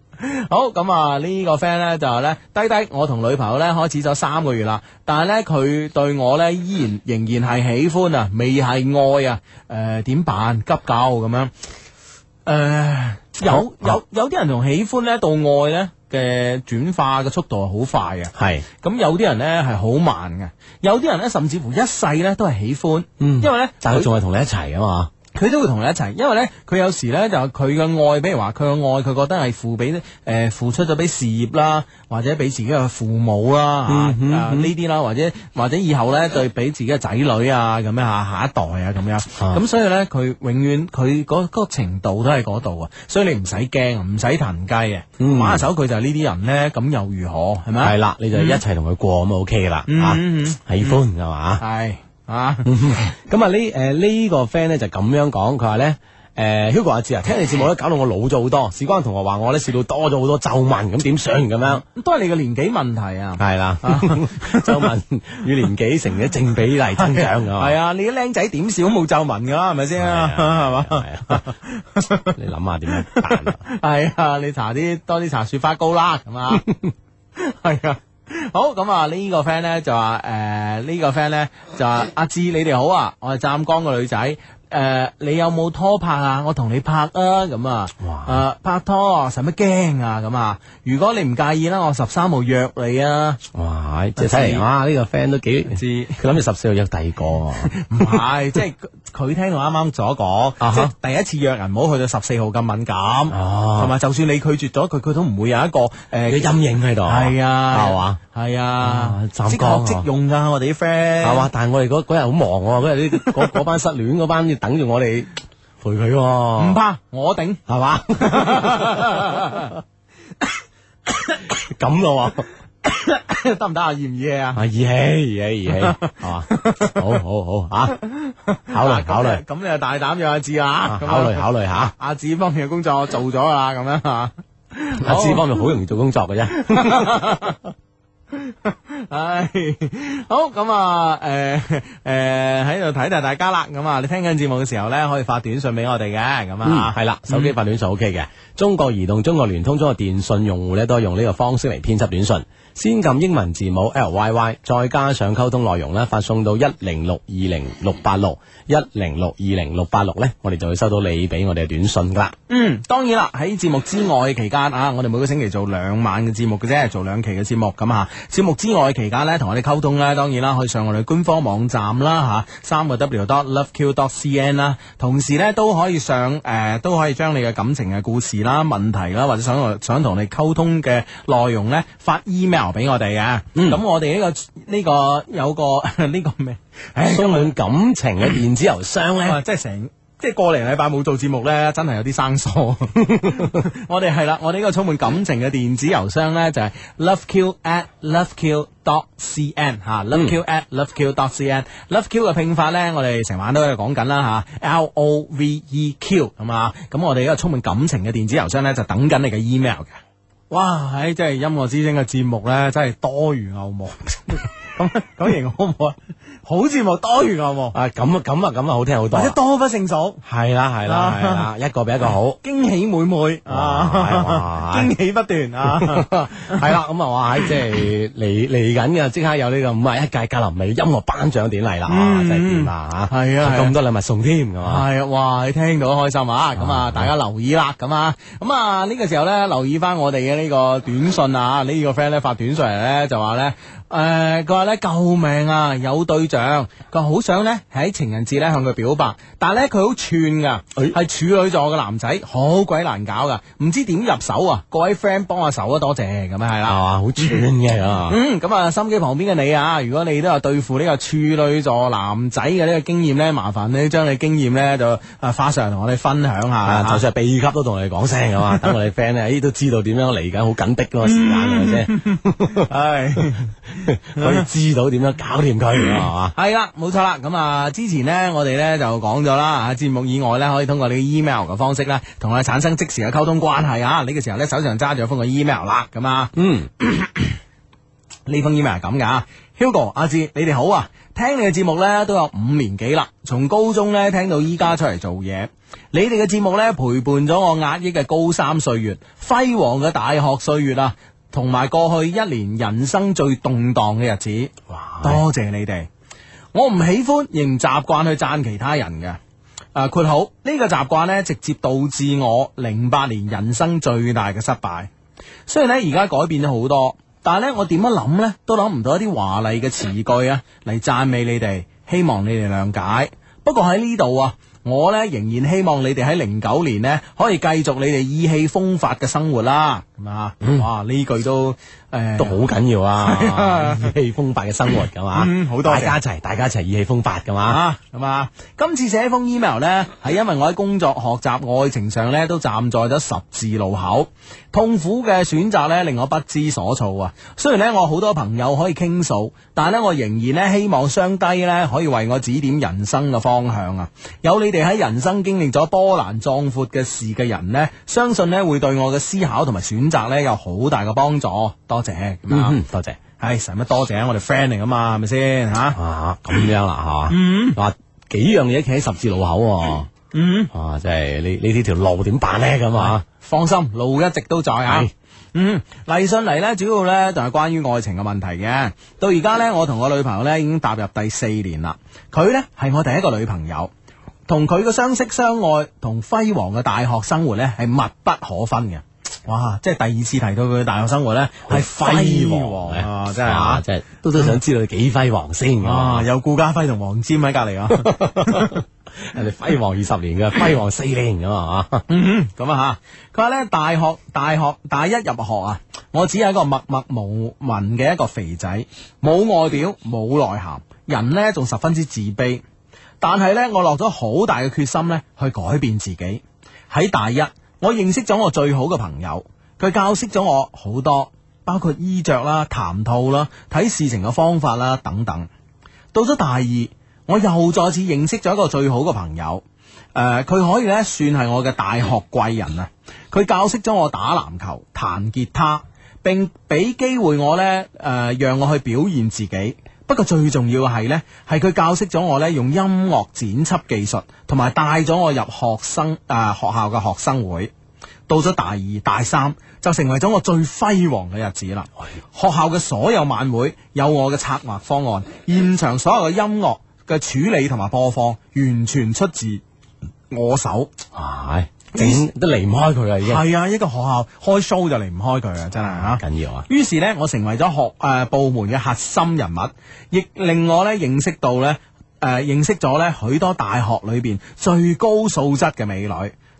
Speaker 1: 好咁啊！呢個 friend 咧就係咧，低低我同女朋友咧開始咗三個月啦，但係咧佢對我咧依然仍然係喜歡啊，未係愛啊，誒、點辦？急救咁樣。誒、有有有啲人同喜歡咧到愛咧嘅轉化嘅速度係好快嘅，
Speaker 4: 係
Speaker 1: 咁有啲人咧係好慢嘅，有啲人咧甚至乎一世咧都係喜歡，
Speaker 4: 嗯
Speaker 1: 因為咧
Speaker 4: 但係佢仲係同你一齊啊嘛，
Speaker 1: 佢都會同你一齊，因為咧佢有時咧就佢嘅愛，比如話佢嘅愛，佢覺得係付俾誒、呃付出咗俾事業啦，或者俾自己嘅父母啦啊啊呢啲啦，或者或者以後咧對俾自己嘅仔女啊咁樣啊下一代啊咁樣，咁、所以咧佢永遠佢嗰、嗰個程度都喺嗰度啊，所以你唔使驚，唔使騰雞嘅，玩下手佢就係呢啲人咧，咁又如何嗯係咪啊？
Speaker 4: 系啦，你就一齊同佢過咁就啊 OK 噶啦，吓
Speaker 1: 嗯嗯
Speaker 4: 喜歡係嘛？
Speaker 1: 係啊，
Speaker 4: 咁啊呢诶呢個 friend 咧就咁樣講，佢話咧。诶、h u g o 阿志啊，聽你節目咧搞到我老咗好多，事關同學話我咧笑到多咗好多皺紋，咁點想咁樣？
Speaker 1: 都係你嘅年紀問題啊。
Speaker 4: 係啦， 皺紋與年紀成咗正比例增長噶 嘛
Speaker 1: 係。啊，你啲僆仔點少冇皺紋㗎啦，係咪先啊？ 係嘛？
Speaker 4: 係啊，你諗下點樣辦啊？
Speaker 1: 系啊，你搽啲多啲搽雪花膏啦，咁啊， 系啊。好咁啊！呢個 friend 咧就話誒，呢個 friend 咧就話阿志你哋好啊，我係湛江嘅女仔誒、你有冇拖拍啊？我同你拍啊咁啊，誒、
Speaker 4: 哇
Speaker 1: 拍拖使乜驚啊咁啊？如果你唔介意啦，我十三號約你啊，
Speaker 4: 哇！即係睇嚟，哇！呢、個 friend 都幾
Speaker 1: 知
Speaker 4: 佢諗住十四號約第二個啊 喎，
Speaker 1: 唔係即係佢聽我啱啱所講，
Speaker 4: 啊
Speaker 1: 即
Speaker 4: 哈
Speaker 1: 係第一次約人唔好去到十四號咁敏感，
Speaker 4: 哦
Speaker 1: 同埋、就算你拒絕咗佢，佢都唔會有一個誒、
Speaker 4: 有陰影喺度，
Speaker 1: 系啊，
Speaker 4: 係嘛，
Speaker 1: 系
Speaker 4: 啊
Speaker 1: 啊，即學
Speaker 4: 湛江啊
Speaker 1: 即用噶，我哋啲 friend
Speaker 4: 係嘛？但係我哋嗰嗰日好忙喎，嗰 日呢嗰嗰班失戀嗰班要等住我哋陪佢喎，
Speaker 1: 唔怕，我頂
Speaker 4: 係嘛？ 咁咯喎，
Speaker 1: 得唔得啊？易唔易啊？
Speaker 4: 啊義氣義氣義氣， 係嘛？好好好嚇，考慮
Speaker 1: 嗱
Speaker 4: 考慮，
Speaker 1: 咁你咁你就大膽約阿志啦，
Speaker 4: 啊考慮
Speaker 1: 下。
Speaker 4: 考慮嚇。
Speaker 1: 阿志方面嘅工作我做咗㗎啦，咁樣啊，
Speaker 4: 阿志方面好容易做工作嘅啫，
Speaker 1: 唉，好咁啊，诶诶喺度睇睇大家啦，咁啊，你聽緊節目嘅時候咧，可以發短信俾我哋嘅，咁
Speaker 4: 嗯
Speaker 1: 啊，
Speaker 4: 係啦，手機發短信 O K 嘅。中國移動、中國聯通、中國電信用戶咧，都係用呢個方式嚟編輯短信，先撳英文字母 L Y Y，再加上溝通內容咧，發送到一零六二零六八六一零六二零六八六咧，我哋就會收到你俾我哋嘅短信噶啦。
Speaker 1: 嗯，當然啦，喺節目之外嘅期間啊，我哋每個星期做兩晚嘅節目嘅啫，做兩期嘅節目咁啊。節目之外嘅期間呢，同我哋溝通呢，當然啦，可以上我哋官方網站啦吓、三個 W dot loveq dot cn 啦。同時呢，都可以上誒、呃都可以將你嘅感情嘅故事啦、問題啦，或者想同想同你溝通嘅內容呢，發 email 俾我哋啊嘅。咁、我哋呢、個呢、個有個呢個咩？唉
Speaker 4: 充滿感情嘅電子郵箱
Speaker 1: 哇！
Speaker 4: 咧，
Speaker 1: 啊即係成即係過嚟禮拜冇做節目咧，真係有啲生疏。 我哋係啦，我哋呢個充滿感情嘅電子郵箱咧，就係 loveq at loveq dot cn 吓，loveq at loveq dot cn，loveq 嘅拼法咧，我哋成晚都喺度講緊啦吓，L O V E Q 咁啊，咁我哋呢個充滿感情嘅電子郵箱咧，就等緊你嘅 email 嘅。哇！唉，即係音樂之星嘅節目咧，真係多如牛毛。 咁咁形容好唔好啊？好節目多如牛毛。
Speaker 4: 啊咁啊咁啊咁啊，好聽好多
Speaker 1: 或者
Speaker 4: 啦。
Speaker 1: 多不勝數，
Speaker 4: 係啦係啦 係啦，一個比一個好。
Speaker 1: 驚喜每每啊，
Speaker 4: 哇係
Speaker 1: 驚喜不斷 啊！
Speaker 4: 系啦，咁啊，哇！即係嚟嚟緊嘅，即刻有呢個五啊一屆格林美音樂頒獎典禮啦，哇！真係點啊吓，
Speaker 1: 嗯係啊係啊
Speaker 4: 咁多禮物送添㗎嘛，
Speaker 1: 系啊，哇！你聽到開心啊，咁
Speaker 4: 啊
Speaker 1: 啊，大家留意啦，咁啊，咁啊，呢個時候咧，留意翻我哋嘅呢個短信啊，呢個 friend 咧發短信嚟咧就話咧，诶，佢話咧救命啊，有對象，佢好想咧喺情人節咧向佢表白，但係咧佢好串噶，
Speaker 4: 哎
Speaker 1: 係處女座嘅男仔，好鬼難搞噶，唔知點入手啊！各位 friend 幫下手啊，多謝咁樣係
Speaker 4: 係
Speaker 1: 啦。
Speaker 4: 嘛，好串嘅啊，
Speaker 1: 嗯，咁啊，心機旁邊嘅你啊，如果你都有對付呢個處女座男仔嘅呢個經驗咧，麻煩你將你經驗咧就啊發上嚟同我哋分享下
Speaker 4: 啊，就
Speaker 1: 啊。
Speaker 4: 算係秘笈都同你講聲 㗎嘛，等我哋 friend 咧，咦都知道點樣嚟緊，好緊迫嗰個時間
Speaker 1: 嗯
Speaker 4: 啊 係咪先？
Speaker 1: 唉，
Speaker 4: 可以知道點樣搞 掂佢係嘛，
Speaker 1: 係啦，冇錯啦。咁啊，之前呢，我哋咧就講咗啦，啊節目以外咧，可以通過你嘅 email 嘅方式咧，同我哋產生即時嘅溝通關係啊。呢個時候咧，手上揸住一封嘅 email 啦，咁啊。
Speaker 4: 嗯，
Speaker 1: 呢封 email 係咁噶，Hugo 阿志，你哋好啊！聽你嘅節目呢都有五年幾啦，從高中呢聽到依家出嚟做嘢。你哋嘅節目呢陪伴咗我壓抑嘅高三歲月，輝煌嘅大學歲月啊，同埋過去一年人生最動盪嘅日子。
Speaker 4: 哇，
Speaker 1: 多謝你哋，我唔喜歡亦唔習慣去讚其他人嘅。啊，括號呢、個習慣呢，直接導致我零八年人生最大嘅失敗。雖然呢而家改變咗好多，但係呢，我點樣諗呢？都諗唔到一啲華麗嘅詞句啊嚟讚美你哋，希望你哋諒解。不過喺呢度啊，我呢仍然希望你哋喺零九年呢，可以繼續你哋意氣風發嘅生活啦。咁啊，哇呢句都诶
Speaker 4: 都好緊要啊！意氣風發嘅生活㗎嘛，
Speaker 1: 嗯好多謝
Speaker 4: 大家一齊，大家一齊意氣風發㗎嘛。
Speaker 1: 啊，咁啊，今次寫封 email 呢，係因為我喺工作、學習、愛情上呢，都站在咗十字路口，痛苦嘅選擇呢，令我不知所措啊。雖然呢，我好多朋友可以傾訴，但係呢，我仍然呢，希望雙低呢，可以為我指點人生嘅方向啊。有你哋喺人生經歷咗波瀾壯闊嘅事嘅人呢，相信呢，會對我嘅思考同埋選擇呢，有好大嘅幫助。多謝咁
Speaker 4: 嗯
Speaker 1: 啊，
Speaker 4: 哼，多謝
Speaker 1: 唉，使乜多謝啊？我哋 friend 嚟噶嘛，係咪先吓？
Speaker 4: 啊！咁樣啦，係嘛？話幾樣嘢企喺十字路口喎。
Speaker 1: 嗯。
Speaker 4: 啊！真係你你呢條路點辦咧咁啊？
Speaker 1: 放心，路一直都在啊
Speaker 4: 係。
Speaker 1: 嗯，嚟信嚟呢，主要呢就係關於愛情嘅問題嘅。到而家呢，我同我女朋友呢已經踏入第四年啦。佢呢係我第一個女朋友，同佢嘅相識相愛，同輝煌嘅大學生活呢係密不可分嘅。哇！即係第二次提到佢嘅大學生活呢，係輝煌啊！真係啊！
Speaker 4: 真係都都想知道你幾輝煌先咁
Speaker 1: 啊，
Speaker 4: 啊！
Speaker 1: 有顧嘉輝同黃霑喺隔離啊！
Speaker 4: 人哋輝煌二十年嘅，輝煌四年咁啊！
Speaker 1: 嗯咁啊吓，佢話咧大學大學大一入學啊，我只係一個默默無聞嘅一個肥仔，冇外表冇內涵，人呢仲十分之自卑。但係呢，我落咗好大嘅決心呢去改變自己。喺大一，我認識咗我最好嘅朋友，佢教識咗我好多，包括衣着啦、談吐啦、睇事情嘅方法啦等等。到咗大二，我又再次認識咗一個最好嘅朋友。誒，呃佢、可以咧算係我嘅大學貴人啊！佢教識咗我打籃球、彈吉他，並俾機會我咧誒、呃，讓我去表現自己。不過最重要嘅係咧，係佢教識咗我咧用音樂剪輯技術，同埋帶咗我入學生誒、呃、學校嘅學生會。到咗大二、大三就成為咗我最輝煌嘅日子啦。學校嘅所有晚會有我嘅策劃方案，現場所有嘅音樂嘅處理同埋播放，完全出自我手。
Speaker 4: 啊，整都離唔開佢啦，已經
Speaker 1: 係啊，一個學校開 show 就離唔開佢啊，真係啊！
Speaker 4: 緊要啊！
Speaker 1: 於是呢，我成為咗學誒、呃部門嘅核心人物，亦令我呢認識到呢誒、呃、認識咗呢許多大學裏邊最高素質嘅美女。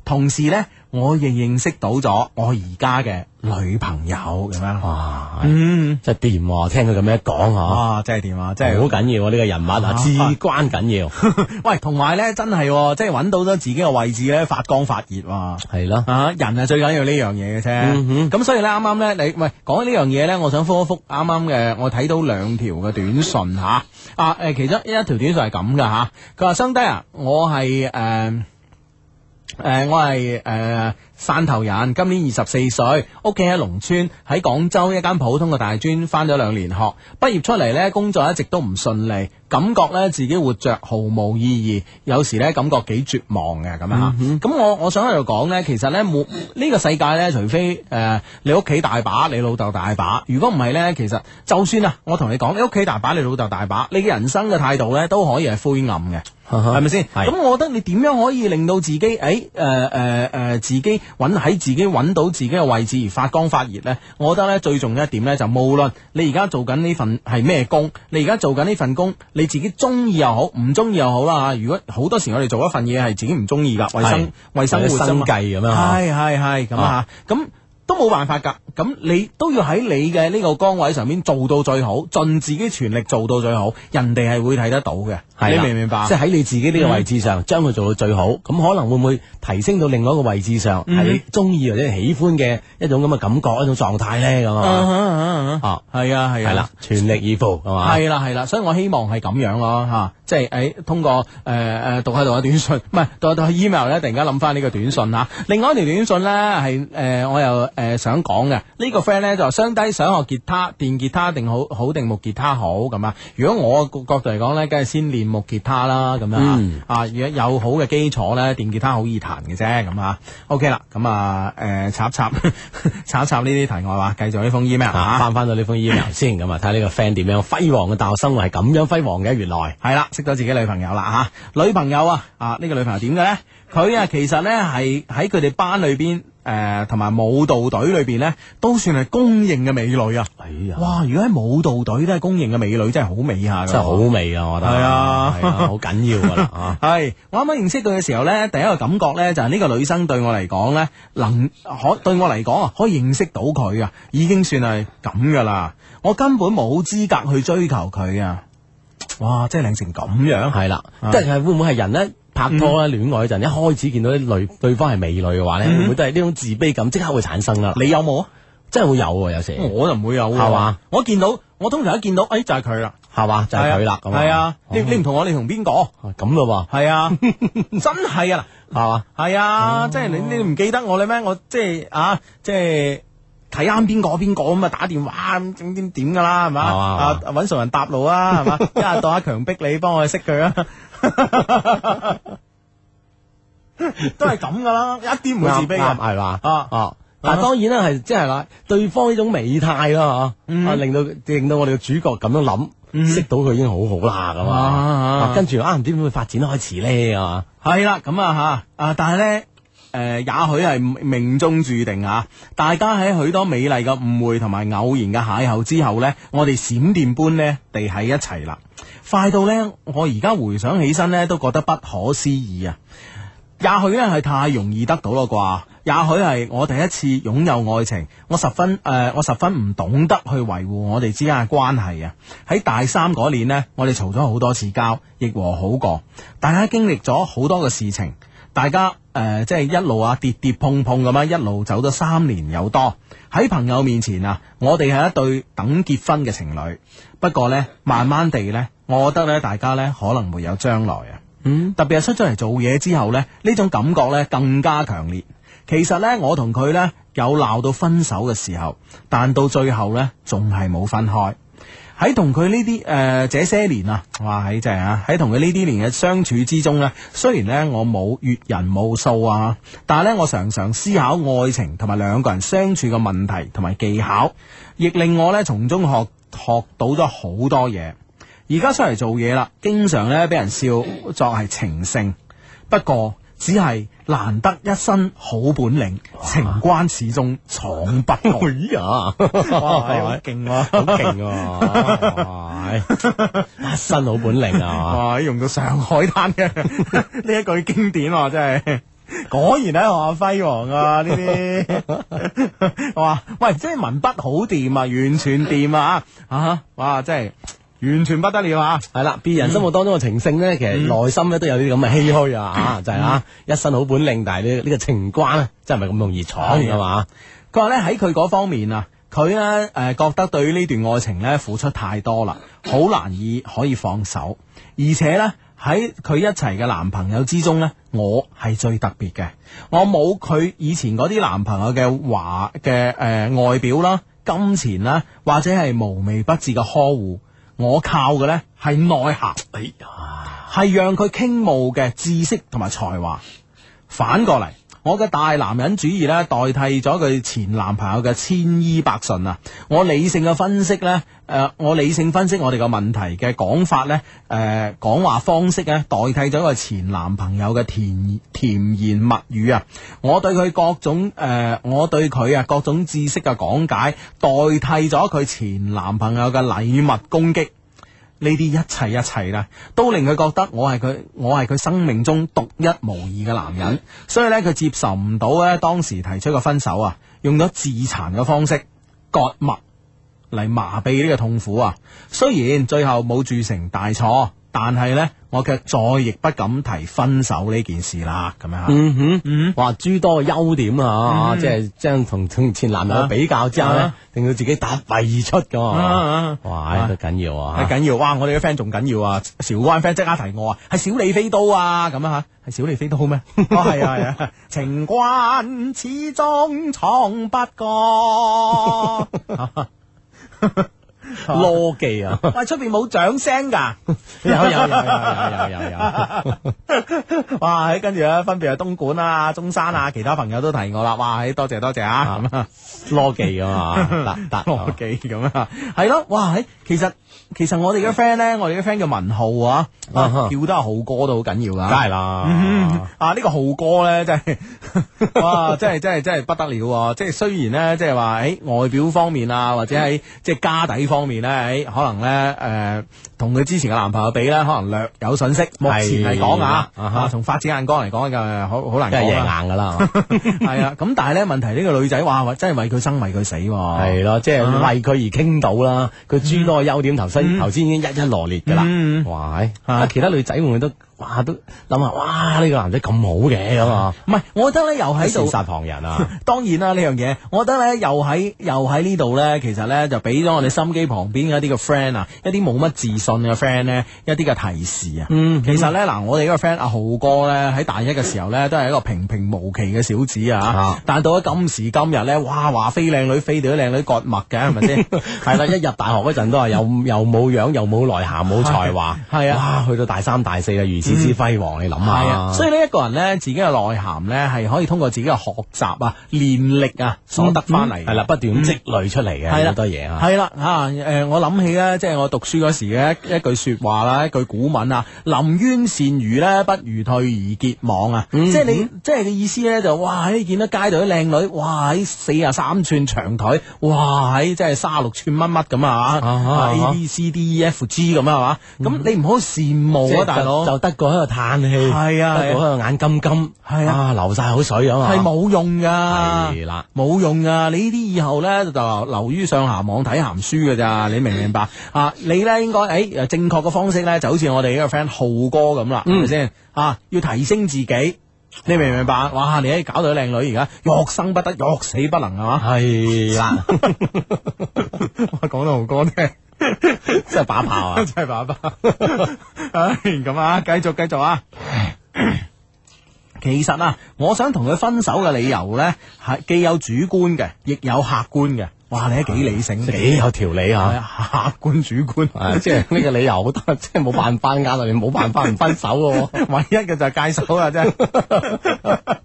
Speaker 1: 同時呢，我亦認識到咗我而家嘅女朋友咁樣。
Speaker 4: 哇，
Speaker 1: 嗯，
Speaker 4: 真係掂喎！聽佢咁樣講啊，
Speaker 1: 哇，真係掂啊！真係
Speaker 4: 真係好緊要啊！呢個人物啊，至關緊要，
Speaker 1: 喂，同埋呢，真係喎即係揾到咗自己嘅位置呢，發光發熱喎。
Speaker 4: 係咯。
Speaker 1: 啊！人係最緊要呢樣嘢嘅啫，
Speaker 4: 嗯
Speaker 1: 咁、所以咧，啱啱咧，你喂講起呢樣嘢咧，我想覆一覆啱啱嘅，我睇到兩條嘅短信吓，啊誒、其中一條短信係咁嘅吓，佢話生低啊，我係誒。誒、呃我係誒、呃汕頭人，今年二十四歲，屋企喺農村，喺廣州一間普通嘅大專翻咗兩年學，畢業出嚟呢，工作一直都唔順利，感覺呢自己活着毫無意義，有時呢感覺幾絕望嘅咁啊。咁、我我想喺度講呢，其實呢，冇呢、個世界呢，除非誒、你屋企大把，你老豆大把，如果唔係呢，其實就算啊，我同你講，你屋企大把，你老豆大把，你嘅人生嘅態度呢，都可以係灰暗嘅。係咪先？
Speaker 4: 啊係
Speaker 1: 咁我覺得你點樣可以令到自己，誒誒誒誒，自己揾喺自己揾到自己嘅位置而發光發熱呢？我覺得呢，最重要一點呢，就無論你而家做緊呢份係咩工，你而家做緊呢份工，你自己中意又好，唔中意又好啦。如果好多時我哋做一份嘢係自己唔中意㗎，為生為生活啫嘛
Speaker 4: 生計咁樣啊
Speaker 1: 係係係咁啊
Speaker 4: 啊，
Speaker 1: 咁。都冇辦法㗎，咁你都要喺你嘅呢個崗位上面做到最好，盡自己全力做到最好，人哋係會睇得到嘅，
Speaker 4: 係
Speaker 1: 你
Speaker 4: 啦
Speaker 1: 明唔明白？啊嗯
Speaker 4: 即係喺你自己呢個位置上，將佢做到最好，咁可能會唔會提升到另外一個位置上，
Speaker 1: 嗯
Speaker 4: 係你中意或者喜歡嘅一種咁嘅感覺、一種狀態咧咁啊？
Speaker 1: 啊
Speaker 4: 啊，
Speaker 1: 系啊系
Speaker 4: 係啦，，全力以赴係嘛？
Speaker 1: 系啦系啦，所以我希望係咁樣咯吓、嚇即係诶、誒通過诶诶、誒讀下讀下短信，唔係讀下讀下 email 咧，突然間諗翻呢個短信吓、啊另外一條短信咧係诶我又诶、誒想講嘅，呢、個 friend 咧就話雙低想學吉他，電吉他定好好定木吉他好咁啊？如果我個角度嚟講咧，梗係先練木吉他啦咁樣啊
Speaker 4: 嗯
Speaker 1: 啊，如果有好嘅基礎咧，電吉他好易彈嘅啫咁啊。OK 啦，咁啊诶插一插 插一插呢啲題外話，繼續呢封 email
Speaker 4: 啊，
Speaker 1: 啊。
Speaker 4: 翻翻到呢封 email 先，咁啊，睇下呢個 friend 點樣輝煌嘅大學生活係咁樣輝煌嘅，原來
Speaker 1: 系啦，識咗自己女朋友啦啊吓、女朋友啊啊呢、個女朋友點嘅咧？佢啊其實咧係喺佢哋班裏邊誒、诶同埋舞蹈隊裏边咧，都算係公認嘅美女啊！
Speaker 4: 哎呀，
Speaker 1: 哇！如果喺舞蹈隊都係公認嘅美女，真係好美下㗎
Speaker 4: 真係好味啊！我覺得
Speaker 1: 係啊
Speaker 4: 係好緊要噶啦啊！
Speaker 1: 系我啱啱認識佢嘅時候呢，第一個感覺呢，就係呢個女生對我嚟講呢，能可對我嚟講啊，可以認識到佢啊，已經算係咁噶啦。我根本冇資格去追求佢啊！哇，真係靚成咁樣，
Speaker 4: 系啦，
Speaker 1: 啊
Speaker 4: 即系會唔會係人咧拍拖咧戀愛嗰陣，一開始見到啲女
Speaker 1: 嗯
Speaker 4: 對方係美女嘅話咧，會唔會都係呢種自卑感即刻會產生啦？
Speaker 1: 你有冇啊？
Speaker 4: 真係會有喎，有時
Speaker 1: 我就唔會有喎啊
Speaker 4: 係嘛？
Speaker 1: 我見到我通常一見到，哎就係佢啦，
Speaker 4: 係嘛，就係佢啦咁哦
Speaker 1: 係啊，你你唔
Speaker 4: 唔
Speaker 1: 同我，你同邊個？
Speaker 4: 咁咯
Speaker 1: 係 啊，真係啊！
Speaker 4: 喎，係嘛？哦
Speaker 1: 系啊，即系你你唔記得我咧咩？我即係啊，即係睇啱邊個邊個咁啊，打電話咁點點點噶啦，係嘛？
Speaker 4: 係嘛
Speaker 1: 啊，揾熟人搭路啊，係 嘛？一係當阿強逼你幫我去識佢啊，都係咁噶啦，一啲唔會自卑
Speaker 4: 啱
Speaker 1: 嘅。
Speaker 4: 係嘛？
Speaker 1: 啊
Speaker 4: 哦。但係當然啦，係即係啦，對方呢種美態啦，
Speaker 1: 嗯
Speaker 4: 嚇，啊令到令到我哋嘅主角咁樣諗，識到佢已經好好啦，咁啊
Speaker 1: 啊啊
Speaker 4: 啊，跟住啊唔知點會發展開始咧，啊，
Speaker 1: 系啦，咁啊吓，啊但系咧。诶、也許係命中注定啊！大家喺許多美麗嘅誤會同埋偶然嘅邂逅之後呢，我哋閃電般呢地喺一齊啦，快到呢，我而家回想起身呢，都覺得不可思議啊！也許呢係太容易得到啦啩，也許係我第一次擁有愛情，我十分诶、呃我十分唔懂得去維護我哋之間嘅關係啊！喺大三嗰年呢，我哋嘈咗好多次交，亦和好過。大家經歷咗好多嘅事情，大家誒、呃即係一路啊跌跌碰碰咁樣，一路走咗三年有多。喺朋友面前啊，我哋係一對等結婚嘅情侶。不過呢，慢慢地呢，我覺得呢，大家呢可能會有將來啊。
Speaker 4: 嗯，
Speaker 1: 特別係出咗嚟做嘢之後呢，呢種感覺呢更加強烈。其實呢，我同佢呢有鬧到分手嘅時候，但到最後呢，仲係冇分開。喺同佢呢啲誒這些年啊，哇喺真係啊！喺同佢呢啲年嘅相處之中呢，雖然呢我冇閱人無數啊，但係呢我常常思考愛情同埋兩個人相處嘅問題同埋技巧，亦令我呢從中學學到咗好多嘢。而家出嚟做嘢啦，經常呢俾人笑作係情聖，不過只係難得一身好本領，情關始終闖不過。
Speaker 4: 哎呀，
Speaker 1: 哇，勁喎！
Speaker 4: 好 勁啊！哇一身好本領啊！
Speaker 1: 哇！用到上海灘嘅 呢一句經典喎，真係。果然喺學校輝煌啊！呢啲 哇，喂，即係文筆好掂啊，完全掂啊！啊，哇，真係完全不得了啊！嗯
Speaker 4: 係啦，別人心目當中嘅情聖咧，其實內心咧都有啲咁嘅唏噓啊，就係啊，一身好本領，但係呢呢個情關咧，真係唔係咁容易闖
Speaker 1: 係啊
Speaker 4: 噶嘛？
Speaker 1: 佢話咧喺佢嗰方面啊，佢咧誒覺得對呢段愛情咧付出太多啦，好難以可以放手，而且咧喺佢一齊嘅男朋友之中咧，我係最特別嘅，我冇佢以前嗰啲男朋友嘅華嘅誒外表啦、金錢啦，或者係無微不至嘅呵護，我靠嘅咧係內涵。
Speaker 4: 哎呀，
Speaker 1: 系让佢倾慕嘅知識同埋才華。反過嚟，我嘅大男人主義咧，代替咗佢前男朋友嘅千依百順啊！我理性嘅分析咧，诶、啊我理性分析我哋嘅問題嘅講法呃咧，诶、講話方式咧，代替咗佢前男朋友嘅甜甜言蜜語啊！我對佢各種诶、誒我對佢啊各種知識嘅講解，代替咗佢前男朋友嘅禮物攻擊。呢啲一切一切咧，都令佢覺得我係佢，我係佢生命中獨一無二嘅男人，所以咧佢接受唔到咧當時提出嘅分手啊，用咗自殘嘅方式割脈嚟麻痹呢個痛苦啊。雖然最後冇鑄成大錯，但係咧我卻再亦不敢提分手呢件事啦，咁樣啊。
Speaker 4: 嗯哼。
Speaker 1: 嗯
Speaker 4: 哇！諸多嘅優點啊，
Speaker 1: 嗯
Speaker 4: 即係將同同前男友比較之後咧
Speaker 1: 啊，
Speaker 4: 令到自己突圍而出噶
Speaker 1: 啊
Speaker 4: 嘛。
Speaker 1: 啊
Speaker 4: 哇！都緊要啊！
Speaker 1: 係哎緊要，哇！我哋嘅 friend 仲緊要啊，韶關 friend 即刻提我啊，係小李飛刀啊，咁啊吓，係小李飛刀 咩？哦，係啊係啊，情關始終闖不過。
Speaker 4: 邏技啊！
Speaker 1: 喂，出邊冇掌聲㗎，
Speaker 4: 有有有有有有有有。
Speaker 1: 哇！喺跟住咧，分別係東莞啊、中山啊，其他朋友都提我啦。哇！喺多謝多謝啊，咁啊，
Speaker 4: 邏輯啊嘛，得 得
Speaker 1: 羅記哦咁啊，係咯。哇！喺其實其實我哋嘅 friend 咧，我哋嘅 friend 叫文浩啊，
Speaker 4: 嗯啊
Speaker 1: 啊
Speaker 4: 哈
Speaker 1: 叫得阿浩哥都好緊要
Speaker 4: 梗
Speaker 1: 噶。
Speaker 4: 係
Speaker 1: 嗯
Speaker 4: 啦，
Speaker 1: 啊！呢個浩哥咧，真係 哇，真係真係真係不得了啊！即係雖然咧，即係話喺外表方面啊，或者喺即係家底方面咧，喺可能咧誒，同佢之前嘅男朋友比咧，可能略有遜色。目前嚟講啊，
Speaker 4: 係啦啊哈
Speaker 1: 啊，從發展眼光嚟講，嘅好好難
Speaker 4: 梗係
Speaker 1: 講啊。
Speaker 4: 贏硬噶啦，係嘛
Speaker 1: 系啊，咁但系咧問題呢個女仔哇，真係為佢生為佢死喎。
Speaker 4: 係啊咯，即係
Speaker 1: 啊
Speaker 4: 為佢而傾到啦，佢諸多優點頭先頭先已經一一羅列噶啦
Speaker 1: 嗯，
Speaker 4: 哇！係
Speaker 1: 啊
Speaker 4: 啊其他女仔會唔會都哇都諗下哇呢個男仔咁好嘅咁啊，
Speaker 1: 唔係，我覺得咧又嗯喺
Speaker 4: 羨
Speaker 1: 度，
Speaker 4: 煞旁人啊，
Speaker 1: 當然啦呢樣嘢，我覺得咧又喺又喺呢度咧，其實咧就俾咗我哋心機旁邊嘅一啲嘅 friend 啊，一啲冇乜自信嘅 friend 咧，一啲嘅提示啊。
Speaker 4: 嗯
Speaker 1: 其實咧嗱，我哋呢個 friend 阿浩哥咧喺大一嘅時候咧，都係一個平平無奇嘅小子啊
Speaker 4: 啊，
Speaker 1: 但到咗今時今日咧，哇話飛靚女飛到啲靚女割脈嘅係咪先？
Speaker 4: 係啦，一入大學嗰陣都係又又冇樣又冇內涵冇才華，
Speaker 1: 係啊
Speaker 4: 哇！去到大三大四啊，如此之輝煌，你諗下，
Speaker 1: 系啊，所以呢一個人咧，自己嘅內涵咧，係可以通過自己嘅學習啊、練力啊，所得翻嚟。
Speaker 4: 嗯係啦，不斷咁積累出嚟嘅
Speaker 1: 係啦
Speaker 4: 好多嘢啊，
Speaker 1: 係啦吓，诶，我諗起咧，即係我讀書嗰時嘅一一句说話啦，一句古文啊，臨淵善魚咧，不如退而結網啊，
Speaker 4: 嗯
Speaker 1: 即係你，即係嘅意思咧，就哇，喺見到街度啲靚女，哇，喺四啊三寸長腿，哇，喺即係卅六寸乜乜咁啊
Speaker 4: 啊
Speaker 1: 啊
Speaker 4: 啊
Speaker 1: ，A B C D E F G 咁啊係嘛，咁你唔好羨
Speaker 4: 即
Speaker 1: 慕
Speaker 4: 係
Speaker 1: 啊，大佬
Speaker 4: 就，就得個喺度嘆氣，
Speaker 1: 係啊
Speaker 4: 得個喺度眼金金，
Speaker 1: 係啊
Speaker 4: 啊，流晒口水啊嘛，
Speaker 1: 係冇用噶。
Speaker 4: 係啊啦。
Speaker 1: 冇用噶，你呢啲以後咧就流流於上鹹網睇鹹書噶咋，你明唔明白啊？你咧應該誒正確嘅方式咧，就好似我哋呢個 friend 浩哥咁啦，係咪先啊？要提升自己，你明唔明白？哇！你喺搞到啲靚女而家欲生不得，欲死不能係嘛？
Speaker 4: 系啦，
Speaker 1: 我講到豪哥聽。
Speaker 4: 真系把炮 啊！
Speaker 1: 真係爸爸。唉，咁啊，繼續繼續啊。其實啊，我想同佢分手嘅理由呢，係既有主觀嘅，亦有客觀嘅。哇，你都幾理性，
Speaker 4: 啊幾有條理
Speaker 1: 係
Speaker 4: 吓，
Speaker 1: 啊客觀主觀。
Speaker 4: 啊即係呢個理由好得， 即係冇辦法啱啊到你，冇辦法唔分手咯。
Speaker 1: 唯一嘅就係戒手啊啦，真係。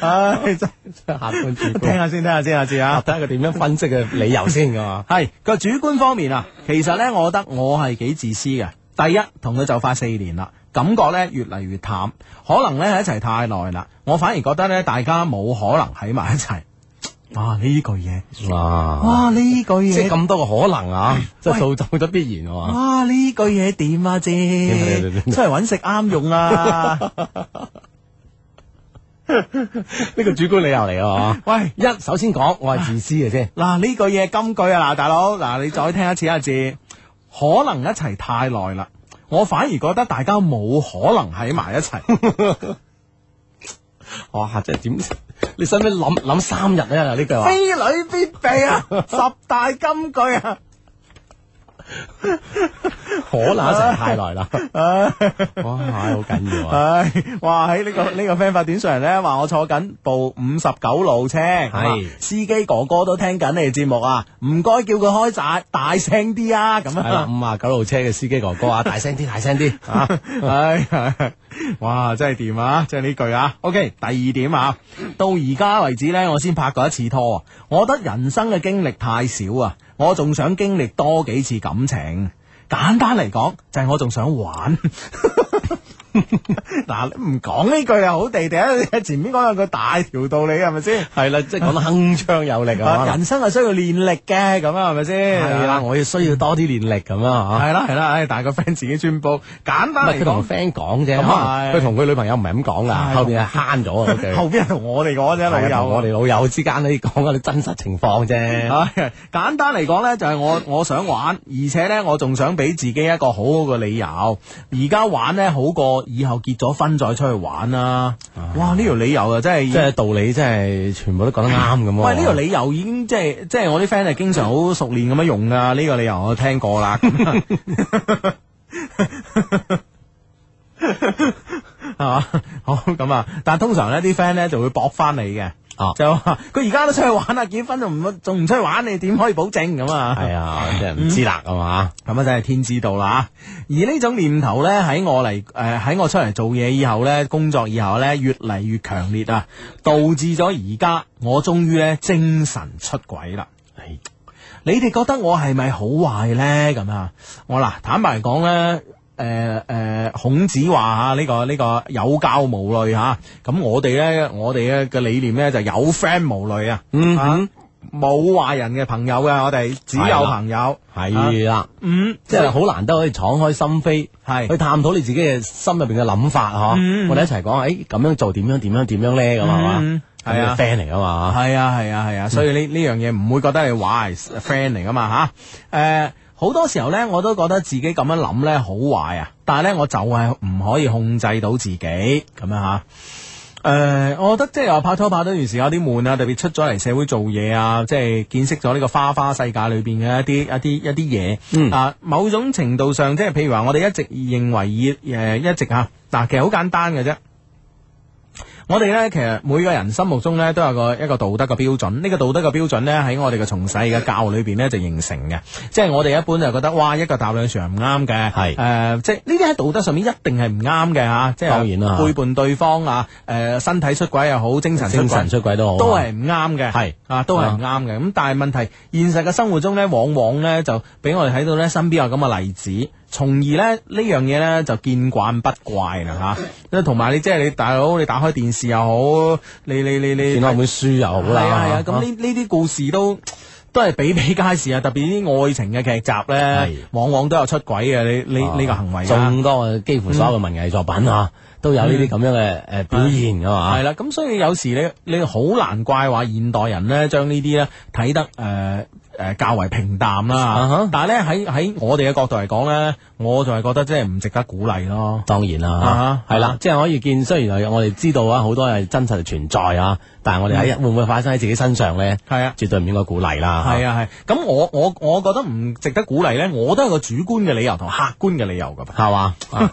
Speaker 1: 唉，真係
Speaker 4: 客觀主
Speaker 1: 聽
Speaker 4: 觀，
Speaker 1: 下先，聽下先，聽下先啊
Speaker 4: 睇。下佢點樣分析嘅理由先噶 嘛。
Speaker 1: 系個主觀方面啊，其實呢，我覺得我係幾自私嘅。第一，同佢就快四年啦，感覺呢越嚟越淡，可能呢一齊太耐啦，我反而覺得呢，大家冇可能喺埋一齊。哇！呢句嘢，
Speaker 4: 哇，
Speaker 1: 哇！呢句
Speaker 4: 即
Speaker 1: 嘢，
Speaker 4: 係咁多個可能啊，即係
Speaker 1: 喂
Speaker 4: 造造咗必然喎。
Speaker 1: 哇！呢句嘢點啊，姐
Speaker 4: 點啊點啊
Speaker 1: 出
Speaker 4: 點啊
Speaker 1: 嚟揾食啱用啊！
Speaker 4: 呢個主觀理由嚟啊。
Speaker 1: 喂，
Speaker 4: 一首先講，我係自私 嘅先。
Speaker 1: 嗱呢句嘢金句啊！嗱，大佬，嗱你再聽一次一字，可能一齊太耐啦，我反而覺得大家冇可能喺埋一齊。
Speaker 4: 哇，即係點？你使唔使諗諗三日咧？呢句話
Speaker 1: 非女必備 啊！十大金句啊！
Speaker 4: 可能一齊太 耐啦。哇，好緊要啊！
Speaker 1: 唉，哇！喺呢、個呢、個 friend 發短信嚟咧，話我坐緊部五十九路車，係司機哥哥都聽緊你哋節目啊！唔該，叫佢開大大聲啲啊！咁
Speaker 4: 係啦，
Speaker 1: 啊，
Speaker 4: 五啊九路車嘅司機哥哥啊，大聲啲，大聲啲啊！
Speaker 1: 唉，係哇！真係掂啊！真係呢句啊。OK，第二點啊，到而家為止呢，我先拍過一次拖啊。我覺得人生嘅經歷太少啊，我仲想經歷多幾次感情。簡單嚟講，就係我仲想玩。 嗱，你唔講呢句啊，好地地啊！你前面講有句大條道理係咪先？
Speaker 4: 係啦，即係講得铿锵有力
Speaker 1: 啊
Speaker 4: 啊！
Speaker 1: 人生係需要練力嘅，咁啊係咪先？
Speaker 4: 係啦，，我要需要多啲練力咁啊
Speaker 1: 係啦，係啦，唉，但係個 friend 自己宣佈，簡
Speaker 4: 嚇。唔
Speaker 1: 單
Speaker 4: 係
Speaker 1: 嚟
Speaker 4: 佢
Speaker 1: 講
Speaker 4: 同。friend 講啫，
Speaker 1: 咁
Speaker 4: 可能
Speaker 1: 係
Speaker 4: 佢同佢女朋友唔係咁講噶，
Speaker 1: 係
Speaker 4: 後邊係慳咗啊嗰句。
Speaker 1: 後邊係同我哋講啫，老
Speaker 4: 係啊
Speaker 1: 友。
Speaker 4: 同我哋老友之間呢講嗰啲真實情況啫。
Speaker 1: 唉，簡單嚟講呢，就係我我想玩，而且呢，我仲想俾自己一個好好嘅理由。而家玩呢，好過以後結咗婚再出去玩啦、哇！呢條理由啊，真係
Speaker 4: 即係道理，真係全部都講得啱咁喎。啊
Speaker 1: 喂，呢條理由已經即係即係我啲 friend 係經常好熟練咁樣用噶，呢、個理由我聽過啦。啊 係嘛？好咁啊！但係通常呢啲 friend 咧就會駁翻你嘅，
Speaker 4: 哦
Speaker 1: 就話佢而家都出去玩啊，結婚仲唔仲唔出去玩，你點可以保證咁啊？
Speaker 4: 系啊，真係唔知啦，係嘛？
Speaker 1: 咁啊，真係天知道啦！啊而呢種念頭呢，喺我嚟誒喺我出嚟做嘢以後呢，工作以後呢，越嚟越強烈啊，導致咗而家我終於呢精神出軌啦。
Speaker 4: 係
Speaker 1: 你哋覺得我係咪好壞呢？咁啊，我嗱坦白嚟講呢，誒、誒、孔子話啊嚇呢個呢、個有教無類嚇，咁、我哋呢，我哋咧嘅理念呢，就有 friend 無類啊，
Speaker 4: 嗯哼
Speaker 1: 啊冇壞人嘅朋友嘅，我哋只
Speaker 4: 係
Speaker 1: 有
Speaker 4: 啦
Speaker 1: 朋友，
Speaker 4: 係啦，
Speaker 1: 嗯，
Speaker 4: 即係好難得可以敞開心扉，
Speaker 1: 係
Speaker 4: 去探討你自己嘅心入邊嘅諗法
Speaker 1: 嗯
Speaker 4: 嗬。我哋一齊講，誒咁樣做點樣點樣點樣咧咁係嘛
Speaker 1: 嗯？係啊
Speaker 4: 咁你 friend 嚟噶嘛？
Speaker 1: 系啊系啊系啊，所以呢呢樣嘢唔會覺得你壞 friend 嚟噶嘛吓，诶、好多時候呢，我都覺得自己咁樣諗呢好壞啊，但係呢，我就係唔可以控制到自己咁樣吓。诶、我覺得即係話拍拖拍多段時間有啲悶啊，特別出咗嚟社會做嘢啊，即係見識咗呢個花花世界裏邊嘅一啲一啲一啲嘢。
Speaker 4: 嗯
Speaker 1: 啊，某種程度上即係譬如話，我哋一直認為以诶、一直吓嗱、其實好簡單嘅啫。我哋呢，其實每個人心目中呢，都有個一個道德嘅標準，呢、個道德嘅標準呢，喺我哋嘅從細嘅教育裏邊呢，就形成嘅，即係我哋一般就覺得哇一個搭兩船唔啱嘅，
Speaker 4: 係
Speaker 1: 誒即係呢啲喺道德上面一定係唔啱嘅嚇，即係
Speaker 4: 當然啦
Speaker 1: 背叛對方啊，誒、身體出軌又好，精神出
Speaker 4: 精神
Speaker 1: 軌
Speaker 4: 出軌都好，
Speaker 1: 都係唔啱嘅，
Speaker 4: 哦係
Speaker 1: 啊，都係唔啱嘅。咁但係問題，現實嘅生活中呢，往往呢就俾我哋睇到呢身邊有咁嘅例子，從而呢呢樣嘢呢就見慣不怪啦嚇。同埋你即係你大佬，你打開電視又好，你你你你
Speaker 4: 見到本書又好啦。
Speaker 1: 係啊係啊，咁呢呢啲故事都。都係比比皆是啊！特別啲愛情嘅劇集呢
Speaker 4: 係，
Speaker 1: 往往都有出軌嘅呢呢呢個行為啊
Speaker 4: 眾多嘅幾乎所有嘅文藝作品啊，都有呢啲咁樣嘅
Speaker 1: 嗯
Speaker 4: 誒表現噶嘛
Speaker 1: 系。啦，咁所以有時你你好難怪話現代人咧，將呢啲咧睇得诶诶、呃较為平淡啦。
Speaker 4: 啊哈
Speaker 1: 但係咧喺喺我哋嘅角度嚟講咧，我就係覺得即係唔值得鼓勵咯。
Speaker 4: 當然啦
Speaker 1: 啊，
Speaker 4: 係啦，即係可以見。雖然係我哋知道啊，好多係真實存在啊，但係我哋喺會唔會發生喺自己身上咧？
Speaker 1: 嗯係啊。
Speaker 4: 絕對唔應該鼓勵啦。
Speaker 1: 係啊係，咁我我我覺得唔值得鼓勵咧，我都有個主觀嘅理由同客觀嘅理由噶噃。
Speaker 4: 係嘛？啊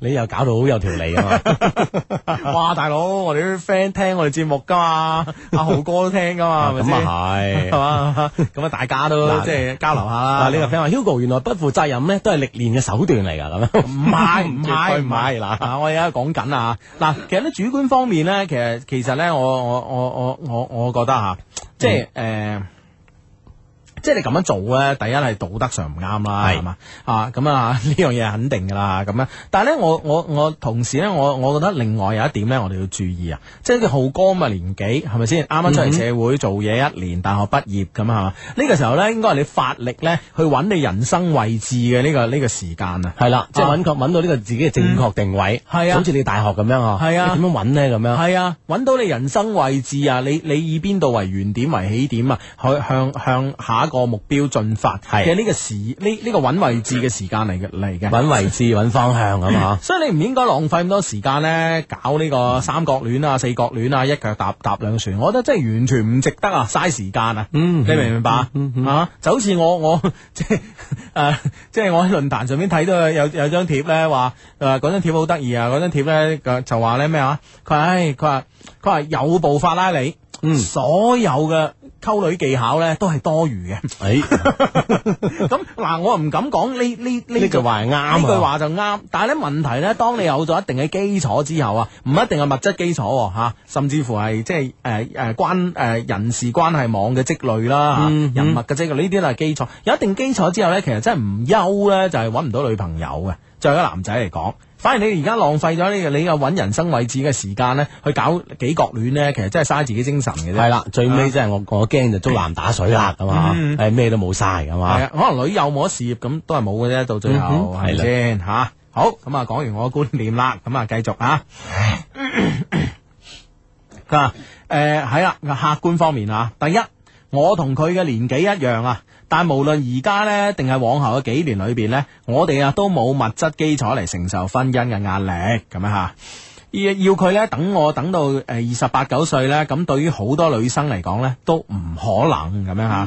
Speaker 4: 你又搞到好有條理啊嘛！
Speaker 1: 哇，大佬，我哋啲 friend 聽我哋節目噶嘛，阿豪哥都聽噶嘛，係咪
Speaker 4: 咁
Speaker 1: 先？
Speaker 4: 啊 係
Speaker 1: 係。嘛？咁啊，大家都
Speaker 4: 嗱
Speaker 1: 即係交流下啦。
Speaker 4: 啊！呢個 friend 話 Hugo 原來不負責任咧，都係歷練嘅手段嚟㗎咁 樣。
Speaker 1: 唔係唔係
Speaker 4: 絕對
Speaker 1: 唔
Speaker 4: 唔係
Speaker 1: 係
Speaker 4: 嗱
Speaker 1: 嗱，我而家講緊啊，嗱，其實咧主觀方面咧，其實其實咧，我我我我我我覺得吓，即係誒。即係你咁樣做咧，第一係道德上唔啱啦，
Speaker 4: 係
Speaker 1: 係嘛啊咁啊 呢樣嘢係肯定㗎啦咁樣。但係咧，我我我同時咧，我我覺得另外有一點咧，我哋要注意啊，即係佢浩哥咁嘅年紀係咪先？啱啱出
Speaker 4: 嗯
Speaker 1: 嚟社會做嘢一年，大學畢業咁啊係嘛？呢個時候咧，應該係你發力咧去揾你人生位置嘅呢個呢個時間啊。
Speaker 4: 係啦，即係
Speaker 1: 啊
Speaker 4: 揾確揾到呢個自己嘅正確定位。
Speaker 1: 係啊
Speaker 4: 好似你大學咁樣啊。
Speaker 1: 係啊
Speaker 4: 你點樣揾咧？咁樣。
Speaker 1: 系啊，揾到你人生位置啊，你你以邊度為原點為起點啊，去向向下一個目標進發。
Speaker 4: 係
Speaker 1: 嘅呢個時呢呢、個揾位置嘅時間嚟嘅嚟嘅。！
Speaker 4: 揾位置、揾方向咁啊
Speaker 1: 所以你唔應該浪費咁多時間呢，搞呢個三角戀啊、四角戀啊、一腳踏踏兩船，我覺得真係完全唔值得啊，嘥時間啊！
Speaker 4: 嗯
Speaker 1: 你明唔明白啊？啊，就好似我我 即係誒，即係我喺論壇上面睇到有有張貼咧，話誒嗰張貼好得意啊！嗰張貼咧就就話咧咩啊？佢話唉佢話佢話有部法拉利，
Speaker 4: 嗯
Speaker 1: 所有嘅溝女技巧咧都係多餘 嘅。
Speaker 4: 誒，
Speaker 1: 咁嗱，我唔敢講呢呢呢
Speaker 4: 呢句話係啱啊
Speaker 1: 呢句話就啱。但係咧問題咧，當你有咗一定嘅基礎之後啊，唔一定係物質基礎喎嚇、甚至乎係即係誒誒關誒、呃人事關係網嘅積累啦、嚇
Speaker 4: 嗯
Speaker 1: 人脈嘅積累呢啲都係基礎。有一定基礎之後咧，其實真係唔憂啊咧，就係揾唔到女朋友嘅。作為一個男仔嚟講。反而你而家浪費咗呢個你嘅揾人生位置嘅時間咧，去搞幾角戀咧，其實真係嘥自己精神嘅啫。
Speaker 4: 係啦，最尾真係我我驚就竹籃打水啦，咁啊，
Speaker 1: 啊嗯
Speaker 4: 誒咩都冇晒，咁
Speaker 1: 系
Speaker 4: 啊，
Speaker 1: 啊，可能女友冇得事業咁都係冇嘅啫，到最
Speaker 4: 嗯
Speaker 1: 後
Speaker 4: 哼
Speaker 1: 係咪先吓？好，咁啊講完我嘅觀念啦，咁啊繼續 啊。佢話诶係啦，客觀方面啊，第一，我同佢嘅年紀一樣啊。但無論而家呢，定係往後嘅幾年裏邊呢，我哋啊都冇物質基礎嚟承受婚姻嘅壓力咁樣吓。要要佢咧等我等到誒二十八九歲咧，咁對於好多女生嚟講咧都唔可能咁樣嚇。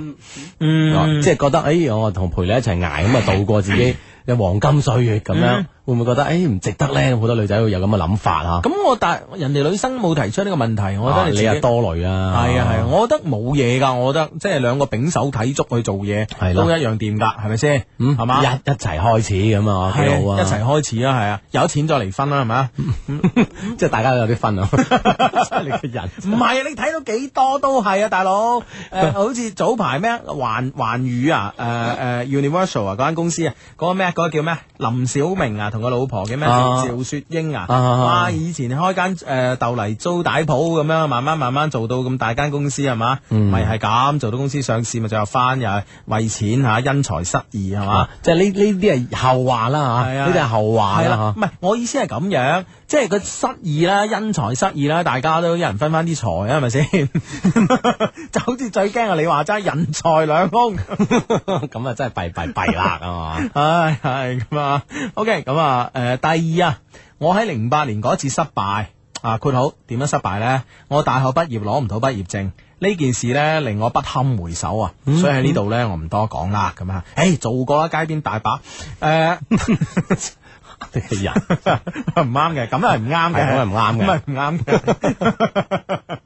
Speaker 1: 嗯
Speaker 4: 哦哎啊即係覺得誒，我同陪你一齊捱咁啊，度過自己嘅黃金歲月咁樣
Speaker 1: 嗯，
Speaker 4: 會唔會覺得誒唔值得咧？好多女仔會有咁嘅諗法嚇。
Speaker 1: 咁我但人哋女生冇提出呢個問題，我覺
Speaker 4: 啊
Speaker 1: 得
Speaker 4: 你
Speaker 1: 又
Speaker 4: 又多慮啊，
Speaker 1: 係啊係啊，我覺得冇嘢㗎，我覺得即係兩個丙手啟足去做嘢，
Speaker 4: 係啦
Speaker 1: 都一樣掂㗎，係咪先？
Speaker 4: 嗯，
Speaker 1: 係嘛？
Speaker 4: 一一齊開始咁啊，幾
Speaker 1: 係
Speaker 4: 好啊，
Speaker 1: 一齊開始啦，係啊，有錢再離婚啦，係咪 啊？
Speaker 4: 即係大家都有啲 分啊， 真係你個人
Speaker 1: 唔係啊，你睇到幾多都係啊，大 佬。誒、好似早排咩啊環環宇啊，誒、誒、Universal 啊，嗰間公司啊，嗰、個咩嗰、個叫咩林小明啊，同個老婆嘅咩
Speaker 4: 啊
Speaker 1: 趙雪英啊，
Speaker 4: 啊啊啊
Speaker 1: 哇！以前開間誒、豆泥租帶鋪咁樣，慢慢慢慢做到咁大間公司係嘛，
Speaker 4: 嗯
Speaker 1: 咪係咁做到公司上市咪最後翻又係為錢嚇、因財失義係嘛
Speaker 4: 啊。，即係呢呢啲係後話啦嚇，
Speaker 1: 係啊
Speaker 4: 呢啲係後話
Speaker 1: 系
Speaker 4: 啦啊
Speaker 1: 啦唔。
Speaker 4: 嚇，
Speaker 1: 係我意思係咁樣，即係佢失意啦，因財失意啦，大家都一人分翻啲財啊，係咪先？ 就好似最驚啊！你話齋人財兩空，
Speaker 4: 咁啊真係弊弊弊啦啊嘛！
Speaker 1: 唉，係咁啊。OK，咁啊，诶、第二啊，我喺零八年嗰次失敗啊，括號點樣失敗呢？我大學畢業攞唔到畢業證。呢件事呢，令我不堪回首啊，
Speaker 4: 嗯
Speaker 1: 所以喺呢度呢，我唔多講啦，咁 啊，
Speaker 4: 哎
Speaker 1: 誒做過啦，街邊大把，誒
Speaker 4: 你個 人
Speaker 1: 唔啱嘅，咁係唔啱嘅，
Speaker 4: 係咁係唔啱嘅
Speaker 1: 咁係唔啱嘅。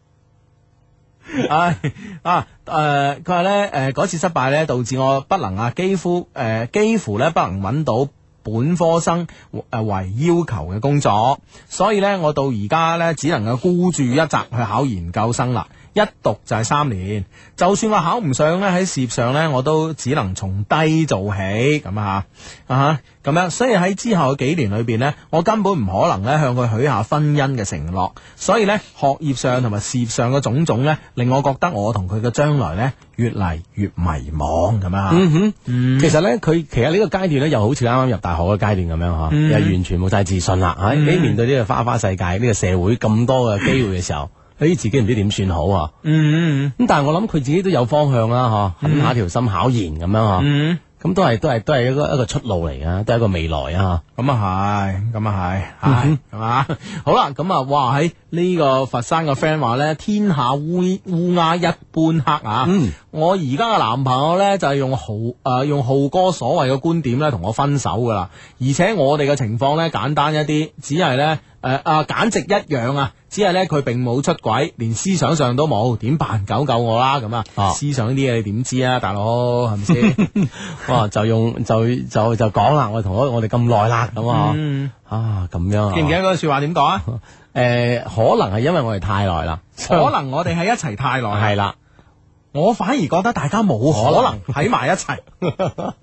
Speaker 1: 唉啊誒，佢話咧誒嗰次失敗咧，導致我不能啊，幾乎誒、幾乎咧不能揾到。本科生誒為要求嘅工作，所以咧我到而家咧只能夠孤注一擲去考研究生啦，一讀就係三年。就算我啊考唔上咧，喺事業上咧我都只能從低做起咁啊啊咁樣，所以喺之後嘅幾年裏邊咧，我根本唔可能咧向佢許下婚姻嘅承諾，所以咧學業上同埋事業上嘅種種咧，令我覺得我同佢嘅將來咧越嚟越迷茫咁啊。
Speaker 4: 嗯哼，其實咧，佢其實呢個階段咧，又好似啱啱入大學嘅階段咁樣嗬，
Speaker 1: 嗯
Speaker 4: 又完全冇晒自信啦。喺你面對呢個花花世界、呢個社會咁多嘅機會嘅時候，誒自己唔知點算好啊！
Speaker 1: 嗯嗯
Speaker 4: 咁但係我諗佢自己都有方向啦，嗬，狠下條心考研咁樣嗬，
Speaker 1: 嗯。
Speaker 4: 咁都係都係都係一個一個出路嚟噶，都係一個未來啊！
Speaker 1: 咁啊係，咁啊係，唉，係嘛？ 好啦，咁啊，哇！喺呢個佛山嘅 friend 話咧，天下烏烏鴉一般黑啊！
Speaker 4: 嗯
Speaker 1: 我而家嘅男朋友咧就係、用豪誒、呃用浩哥所謂嘅觀點咧同我分手噶啦，而且我哋嘅情況咧簡單一啲，只係咧誒啊，簡直一樣啊！只係咧佢並冇出軌，連思想上都冇，點辦？救救我啦！咁
Speaker 4: 啊
Speaker 1: 啊，思想呢啲嘢你點知啊，大佬係咪先？
Speaker 4: 哇，哦就用就就就講啦，我同我我哋咁耐啦，咁啊，
Speaker 1: 嗯，
Speaker 4: 啊咁樣啊，
Speaker 1: 記唔記得嗰句説話點講啊？
Speaker 4: 誒，可能係因為我哋太耐啦，
Speaker 1: 可能我哋喺一齊太耐，
Speaker 4: 係啦。
Speaker 1: 我反而覺得大家冇可能喺埋一齊。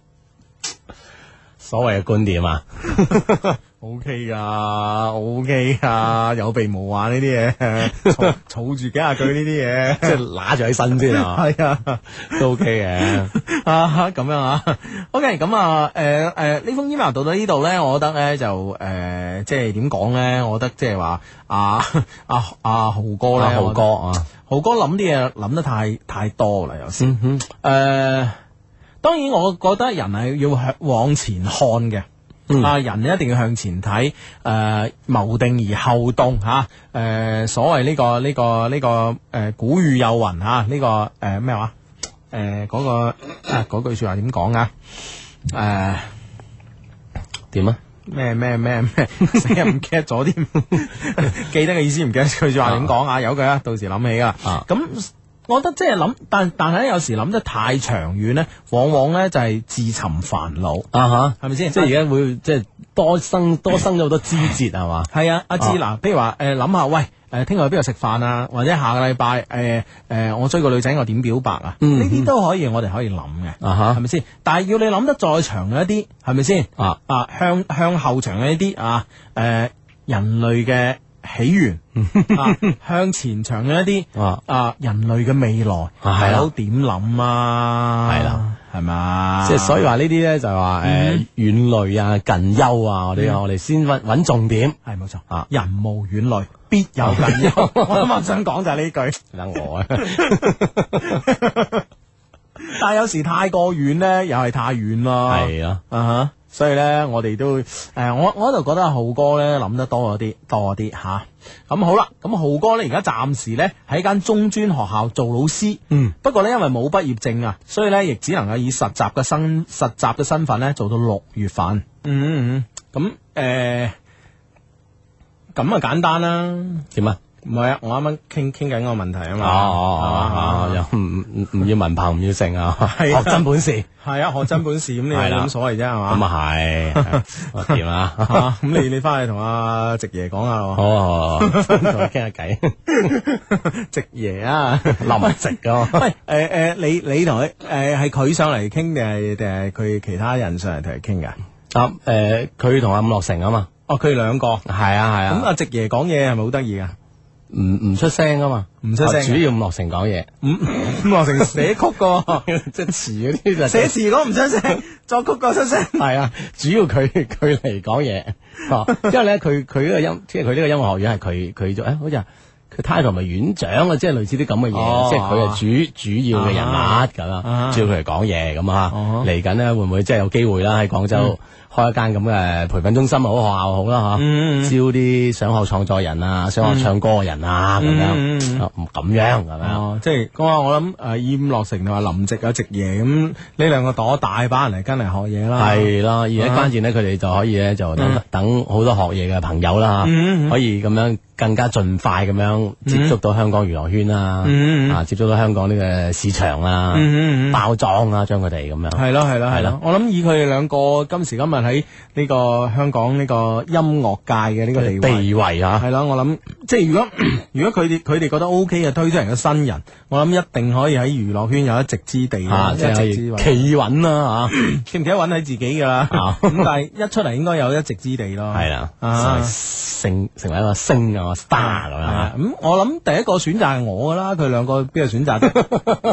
Speaker 4: 所謂嘅觀 點啊，
Speaker 1: O K 噶，O K 噶，有備無患呢啲嘢， 儲儲住幾廿句呢
Speaker 4: 即係揦住喺身先
Speaker 1: 啲
Speaker 4: 啊，
Speaker 1: 嘢， 係啊。
Speaker 4: 都 OK 嘅。
Speaker 1: 啊，咁樣啊，OK，咁啊，誒誒，呢封 email 到到呢度咧，我覺得咧就誒，即係點講咧？我覺得即係話啊啊啊豪哥咧，
Speaker 4: 阿豪
Speaker 1: 我覺
Speaker 4: 哥
Speaker 1: 得，
Speaker 4: 啊，
Speaker 1: 豪哥諗啲嘢諗得太太多啦，有時。
Speaker 4: 嗯哼，
Speaker 1: 誒、當然我覺得人係要向往前看嘅。
Speaker 4: 嗯
Speaker 1: 啊！人一定要向前睇，誒、謀定而後動嚇，誒、所謂呢、個呢、個呢、個誒、古語有云嚇，呢、個誒咩話？誒嗰、個啊嗰句説話點講啊？誒、
Speaker 4: 點啊？
Speaker 1: 咩咩咩咩，死人唔 get 咗 添，記得嘅意思唔記得佢就話點講啊？有佢啊，到時諗起
Speaker 4: 啊
Speaker 1: 啊。咁我覺得即係諗，但但係咧有時諗得太長遠咧，往往咧就係自尋煩惱，
Speaker 4: 啊哈，
Speaker 1: 係咪先？
Speaker 4: 即係而家會即係多生多生咗好多枝節係嘛？
Speaker 1: 係啊，阿志嗱，譬如話誒諗下，喂誒聽日去邊度食飯啊，或者下個禮拜誒誒我追個女仔，我點表白啊？
Speaker 4: 嗯
Speaker 1: 呢啲都可以，我哋可以諗嘅，
Speaker 4: 啊
Speaker 1: 係
Speaker 4: 哈，
Speaker 1: 咪先？但係要你諗得再長嘅一啲，係咪先？
Speaker 4: 啊
Speaker 1: 啊，向向後長嘅一啲啊，誒、人類嘅起源啊，向前長嘅一啲
Speaker 4: 啊
Speaker 1: 啊，人類嘅未來，
Speaker 4: 啊係啦
Speaker 1: 大佬點諗啊？
Speaker 4: 係啦，
Speaker 1: 係嘛？
Speaker 4: 啊即係所以話呢啲咧就係話
Speaker 1: 嗯
Speaker 4: 誒遠慮啊、近憂啊，我哋我哋先揾揾重點。
Speaker 1: 係冇錯
Speaker 4: 啊
Speaker 1: 人無遠慮，必有近 憂。我啱啱想講就係呢句。
Speaker 4: 等我啊，
Speaker 1: 但係有時太過遠咧，又係太遠啦。
Speaker 4: 係啊，
Speaker 1: 啊哈所以咧，我哋都誒、我我喺度覺得浩哥咧諗得多咗啲，多咗啲吓。咁、好啦，咁浩哥咧而家暫時咧喺間中專學校做老師，
Speaker 4: 嗯，
Speaker 1: 不過咧因為冇畢業證啊，所以咧亦只能夠以實習嘅身實習嘅身份咧做到六月份。嗯嗯嗯，
Speaker 4: 咁诶，咁啊简单啦。點啊？
Speaker 1: 唔係啊，我啱啱傾傾緊個問題啊
Speaker 4: 哦
Speaker 1: 嘛。
Speaker 4: 哦哦，又唔唔唔要文憑，唔要性啊，
Speaker 1: 係啊
Speaker 4: 學真本事。
Speaker 1: 係啊，學真本事咁你有
Speaker 4: 係啦
Speaker 1: 咁所謂啫係嘛？
Speaker 4: 咁啊係，我掂啊。
Speaker 1: 啊，咁你你翻去同阿直爺講下
Speaker 4: 好
Speaker 1: 咯，
Speaker 4: 啊， 好啊同佢傾下偈，
Speaker 1: 直爺啊，
Speaker 4: 林直噶。
Speaker 1: 喂，诶诶，你你同佢诶係佢上嚟傾定係定係佢其他人上嚟同佢傾噶？
Speaker 4: 啊，诶，佢同阿伍樂成啊嘛，
Speaker 1: 哦，佢哋兩個，咁
Speaker 4: 係啊係啊，
Speaker 1: 阿直爺講嘢係咪好得意噶？
Speaker 4: 唔唔出聲啊嘛，
Speaker 1: 唔出聲
Speaker 4: 啊主要伍樂成講嘢，
Speaker 1: 伍樂成寫曲個，
Speaker 4: 即係詞嗰啲 就
Speaker 1: 寫詞嗰唔出聲，作曲個出聲。
Speaker 4: 係啊，主要佢 佢嚟講嘢，哦，因為咧佢佢呢個音，即係佢呢個音樂學院係佢佢做，誒哎好似係佢 title 咪院長啊，即係類似啲咁嘅
Speaker 1: 哦
Speaker 4: 嘢，即係佢係主主要嘅人物咁
Speaker 1: 啊
Speaker 4: 啊，主要佢嚟講嘢咁啊
Speaker 1: 哦，嗯
Speaker 4: 嚟緊咧會唔會即係有機會啦喺廣州開一間咁嘅培訓中心好學校好啦嚇，
Speaker 1: 嗯
Speaker 4: 招啲想學創作人啊，想學唱歌嘅人啊咁
Speaker 1: 嗯嗯嗯
Speaker 4: 樣，啊唔咁樣咁樣。
Speaker 1: 哦，即係咁啊！我諗诶，以伍樂成同埋林夕有直爺咁呢兩個朵大把人嚟跟嚟學嘢啦。
Speaker 4: 系啦，而且
Speaker 1: 啊
Speaker 4: 關鍵咧，佢哋就可以咧就等等好多學嘢嘅朋友啦，
Speaker 1: 嗯嗯
Speaker 4: 可以咁樣更加盡快咁樣接觸到香港娛樂圈啦
Speaker 1: 嗯嗯，
Speaker 4: 啊接觸到香港呢個市場啦，
Speaker 1: 嗯嗯嗯
Speaker 4: 包裝啦，將佢哋咁樣。
Speaker 1: 系咯系咯系
Speaker 4: 係
Speaker 1: 咯
Speaker 4: 啦，
Speaker 1: 我諗以佢哋兩個今時今日喺呢個香港呢個音樂界嘅呢個地位。
Speaker 4: 地位啊，
Speaker 1: 係咯，我諗即係如果 如果佢哋佢哋覺得 O K 嘅推出嚟嘅新人，我諗一定可以喺娛樂圈有一席之地
Speaker 4: 啊
Speaker 1: 啦，
Speaker 4: 即係
Speaker 1: 一
Speaker 4: 可
Speaker 1: 席
Speaker 4: 以
Speaker 1: 之嗯位。
Speaker 4: 企穩啦，啊吓
Speaker 1: 記唔記得揾喺自己噶啦？
Speaker 4: 啊
Speaker 1: 咁但係一出嚟應該有一席之地咯。
Speaker 4: 係啦，成
Speaker 1: 啊
Speaker 4: 為成成為一個星啊 star 咁
Speaker 1: 係啊
Speaker 4: 樣。
Speaker 1: 咁我諗第一個選擇係我噶啦，佢兩個邊個選擇 得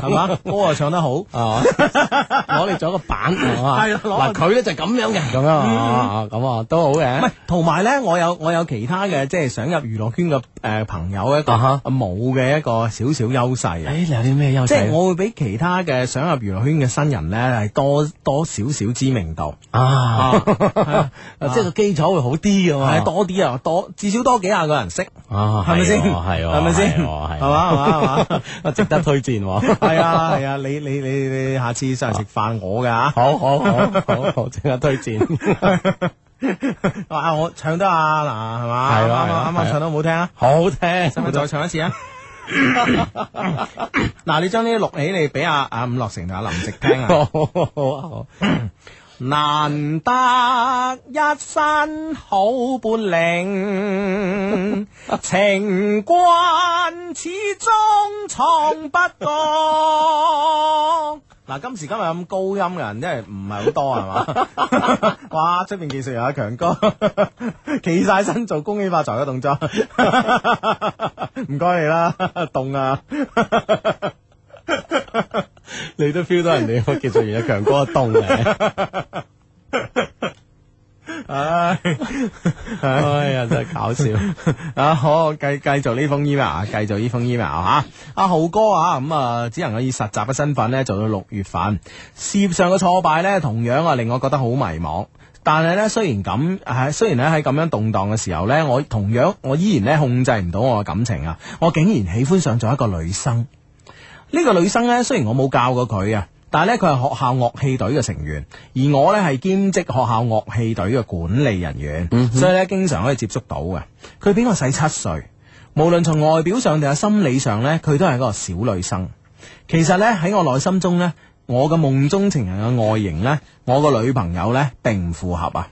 Speaker 1: 係嘛？歌啊唱得好，
Speaker 4: 啊！攞嚟做一個版，係嘛
Speaker 1: 係啊攞嚟
Speaker 4: 嗱佢咧就咁樣嘅，咁樣啊，咁啊都好嘅。
Speaker 1: 嗯唔係，同埋咧，我有我有其他嘅，即係想入娛樂圈嘅誒朋友一個
Speaker 4: 啊哈
Speaker 1: 冇嘅一個少少優勢啊。
Speaker 4: 誒，你有啲咩優勢？
Speaker 1: 即係我會比其他嘅想入娛樂圈嘅新人咧係多多少少知名度，
Speaker 4: 啊，
Speaker 1: 啊
Speaker 4: 啊 即係個基礎會好啲噶嘛，
Speaker 1: 係多啲啊，多至少多幾廿個人識，
Speaker 4: 啊，
Speaker 1: 係咪先？
Speaker 4: 係喎
Speaker 1: 係咪先？
Speaker 4: 係
Speaker 1: 係嘛
Speaker 4: 喎
Speaker 1: 係嘛係嘛？
Speaker 4: 啊值得推薦喎。
Speaker 1: 係啊係啊！你你你你下次上嚟食飯我㗎啊！
Speaker 4: 好 好好好好，值得推薦。
Speaker 1: 啊我唱得啊嗱係嘛？
Speaker 4: 係啊係
Speaker 1: 啱
Speaker 4: 啊
Speaker 1: 啱啱啱
Speaker 4: 係啊
Speaker 1: 唱得好唔好聽啊？
Speaker 4: 好聽，
Speaker 1: 使唔使再唱一次啊？ 嗱，你將呢啲錄起，你俾阿阿伍樂成同阿林夕聽啊！
Speaker 4: 好好好
Speaker 1: 難得一身好本領， 情關始終藏不過。嗱，今時今日咁高音嘅人真係唔係好多係嘛？哇，出邊技術又有強哥， 企晒身做恭喜發財嘅動作， 唔該你啦，凍啊！
Speaker 4: 你都 feel 到人哋個技術員嘅強哥凍嘅，
Speaker 1: 唉，
Speaker 4: 哎呀真係搞笑。
Speaker 1: 啊，好，繼繼續呢封 email，啊，繼續呢封 email 吓。阿浩哥啊，咁啊，只能夠以實習嘅身份咧，做到六月份。事業上嘅挫敗咧，同樣啊，令我覺得好迷茫。但係咧，雖然咁，係雖然咧喺咁樣動盪嘅時候咧，我同樣我依然咧控制唔到我嘅感情啊！我竟然喜歡上咗一個女生。呢個女生呢，雖然我冇教過佢啊，但係呢，佢係學校樂器隊嘅成員，而我呢係兼職學校樂器隊嘅管理人員，所以呢，經常可以接觸到嘅。佢比我細七歲，無論從外表上定係心理上呢，佢都係一個小女生。其實呢，喺我內心中呢，我嘅夢中情人嘅外形呢，我個女朋友呢並唔符合啊。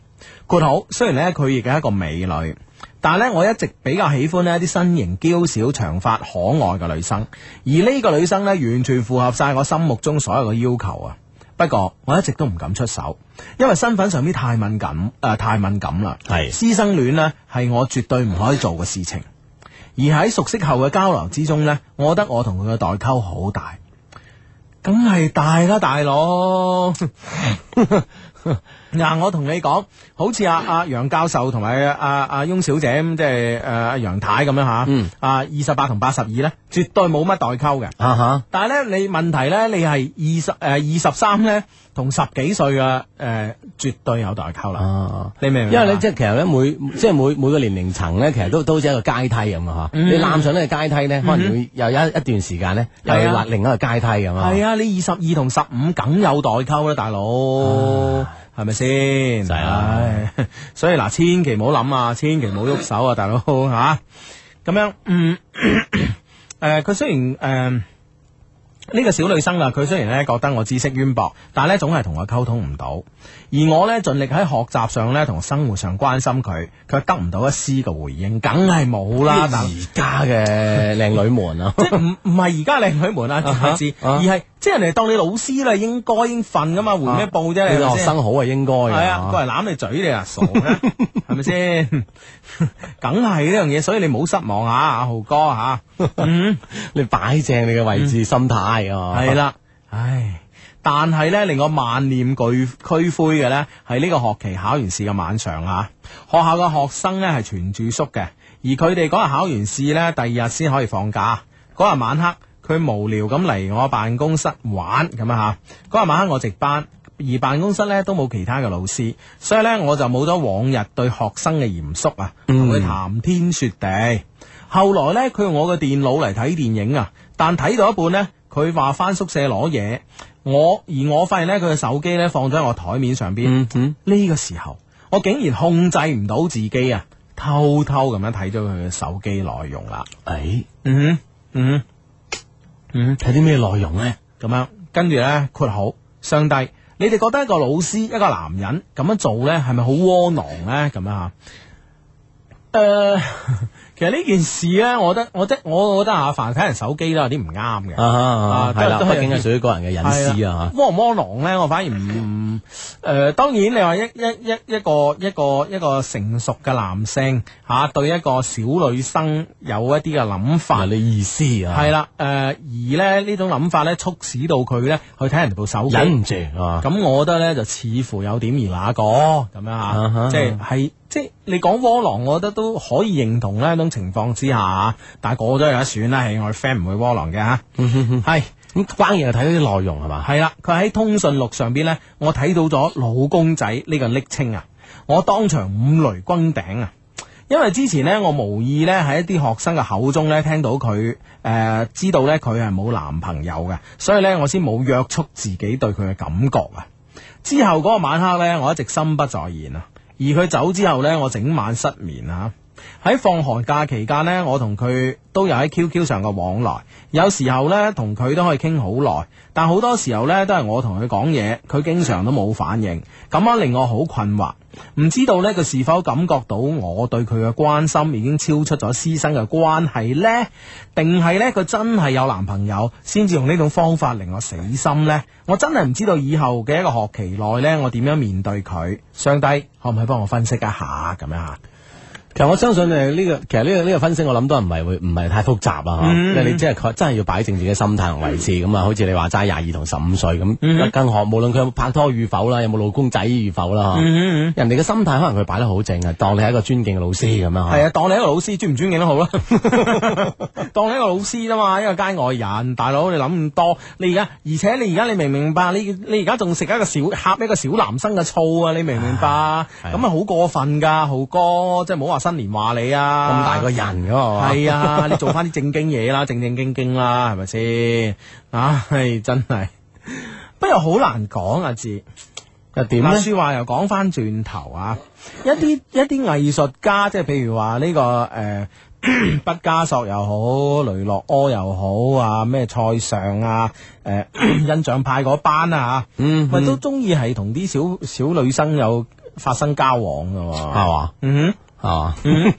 Speaker 1: 括號雖然呢，佢亦係一個美女。但係咧，我一直比較喜歡呢啲身形嬌小、長髮、可愛嘅女生，而呢個女生呢，完全符合晒我心目中所有嘅要求啊！不過我一直都唔敢出手，因為身份上面太敏感，誒、太敏感啦。
Speaker 4: 係
Speaker 1: 師生戀呢，係我絕對唔可以做嘅事情。而喺熟悉後嘅交流之中呢，我覺得我同佢嘅代溝好大，梗係大啦，大佬。嗱，我同你講，好似阿阿楊教授同埋阿阿翁小姐咁，即係诶阿楊太咁樣吓，
Speaker 4: 嗯
Speaker 1: 啊二十八同八十二咧，絕對冇乜代溝嘅。
Speaker 4: 啊哈，
Speaker 1: 但係咧，你問題咧，你係二十诶二十三咧，同十幾歲嘅诶，絕對有代溝啦。
Speaker 4: 啊。
Speaker 1: 你明唔明
Speaker 4: 因
Speaker 1: 啊？
Speaker 4: 為咧，即係其實咧，每即係每每個年齡層咧，其實都都好似一個階梯咁啊！嚇，你攬上呢個階梯咧，可能會又有一一段時間咧，又
Speaker 1: 係啊
Speaker 4: 要另一個階梯咁啊。
Speaker 1: 係啊，你二十二同十五梗有代溝啦，大佬。系咪先？
Speaker 4: 就係啦
Speaker 1: 唉， 所以嗱，千祈唔好諗啊，千祈唔好喐手啊，大佬吓。咁、樣，嗯， 诶、佢雖然诶。誒呢個小女生啊，佢雖然咧覺得我知識淵博，但係咧總係同我溝通唔到，而我咧盡力喺學習上咧同生活上關心佢，佢得唔到一絲嘅回應，梗係冇啦。大佬
Speaker 4: 而家嘅靚女 們啊，
Speaker 1: 即係唔唔係而家靚女們啊，大致
Speaker 4: 啊
Speaker 1: 而係即係人哋當你老師啦，應該應份噶嘛，回咩報啫？
Speaker 4: 你
Speaker 1: 係咪
Speaker 4: 個學
Speaker 1: 先
Speaker 4: 生好啊，應該
Speaker 1: 系啊，過嚟攬你嘴你啊，傻 嘅，係咪先？ 梗係呢樣嘢，所以你唔好失望啊，阿浩哥 吓。嗯，
Speaker 4: 你擺正你嘅位置、心態啊，
Speaker 1: 係，啦，唉。但係咧，令我萬念俱俱灰嘅咧，係呢個學期考完試嘅晚上啊，學校嘅學生咧係全住宿嘅，而佢哋嗰日考完試咧，第二日先可以放假。嗰日晚黑，佢無聊咁嚟我辦公室玩咁啊吓。嗰日晚黑我值班，而辦公室咧都冇其他嘅老師，所以咧我就冇咗往日對學生嘅嚴肅啊，同佢談天說地。後來咧，佢用我嘅電腦嚟睇電影啊，但睇到一半咧，佢話翻宿舍攞嘢，我而我發現咧，佢嘅手機咧放咗喺我台面上邊。
Speaker 4: 嗯哼，
Speaker 1: 呢個時候，我竟然控制唔到自己啊，偷偷咁樣睇咗佢嘅手機內容啦。
Speaker 4: 誒，
Speaker 1: 嗯哼嗯哼嗯
Speaker 4: 睇啲咩內容咧？
Speaker 1: 哼，咁樣跟住咧括號上帝，你哋覺得一個老師一個男人咁樣做咧，係咪好窩囊咧？咁樣吓，诶、其實呢件事咧，我覺得我即我覺得啊，凡係睇人手機都有啲唔啱嘅。
Speaker 4: 啊啊，
Speaker 1: 都
Speaker 4: 係啦，
Speaker 1: 都係
Speaker 4: 畢竟係屬於個人嘅隱私
Speaker 1: 係
Speaker 4: 啊，
Speaker 1: 窩唔窩囊咧，我反而唔诶、誒當然你話一一一一個一個一個成熟嘅男性吓、對一個小女生有一啲嘅諗
Speaker 4: 嚇
Speaker 1: 法
Speaker 4: 係。你意思啊，
Speaker 1: 系啦，诶、而咧呢種諗法咧，促使到佢咧去睇人哋部手機。
Speaker 4: 忍唔住啊，
Speaker 1: 咁我覺得咧就似乎有點而那個咁樣
Speaker 4: 啊
Speaker 1: 吓，
Speaker 4: 哈
Speaker 1: 即係係即係你講窩囊，我覺得都可以認同咧。喺種情況之下，但係過咗有得選啦，係我哋 friend 唔會窩囊嘅吓。
Speaker 4: 嗯
Speaker 1: 係
Speaker 4: 咁關鍵係睇到啲內容係嘛？
Speaker 1: 係啦，佢喺通訊錄上邊咧，我睇到咗老公仔呢個昵稱啊，我當場五雷轟頂啊！因為之前咧，我無意咧喺一啲學生嘅口中咧聽到佢誒、呃知道咧佢係冇男朋友嘅，所以咧我先冇約束自己對佢嘅感覺啊。之後嗰個晚黑咧，我一直心不在焉啊。而佢走之後咧，我整晚失眠啊。喺放寒假期間呢，我同佢都有喺 QQ 上嘅往來，有時候呢，同佢都可以傾好耐，但好多時候呢，都係我同佢講嘢，佢經常都冇反應，咁樣令我好困惑，唔知道呢，佢是否感覺到我對佢嘅關心已經超出咗師生嘅關係呢？定係呢，佢真係有男朋友先至用呢種方法令我死心呢？我真係唔知道以後嘅一個學期內呢，我點樣面對佢？上帝可唔可以幫我分析一下咁樣吓？
Speaker 4: 其實我相信誒呢個，其實呢個呢個分析我諗都唔係會唔係太複雜啦嚇，
Speaker 1: 嗯
Speaker 4: 因為你即係確真係要擺正自己嘅心態同位置咁啊，好似你話齋廿二同十五歲
Speaker 1: 嗯
Speaker 4: 咁，更何無論佢有冇拍拖與否啦，有冇老公仔與否啦嚇，
Speaker 1: 嗯
Speaker 4: 人哋嘅心態可能佢擺得好正啊，當你係一個尊敬嘅老師咁樣
Speaker 1: 系
Speaker 4: 嚇。
Speaker 1: 啊，當你一個老師尊唔尊敬都好啦， 當你一個老師啫嘛，一個街外人，大佬你諗咁多，你而家而且你而家你明唔明白？你你而家仲食一個小呷一個小男生嘅醋啊？你明唔明白？咁啊好過分㗎，浩哥，即係唔好話新年話你啊！
Speaker 4: 咁大個人㗎 嘛，
Speaker 1: 係啊，你做翻啲正經嘢啦，正正經經啦，係咪先？唉，真係，不過好難講啊，志。
Speaker 4: 又點
Speaker 1: 嗱，
Speaker 4: 咧？
Speaker 1: 说話又講翻轉頭啊，一啲一啲藝術家，即係譬如話呢、個诶、呃 畢加索又好，雷諾柯又好啊，咩塞尚啊，诶、 印象派嗰班啊，
Speaker 4: 嗯
Speaker 1: 喂、都中意係同啲小小女生有發生交往噶喎、
Speaker 4: 係嘛
Speaker 1: 嗯
Speaker 4: 係嘛，啊
Speaker 1: 哼，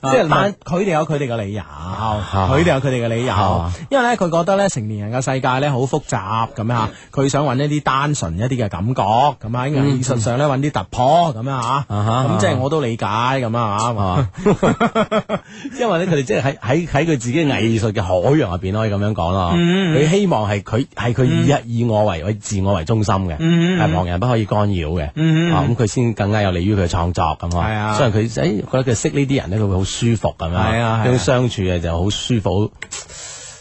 Speaker 1: 即係啊但佢哋有佢哋嘅理由，佢哋有佢哋嘅理由
Speaker 4: 啊，
Speaker 1: 因為咧佢覺得咧成年人嘅世界咧好複雜咁樣吓，佢想揾一啲單純一啲嘅感覺，咁啊喺藝術上咧揾啲突破咁樣吓，
Speaker 4: 啊哈
Speaker 1: 咁即係我都理解咁啊
Speaker 4: 係嘛， 因為咧佢哋即係喺喺喺佢自己藝術嘅海洋入邊可以咁樣講啦，
Speaker 1: 嗯
Speaker 4: 佢希望係佢係佢以以我為為自我為中心嘅，
Speaker 1: 嗯
Speaker 4: 係旁人不可以干擾嘅，啊咁佢先更加有利於佢嘅創作咁
Speaker 1: 係啊
Speaker 4: 啊。雖然佢誒覺得佢識呢啲人咧，佢會好舒服咁
Speaker 1: 係啊係啊
Speaker 4: 樣，佢相處嘅就好舒服。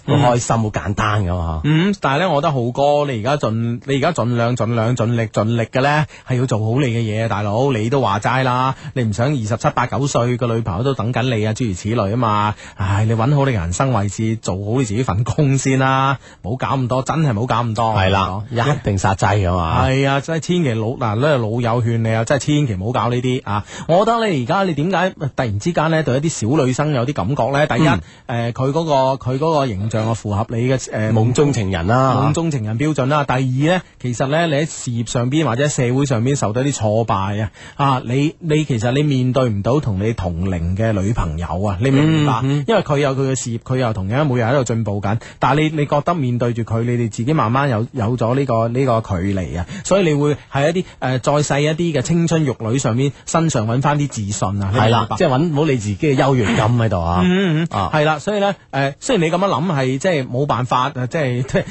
Speaker 4: 好好開心，好簡單啊噶嘛。
Speaker 1: 嗯，但系咧，我覺得浩哥，你而家盡，你而家盡量、盡量、盡力、盡力嘅咧，係要做好你嘅嘢，大佬，你都話齋啦，你唔想二十七八九歲個女朋友都等緊你啊，諸如此類啊嘛，唉，你揾好你人生位置，做好你自己份工先啦，唔好搞咁多，真係唔好搞咁多。
Speaker 4: 係啦，一定殺制噶嘛。
Speaker 1: 哦係啊，真係千祈老嗱呢個老友勸你啊，真係千祈唔好搞呢啲啊！我覺得你而家你點解突然之間咧對一啲小女生有啲感覺咧？第一，誒佢嗰個佢嗰個形象啊，符合你嘅誒
Speaker 4: 夢中情人啦、
Speaker 1: 夢中情人標準啦。第二咧，其實咧你喺事業上邊或者社會上邊受到一啲挫敗啊，啊你你其實你面對唔到同你同齡嘅女朋友啊，你明唔明白？因為佢有佢嘅事業，佢又同樣每日喺度進步緊，但係你你覺得面對住佢，你哋自己慢慢有有咗呢、個呢、個距離啊，所以你會喺一啲誒、呃再細一啲嘅青春玉女上邊身上揾翻啲自信啊，你
Speaker 4: 係
Speaker 1: 明
Speaker 4: 啦
Speaker 1: 白，
Speaker 4: 即係揾唔好你自己嘅優越感喺度啊。
Speaker 1: 嗯嗯嗯
Speaker 4: 啊，
Speaker 1: 系啦，所以咧，诶，虽然你咁樣諗係即係冇辦法，呃即係 即係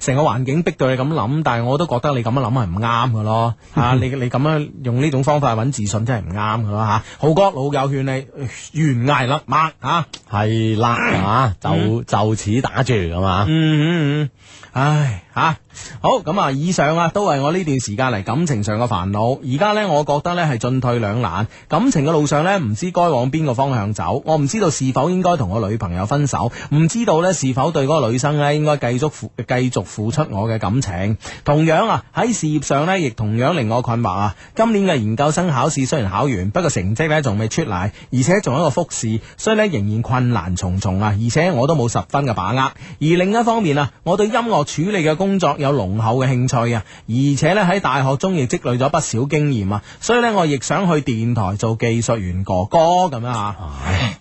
Speaker 1: 成個環境逼到你咁諗，但係我都覺得你咁樣諗係唔啱嘅咯， 吓你你咁樣用呢種方法揾自信真係唔啱嘅咯吓。浩哥老友勸你呃懸崖勒馬吓，
Speaker 4: 係啦，啊，就就此打住咁啊嘛。
Speaker 1: 嗯嗯嗯，唉吓。好咁啊！以上啊，都係我呢段時間嚟感情上嘅煩惱。而家呢，我覺得呢係進退兩難。感情嘅路上呢，唔知該往邊個方向走。我唔知道是否應該同我女朋友分手，唔知道呢是否對嗰個女生呢應該繼續付繼續付出我嘅感情。同樣啊，喺事業上呢，亦同樣令我困惑啊。今年嘅研究生考試雖然考完，不過成績呢仲未出嚟，而且仲有一個複試，所以呢仍然困難重重啊。而且我都冇十分嘅把握。而另一方面啊，我對音樂處理嘅工作有濃厚嘅興趣啊，而且呢，喺大學中亦積累咗不少經驗啊，所以呢，我亦想去電台做技術員哥哥咁樣啊。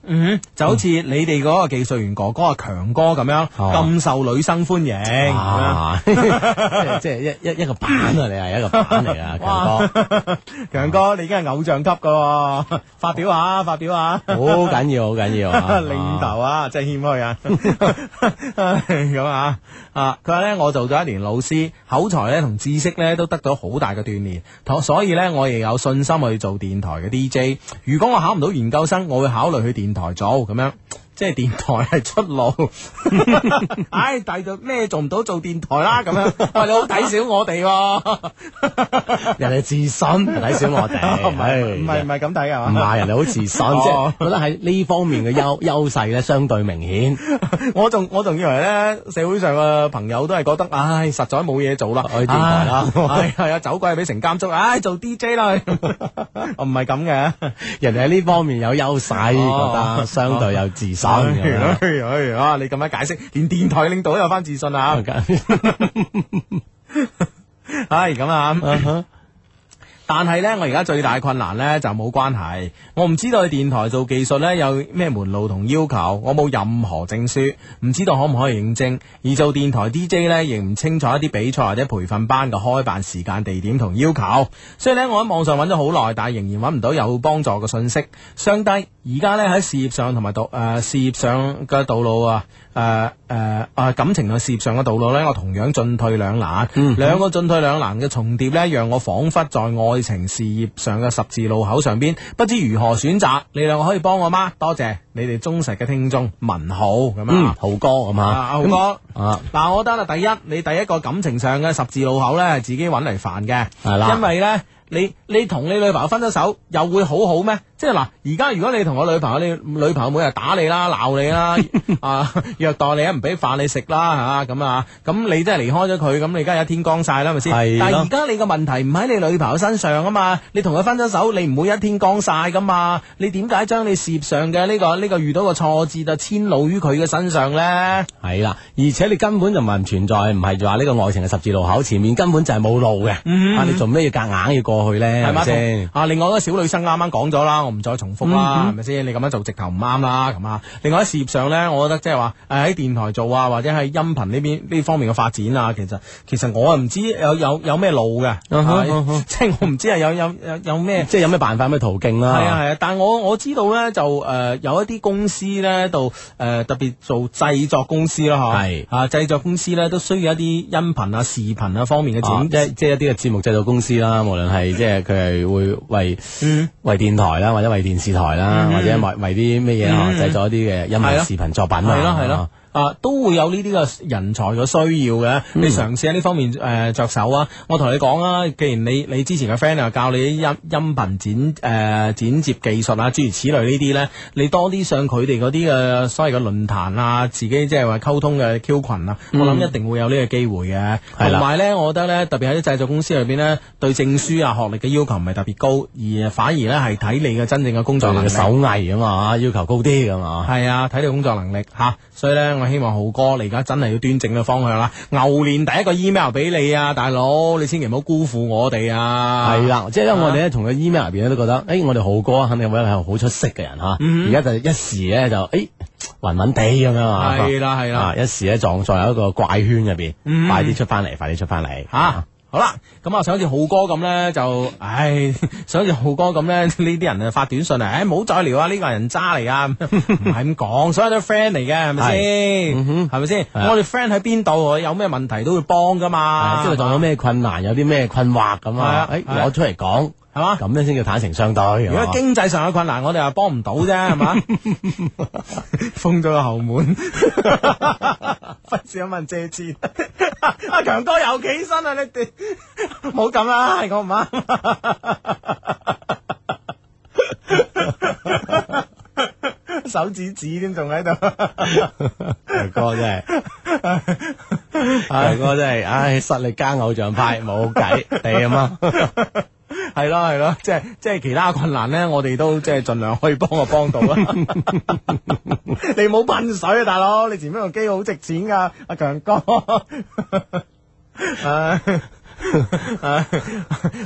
Speaker 1: 嗯，就好似你哋嗰個技術員哥哥啊，強哥咁樣咁受女生歡迎。
Speaker 4: 啊，即係即係一一一個版啊，你係一個版嚟啊，強哥。
Speaker 1: 強哥，你已經係偶像級噶、 喎，發表下，發表下。
Speaker 4: 好緊要，好緊要 啊！
Speaker 1: 領頭啊，真係謙虛啊， 咁啊啊！佢話咧，我做咗一年老師，口才咧同知識咧都得到好大嘅鍛鍊，同所以咧我亦有信心去做電台嘅 DJ。如果我考唔到研究生，我會考慮去電台做咁樣。即係電台係出 路，唉、第二度咩做唔到做電台啦咁樣，喂，你好睇小我哋喎、
Speaker 4: 人哋自信，睇小我哋，
Speaker 1: 唔係唔係唔
Speaker 4: 唔
Speaker 1: 係咁睇㗎嘛？
Speaker 4: 係人哋好自信，即
Speaker 1: 哦
Speaker 4: 係覺得喺呢方面嘅優優勢咧相對明顯。
Speaker 1: 我仲我仲以為咧，社會上嘅朋友都係覺得，唉，實在冇嘢做啦，
Speaker 4: 去電台啦
Speaker 1: 唉係係啊，走鬼俾成監督，唉，做 DJ 啦， 我唔係咁嘅，
Speaker 4: 人哋喺呢方面有優勢，
Speaker 1: 哦
Speaker 4: 覺得相對有自信咁樣。
Speaker 1: 哎呀哎呀啊你咁樣解釋，連電台領導都有翻自信啊！唉，咁啊。但係呢，我而家最大困難呢就冇關係，我唔知道去電台做技術呢有咩門路同要求，我冇任何證書，唔知道可唔可以應徵。而做電台 DJ 呢，亦唔清楚一啲比賽或者培訓班嘅開辦時間、地點同要求，所以呢，我喺網上揾咗好耐，但係仍然揾唔到有幫助嘅信息。相低而家呢，喺事業上同埋道誒、呃事業上嘅道路啊，誒誒啊感情嘅事業上嘅道路呢，我同樣進退兩難，
Speaker 4: 嗯
Speaker 1: 兩個進退兩難嘅重疊呢，讓我彷彿在愛情事業上嘅十字路口上邊，不知如何選擇。你兩個可以幫我嗎？多謝你哋忠實嘅聽眾，文豪咁
Speaker 4: 嗯，
Speaker 1: 啊，
Speaker 4: 豪哥咁
Speaker 1: 啊
Speaker 4: 啊，
Speaker 1: 阿豪哥。
Speaker 4: 啊，
Speaker 1: 嗱，我覺得啦，第一，你第一個感情上嘅十字路口咧，係自己揾嚟煩嘅，
Speaker 4: 係啦
Speaker 1: 因為咧，你你同你女朋友分咗手，又會好好咩？ 即係嗱，而家如果你同我女朋友，你女朋友每日打你啦、鬧你啦、 啊虐待你啊、唔俾飯你食啦嚇咁啊，咁你真係離開咗佢，咁你而家一天光晒啦，係咪先？
Speaker 4: 係
Speaker 1: 但係
Speaker 4: 咯
Speaker 1: 而家你個問題唔喺你女朋友身上啊嘛，你同佢分咗手，你唔會一天光晒噶嘛，你點解將你事業上嘅呢、個呢、個遇到個挫折就遷怒於佢嘅身上咧？
Speaker 4: 係啦，而且你根本就唔係唔存在，唔係話呢個愛情嘅十字路口前面根本就係冇路嘅，啊，你做咩要夾硬要過去咧？
Speaker 1: 系
Speaker 4: 係咪
Speaker 1: 嗯嘛？
Speaker 4: 先嗯
Speaker 1: 同？啊，另外嗰個小女生啱啱講咗啦，我唔再重複啦，係咪先？你咁樣做直頭唔啱啦，咁啊。另外喺事業上咧，我覺得即係話誒喺電台做啊，或者喺音頻呢邊呢方面嘅發展啊，其實其實我啊唔知有有有咩路嘅，
Speaker 4: 嗯哼
Speaker 1: 係
Speaker 4: 嗯哼
Speaker 1: 即係我唔知係有有有有咩。
Speaker 4: 即係有咩辦法、有咩途徑啦？
Speaker 1: 係啊係啊，但我我知道咧就誒、呃有一啲公司咧度誒特別做製作公司啦嗬，
Speaker 4: 係
Speaker 1: 啊製作公司咧都需要一啲音頻啊視頻啊方面嘅
Speaker 4: 啊
Speaker 1: 剪
Speaker 4: 即係即係一啲嘅節目製作公司啦，無論係即係佢係會為
Speaker 1: 嗯
Speaker 4: 為電台啦，或者為電視台啦，或者為為啲咩嘢啊，製作一啲嘅音
Speaker 1: 嗯係咯
Speaker 4: 頻視頻作品啊，
Speaker 1: 係咯係咯啊都會有呢啲嘅人才嘅需要嘅。你嘗試喺呢方面誒、呃着手啊！我同你講啊，既然你你之前嘅 friend 又教你啲音音頻剪誒、呃剪接技術啊，諸如此類呢啲咧，你多啲上佢哋嗰啲嘅所謂嘅論壇啊，自己即係話溝通嘅 Q 群啊，我諗一定會有呢個機會嘅。
Speaker 4: 係啦
Speaker 1: 同埋咧，我覺得咧，特別喺啲製作公司裏邊咧，對證書啊、學歷嘅要求唔係特別高，而呃反而咧係睇你嘅真正嘅工
Speaker 4: 就
Speaker 1: 作能
Speaker 4: 你嘅
Speaker 1: 力。
Speaker 4: 手藝啊嘛，要求高啲噶嘛。
Speaker 1: 系啊，睇你工作能力吓、所以咧，我希望浩哥你而家真係要端正嘅方向啦。牛年第一個 email 俾你啊，大佬，你千祈唔好辜負我哋啊。
Speaker 4: 系，啦，即係因為我哋咧同佢 email 入邊咧都覺得，诶，我哋浩哥肯定會係好出色嘅人吓。
Speaker 1: 嗯
Speaker 4: 而家就一時咧就诶暈暈地咁樣啊，
Speaker 1: 係啦係啦嗯
Speaker 4: 啊一時咧撞在一個怪圈入邊，快啲出翻嚟，快啲出翻嚟
Speaker 1: 吓、好啦，咁啊，想好似浩哥咁咧，就唉， 想好似浩哥咁咧，呢啲人啊發短信嚟，唉，唔好再聊啊，呢、個人渣嚟啊， 唔係咁講，所有都 friend 嚟嘅，係咪先？係咪先？
Speaker 4: 啊
Speaker 1: 我哋 friend 喺邊度，有咩問題都會幫噶嘛，
Speaker 4: 即係仲有咩困難，有啲咩困惑咁
Speaker 1: 啊係啊，
Speaker 4: 啊诶
Speaker 1: 係啊
Speaker 4: 攞出嚟講，
Speaker 1: 係嘛？
Speaker 4: 咁咧先叫坦誠相對。
Speaker 1: 如果經濟上嘅困難，我哋又幫唔到 啫，係嘛？封咗個後門， 費事有問借錢。 阿強哥又起身啊！你哋冇咁啦，係我唔啱。 手指指添，仲喺度。
Speaker 4: 大哥真係， 大哥真係，唉，實力加偶像派冇計，地啊嘛。
Speaker 1: 系咯系咯，即系即系其他困難咧，我哋都即係盡量可以幫我幫到啦。 你冇噴水啊，大佬！你前面部機好值錢噶，阿強哥。 唉唉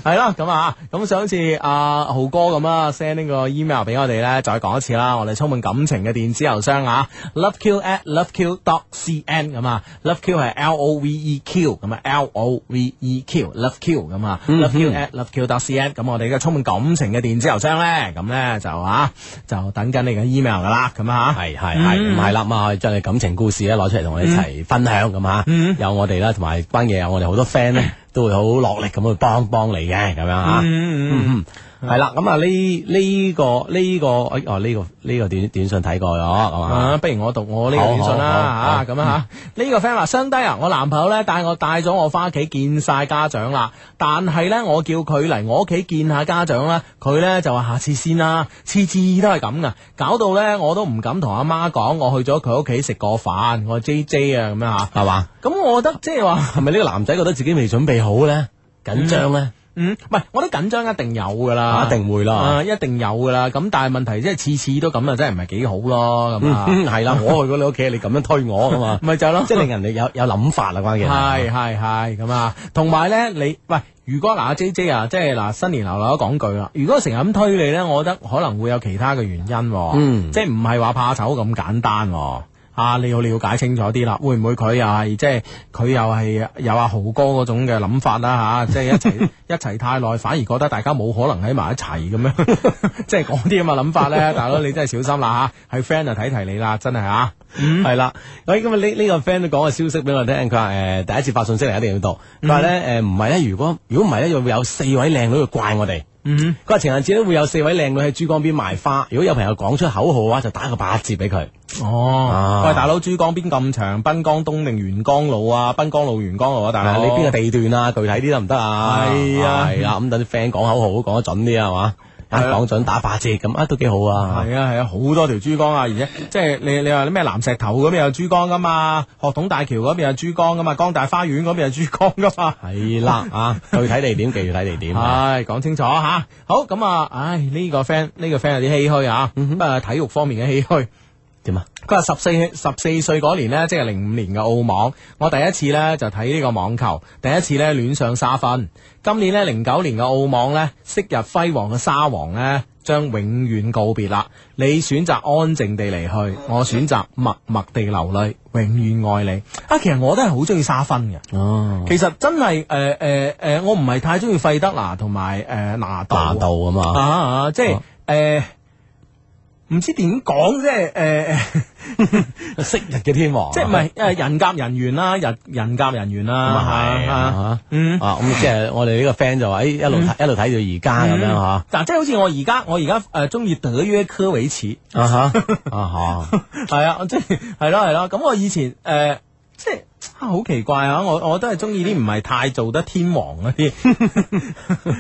Speaker 1: 係啦，咁啊，咁想好似阿浩哥咁啊，send 呢個 email 俾我哋咧，再講一次啦，我哋充滿感情嘅電子郵箱啊，loveq at loveq dot cn 咁啊，loveq 係 L O V E Q 咁啊，L O V E Q，loveq 咁啊，loveq
Speaker 4: 嗯
Speaker 1: at loveq dot cn，咁我哋嘅充滿感情嘅電子郵箱咧，咁咧就啊，就等緊你嘅 email 噶啦，咁啊，
Speaker 4: 系系系，唔系啦，咁啊可以將你感情故事咧攞出嚟同我哋一
Speaker 1: 嗯
Speaker 4: 齊分享咁吓，有我哋啦，同埋關鍵有我哋好多 friend
Speaker 1: 嗯
Speaker 4: 咧都會好落力咁去幫幫你嘅咁樣吓。嗯嗯，係啦，咁啊呢呢個呢個哎哦呢個呢個短短信睇過咗咁啊，
Speaker 1: 啊，不如我讀我呢個短信啦
Speaker 4: 好好好嗯
Speaker 1: 嚇，咁啊嚇，呢個 friend 話：相低啊，我男朋友咧帶我帶咗我翻屋企見晒家長啦，但係咧我叫佢嚟我屋企見下家長啦，佢咧就話下次先啦，次次都係咁噶，搞到咧我都唔敢同阿媽講，我去咗佢屋企食過飯，我 J J 啊咁樣嚇，
Speaker 4: 係嘛？
Speaker 1: 咁我覺得即係話。
Speaker 4: 係咪呢個男仔覺得自己未準備好咧，緊張咧？
Speaker 1: 嗯，唔係，我覺得緊張一定有噶啦，
Speaker 4: 一定會啦
Speaker 1: 啊一定有噶啦。咁但係問題即係次次都咁啊，真係唔係幾好咯，咁啊，
Speaker 4: 係
Speaker 1: ，
Speaker 4: 啦，我去過你屋企，你咁樣推我噶嘛
Speaker 1: 咪就係咯
Speaker 4: 即。係令人哋有有諗法啦，關鍵係
Speaker 1: 系系系咁啊，同埋咧，你喂，如果嗱阿 J J 啊，即系嗱新年流流都講句啦，如果成日咁推你咧，我覺得可能會有其他嘅原因喎，
Speaker 4: 嗯
Speaker 1: 即係唔係話怕醜咁簡單喎。啊！你要了解清楚啲啦，會唔會佢又係即係佢又係有阿豪哥嗰種嘅諗法啦吓，即係 一齊一齊太耐，反而覺得大家冇可能喺埋一齊咁樣， 即係嗰啲咁嘅諗法咧，大佬你真係小心啦吓，係 friend 就睇提你啦，真係吓。
Speaker 4: 系啦，喂，咁啊呢呢個 friend 都講個消息俾我聽，佢話诶第一次發信息嚟一定要到，佢話咧
Speaker 1: 嗯
Speaker 4: 诶唔係咧，如果如果唔係咧，會有四位靚女會怪我哋。
Speaker 1: 嗯，
Speaker 4: 佢話情人節咧會有四位靚女喺珠江邊賣花，如果有朋友講出口號嘅話，就打個八折俾佢。
Speaker 1: 哦
Speaker 4: 啊，
Speaker 1: 喂，大佬，珠江邊咁長，濱江東定元江路啊？濱江路、元江路啊，大
Speaker 4: 但係
Speaker 1: 佬，
Speaker 4: 你邊個地段啊？具體啲得唔得啊？
Speaker 1: 係啊
Speaker 4: 係啦，咁等啲 friend 講口號都講得準啲啊，係嘛？一
Speaker 1: 係啊
Speaker 4: 講準打八折咁啊，都幾好啊。
Speaker 1: 係啊係啊，好多條珠江啊，而且即係你你話啲咩南石頭嗰邊有珠江噶嘛，學筒大橋嗰邊有珠江噶嘛，江大花園嗰邊有珠江噶嘛。
Speaker 4: 係 啦，啊，具體地點記住睇地點啊。
Speaker 1: 唉，講清楚吓，好咁啊！唉，呢、個 friend 呢、個 friend 有啲唏噓啊，
Speaker 4: 嗯
Speaker 1: 不過體育方面嘅唏噓。
Speaker 4: 點啊？
Speaker 1: 佢話十四十四歲嗰年呢，即係零五年嘅澳網，我第一次呢就睇呢個網球，第一次呢戀上沙芬。今年呢，零九年嘅澳網呢，昔日輝煌嘅沙皇呢，將永遠告別啦。你選擇安靜地離去，我選擇默默地流淚，永遠愛你。啊，其實我都係好中意沙芬嘅。
Speaker 4: 哦，
Speaker 1: 其實真係誒誒誒，我唔係太中意呃費德拿同埋誒拿度
Speaker 4: 拿度啊嘛。
Speaker 1: 啊啊，即係誒。呃唔知點講，即係呃诶，
Speaker 4: 昔日嘅天王啊，
Speaker 1: 即係唔係诶人夾人緣啦，人人夾人緣
Speaker 4: 咁啊嗯
Speaker 1: 啦，
Speaker 4: 係
Speaker 1: 嚇
Speaker 4: 啊，
Speaker 1: 嗯
Speaker 4: 啊咁即係我哋呢個 friend 就話，哎誒一路睇一路睇到而家咁樣嚇。
Speaker 1: 嗱，即係好似我而家，我而家誒中意德約科維 奇，
Speaker 4: 啊哈啊哈，
Speaker 1: 係啊，即係係咯係咯。咁我以前誒、呃即係啊好奇怪啊！我我都係中意啲唔係太做得天王嗰啲，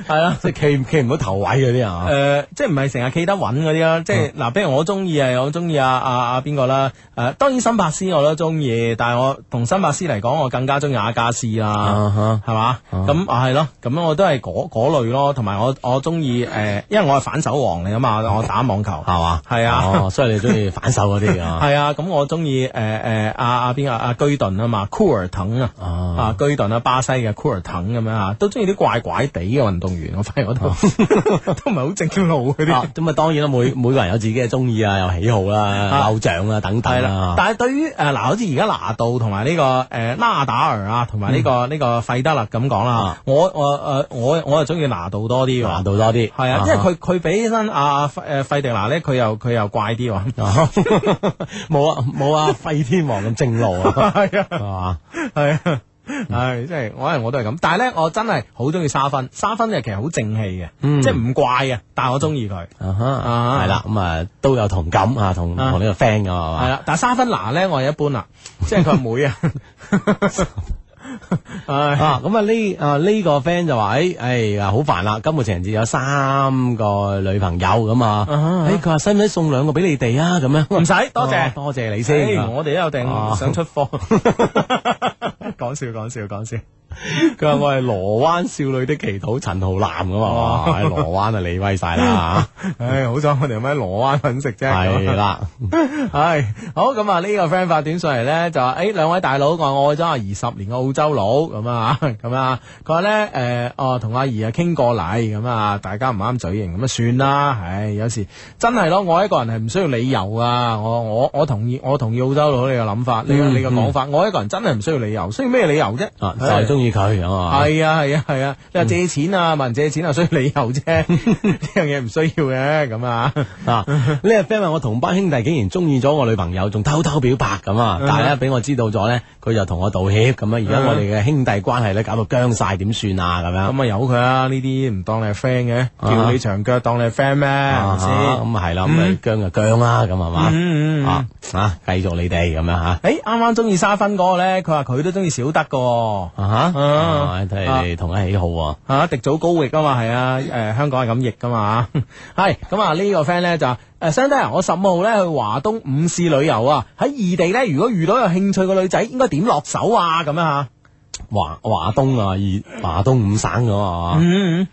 Speaker 1: 係啦。
Speaker 4: 即係啊企唔企唔到頭位嗰啲
Speaker 1: 誒、
Speaker 4: 啊，
Speaker 1: 呃即係唔係成日企得穩嗰啲啦，即
Speaker 4: 嗯
Speaker 1: 係嗱，譬如我中意係我中意啊啊啊邊個啦？誒、當然辛柏斯我都中意，但係我同辛柏斯嚟講，我更加中意阿加斯啦。
Speaker 4: 啊哈
Speaker 1: 係嘛？咁啊係咯，咁我都係嗰嗰類咯，同埋我我中意誒，因為我係反手王嚟噶嘛，我打網球
Speaker 4: 係嘛？
Speaker 1: 係啊
Speaker 4: 哦，所以你中意反手嗰啲 啊？
Speaker 1: 係啊，咁我中意誒誒阿阿邊個阿居頓啊嘛，庫爾滕啊，
Speaker 4: 啊
Speaker 1: 啊居頓啊，巴西嘅庫爾滕咁樣啊，都中意啲怪怪地嘅運動員，我發現我 都都唔係好正路嗰啲
Speaker 4: 啊。咁啊，當然啦，每每個人有自己嘅中意啊，有喜好啦、
Speaker 1: 啊
Speaker 4: 偶像啊等
Speaker 1: 係
Speaker 4: 等
Speaker 1: 啦
Speaker 4: 啦，。
Speaker 1: 但係對於誒呃嗱，好似而家拿度同埋呢個誒拉打爾啊，同埋呢個呢個費德勒咁講啦
Speaker 4: 啊，
Speaker 1: 我我誒我我就中意拿度多啲喎。
Speaker 4: 難度多啲，
Speaker 1: 系啊，因為佢佢比起身阿誒費迪拿咧，佢又佢又怪啲喎。
Speaker 4: 啊冇啊冇啊，廢天王咁正路啊，
Speaker 1: 係啊，
Speaker 4: 係嘛？
Speaker 1: 係啊，係即係我係我都係咁，但係咧我真係好中意沙芬，沙芬嘅其實好正氣嘅，
Speaker 4: 嗯
Speaker 1: 即係唔怪嘅，但係我中意佢。
Speaker 4: 啊哈，
Speaker 1: 啊
Speaker 4: 係啦，咁啊都有同感啊，同
Speaker 1: 啊
Speaker 4: 同呢個 friend 噶嘛，
Speaker 1: 係
Speaker 4: 係嘛
Speaker 1: 啦，但係沙芬拿咧我係一般啊啦，即係佢阿妹 啊。唉，
Speaker 4: 啊，咁啊呢啊呢個 friend 就話，誒誒啊好煩啦，今個情人節有三個女朋友咁啊，
Speaker 1: 啊哈
Speaker 4: 誒佢話使唔使送兩個俾你哋啊？咁樣
Speaker 1: 唔使，多謝
Speaker 4: 哦多謝你
Speaker 1: 唉
Speaker 4: 先。
Speaker 1: 我哋都有定
Speaker 4: 啊
Speaker 1: 想出貨。 講笑講笑講笑，
Speaker 4: 佢話我係羅灣少女的祈禱陳浩南咁啊，哇喺羅灣啊你威晒啦，
Speaker 1: 唉，好彩我哋有咩羅灣揾食啫。啊
Speaker 4: 係啦，
Speaker 1: 系好咁啊！呢個 friend 發短信嚟咧，就話：诶兩位大佬，我愛咗阿姨十年嘅澳洲佬咁啊，咁啊，佢話咧诶哦，同阿姨啊傾過嚟咁啊，大家唔啱嘴型咁啊，算啦。唉，有時真係咯，我一個人係唔需要理由啊！我我我同意，我同意澳洲佬你嘅諗法，你嘅你嘅講法，我一個人真係唔需要理由，需要咩理由啫？
Speaker 4: 啊嗯就係嗯中意佢咁啊，
Speaker 1: 系啊系啊系啊！你話借錢啊，問人借錢啊，需要理由啫， 呢樣嘢唔需要嘅咁啊。
Speaker 4: 啊！呢個 friend 話我同班兄弟竟然中意咗我女朋友，仲偷偷表白咁啊！
Speaker 1: 嗯
Speaker 4: 但係咧俾我知道咗咧，佢就同我道歉咁啊！而家我哋嘅兄弟關係咧搞到僵晒，點算啊？咁樣
Speaker 1: 咁啊由佢啦，呢啲唔當你係 friend
Speaker 4: 啊
Speaker 1: 嘅，叫你長腳當你係 friend 咩？係
Speaker 4: 啊
Speaker 1: 咪先？
Speaker 4: 咁啊係啦，咁啊僵就僵啦，咁係嘛
Speaker 1: 嗯嗯嗯
Speaker 4: 啊啊！繼續你哋咁樣啊吓
Speaker 1: 誒啱啱中意沙芬嗰個咧，佢話佢都中意小德嘅喎。
Speaker 4: 啊吓，
Speaker 1: 啊
Speaker 4: 啊睇嚟你哋同一喜好喎。
Speaker 1: 啊，迪祖高域啊嘛，係啊，誒、香港係咁譯噶嘛， 係咁啊呢個 friend 咧就話誒相低啊，我十五號咧去華東五市旅遊啊，喺異地咧如果遇到有興趣嘅女仔，應該點落手啊咁樣嚇？
Speaker 4: 華華東啊，異華東五省咁啊，
Speaker 1: 嗯。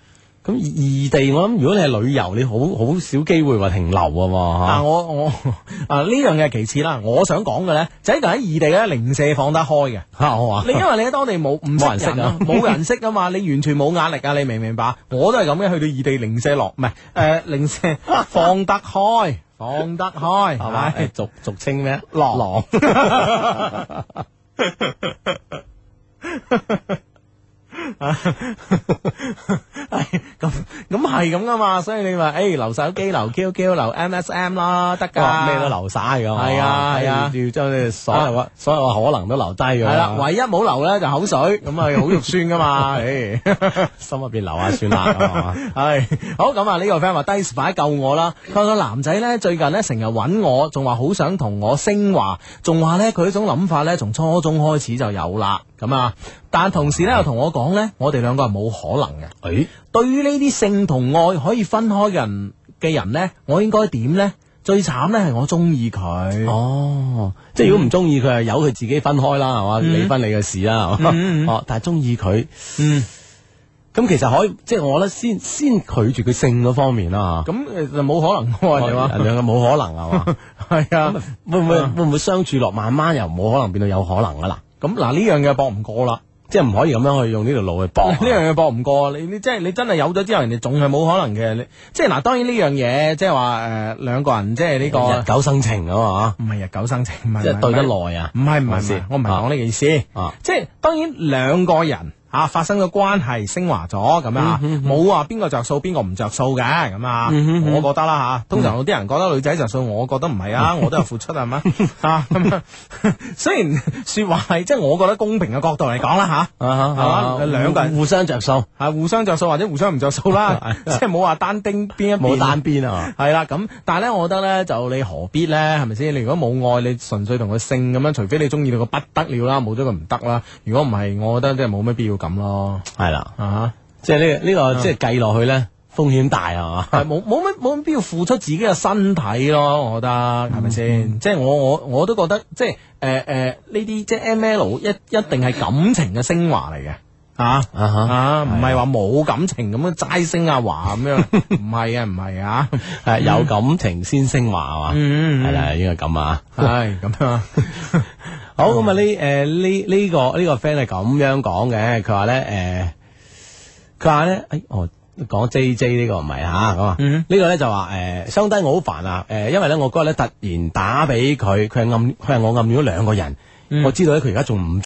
Speaker 4: 咁異異地我諗，如果你係旅遊，你好好少機會話停留啊喎，
Speaker 1: 啊！
Speaker 4: 嚇
Speaker 1: 我我 啊呢樣嘢係其次啦，我想講嘅咧就係一個人喺異地咧零舍放得開嘅。
Speaker 4: 嚇我話
Speaker 1: 你因為你喺當地冇唔
Speaker 4: 冇人
Speaker 1: 識
Speaker 4: 識
Speaker 1: 人
Speaker 4: 啊
Speaker 1: 啊，冇人識啊嘛，你完全冇壓力啊！你明唔明白？我都係咁嘅，去到異地零舍落， 唔係誒零舍放得開，放得開，
Speaker 4: 係
Speaker 1: 係
Speaker 4: 嘛？
Speaker 1: 咪
Speaker 4: 誒？俗俗稱咩？
Speaker 1: 狼
Speaker 4: 狼。
Speaker 1: 係咁咁係咁噶嘛，所以你話誒留手機、留 QQ、留 MSM 啦，得㗎，
Speaker 4: 哇哦咩都留晒㗎，哎
Speaker 1: 係啊係啊
Speaker 4: 要要將你所有嘅所有嘅可能都留低㗎，
Speaker 1: 係啦，唯一冇留咧就口水， 咁啊好肉酸噶 嘛，誒。
Speaker 4: 心入邊留下算啦，係 嘛
Speaker 1: 系好咁啊！呢個 friend 話低士牌救我啦。佢話個男仔呢，最近呢成日揾我，仲話好想同我升華，仲話呢，佢呢種諗法呢，從初中開始就有啦。咁啊，但同時呢，又同我講呢，我哋兩個係冇可能嘅。
Speaker 4: 誒
Speaker 1: 對於呢啲性同愛可以分開嘅人嘅人呢，我應該點呢？最慘呢係我中意佢。
Speaker 4: 哦，即係如果唔中意佢，係由佢自己分開啦，係嘛？離婚你嘅事啦，係嘛？哦，但係中意佢，
Speaker 1: 嗯，
Speaker 4: 咁其實可以，即係我覺得先先拒絕佢性嗰方面啦嚇。
Speaker 1: 咁誒就冇可能愛係嘛？
Speaker 4: 兩個冇可能係嘛？
Speaker 1: 係 啊，
Speaker 4: 會唔會會唔會相處落慢慢由冇可能變到有可能噶啦？
Speaker 1: 咁嗱呢樣嘢搏唔過啦。
Speaker 4: 即係唔可以咁樣去用呢條路去 搏啊
Speaker 1: 呢樣嘢搏唔過，啊你你即係你真係有咗之後，人哋仲係冇可能嘅。你即係嗱，當然呢樣嘢即係話誒兩個人即係呢
Speaker 4: 日
Speaker 1: 個
Speaker 4: 久生情啊嘛，
Speaker 1: 唔係日久生情，唔係嗯
Speaker 4: 即係對得。耐啊
Speaker 1: 唔係唔係唔係唔
Speaker 4: 係咪
Speaker 1: 係，我唔係講呢個意思。
Speaker 4: 啊
Speaker 1: 即係當然兩個人嚇、啊發生咗關係升華咗咁樣啊，
Speaker 4: 嗯
Speaker 1: 冇話邊個着數邊個唔着數嘅咁啊，我覺得
Speaker 4: 嗯
Speaker 1: 啦吓，通常有啲人覺得女仔着數，我覺得唔係 啊，我都有付出係咪啊？ 咁樣雖然說話係即係我覺得公平嘅角度嚟講啦吓。
Speaker 4: 啊
Speaker 1: 係嘛兩個人
Speaker 4: 互相着數，
Speaker 1: 系啊互相着數或者互相唔着數 啦，即係冇話單丁邊一邊
Speaker 4: 冇單邊啊。
Speaker 1: 係啦，咁但係咧，我覺得咧，就你何必咧，係咪先？你如果冇愛，你純粹同佢性咁樣，除非你中意到佢不得了啦，冇咗佢唔得啦。如果唔係，我覺得真係冇咩必要咁咯。
Speaker 4: 係啦，
Speaker 1: 啊
Speaker 4: 即係呢個呢個即係計落去咧，風險大啊
Speaker 1: 哈，
Speaker 4: 嘛。
Speaker 1: 係冇冇乜冇乜必要付出自己嘅身體咯，我覺得係咪先？即係我我我都覺得，即係誒誒呢啲即係 M L 一一定係感情嘅升華嚟嘅啊。
Speaker 4: 啊哈，
Speaker 1: 啊，唔係話冇感情咁樣齋升阿華 咁樣，唔係啊，唔係啊，
Speaker 4: 係有感情先升華啊嘛，
Speaker 1: 嗯
Speaker 4: 係啦，應該咁啊。
Speaker 1: 係咁 啊，
Speaker 4: 好
Speaker 1: 嗯
Speaker 4: 咁啊！呢誒呢呢個呢個 friend 係咁樣講嘅，佢話咧誒，佢話咧誒，我講 J J 呢個唔係嚇咁啊，
Speaker 1: 嗯
Speaker 4: 呢個咧就話誒，相低我好煩啊誒，因為
Speaker 1: 嗯
Speaker 4: 咧我嗰日咧突然打俾佢，佢係暗佢係我暗戀咗兩個人，我知道咧佢而家仲唔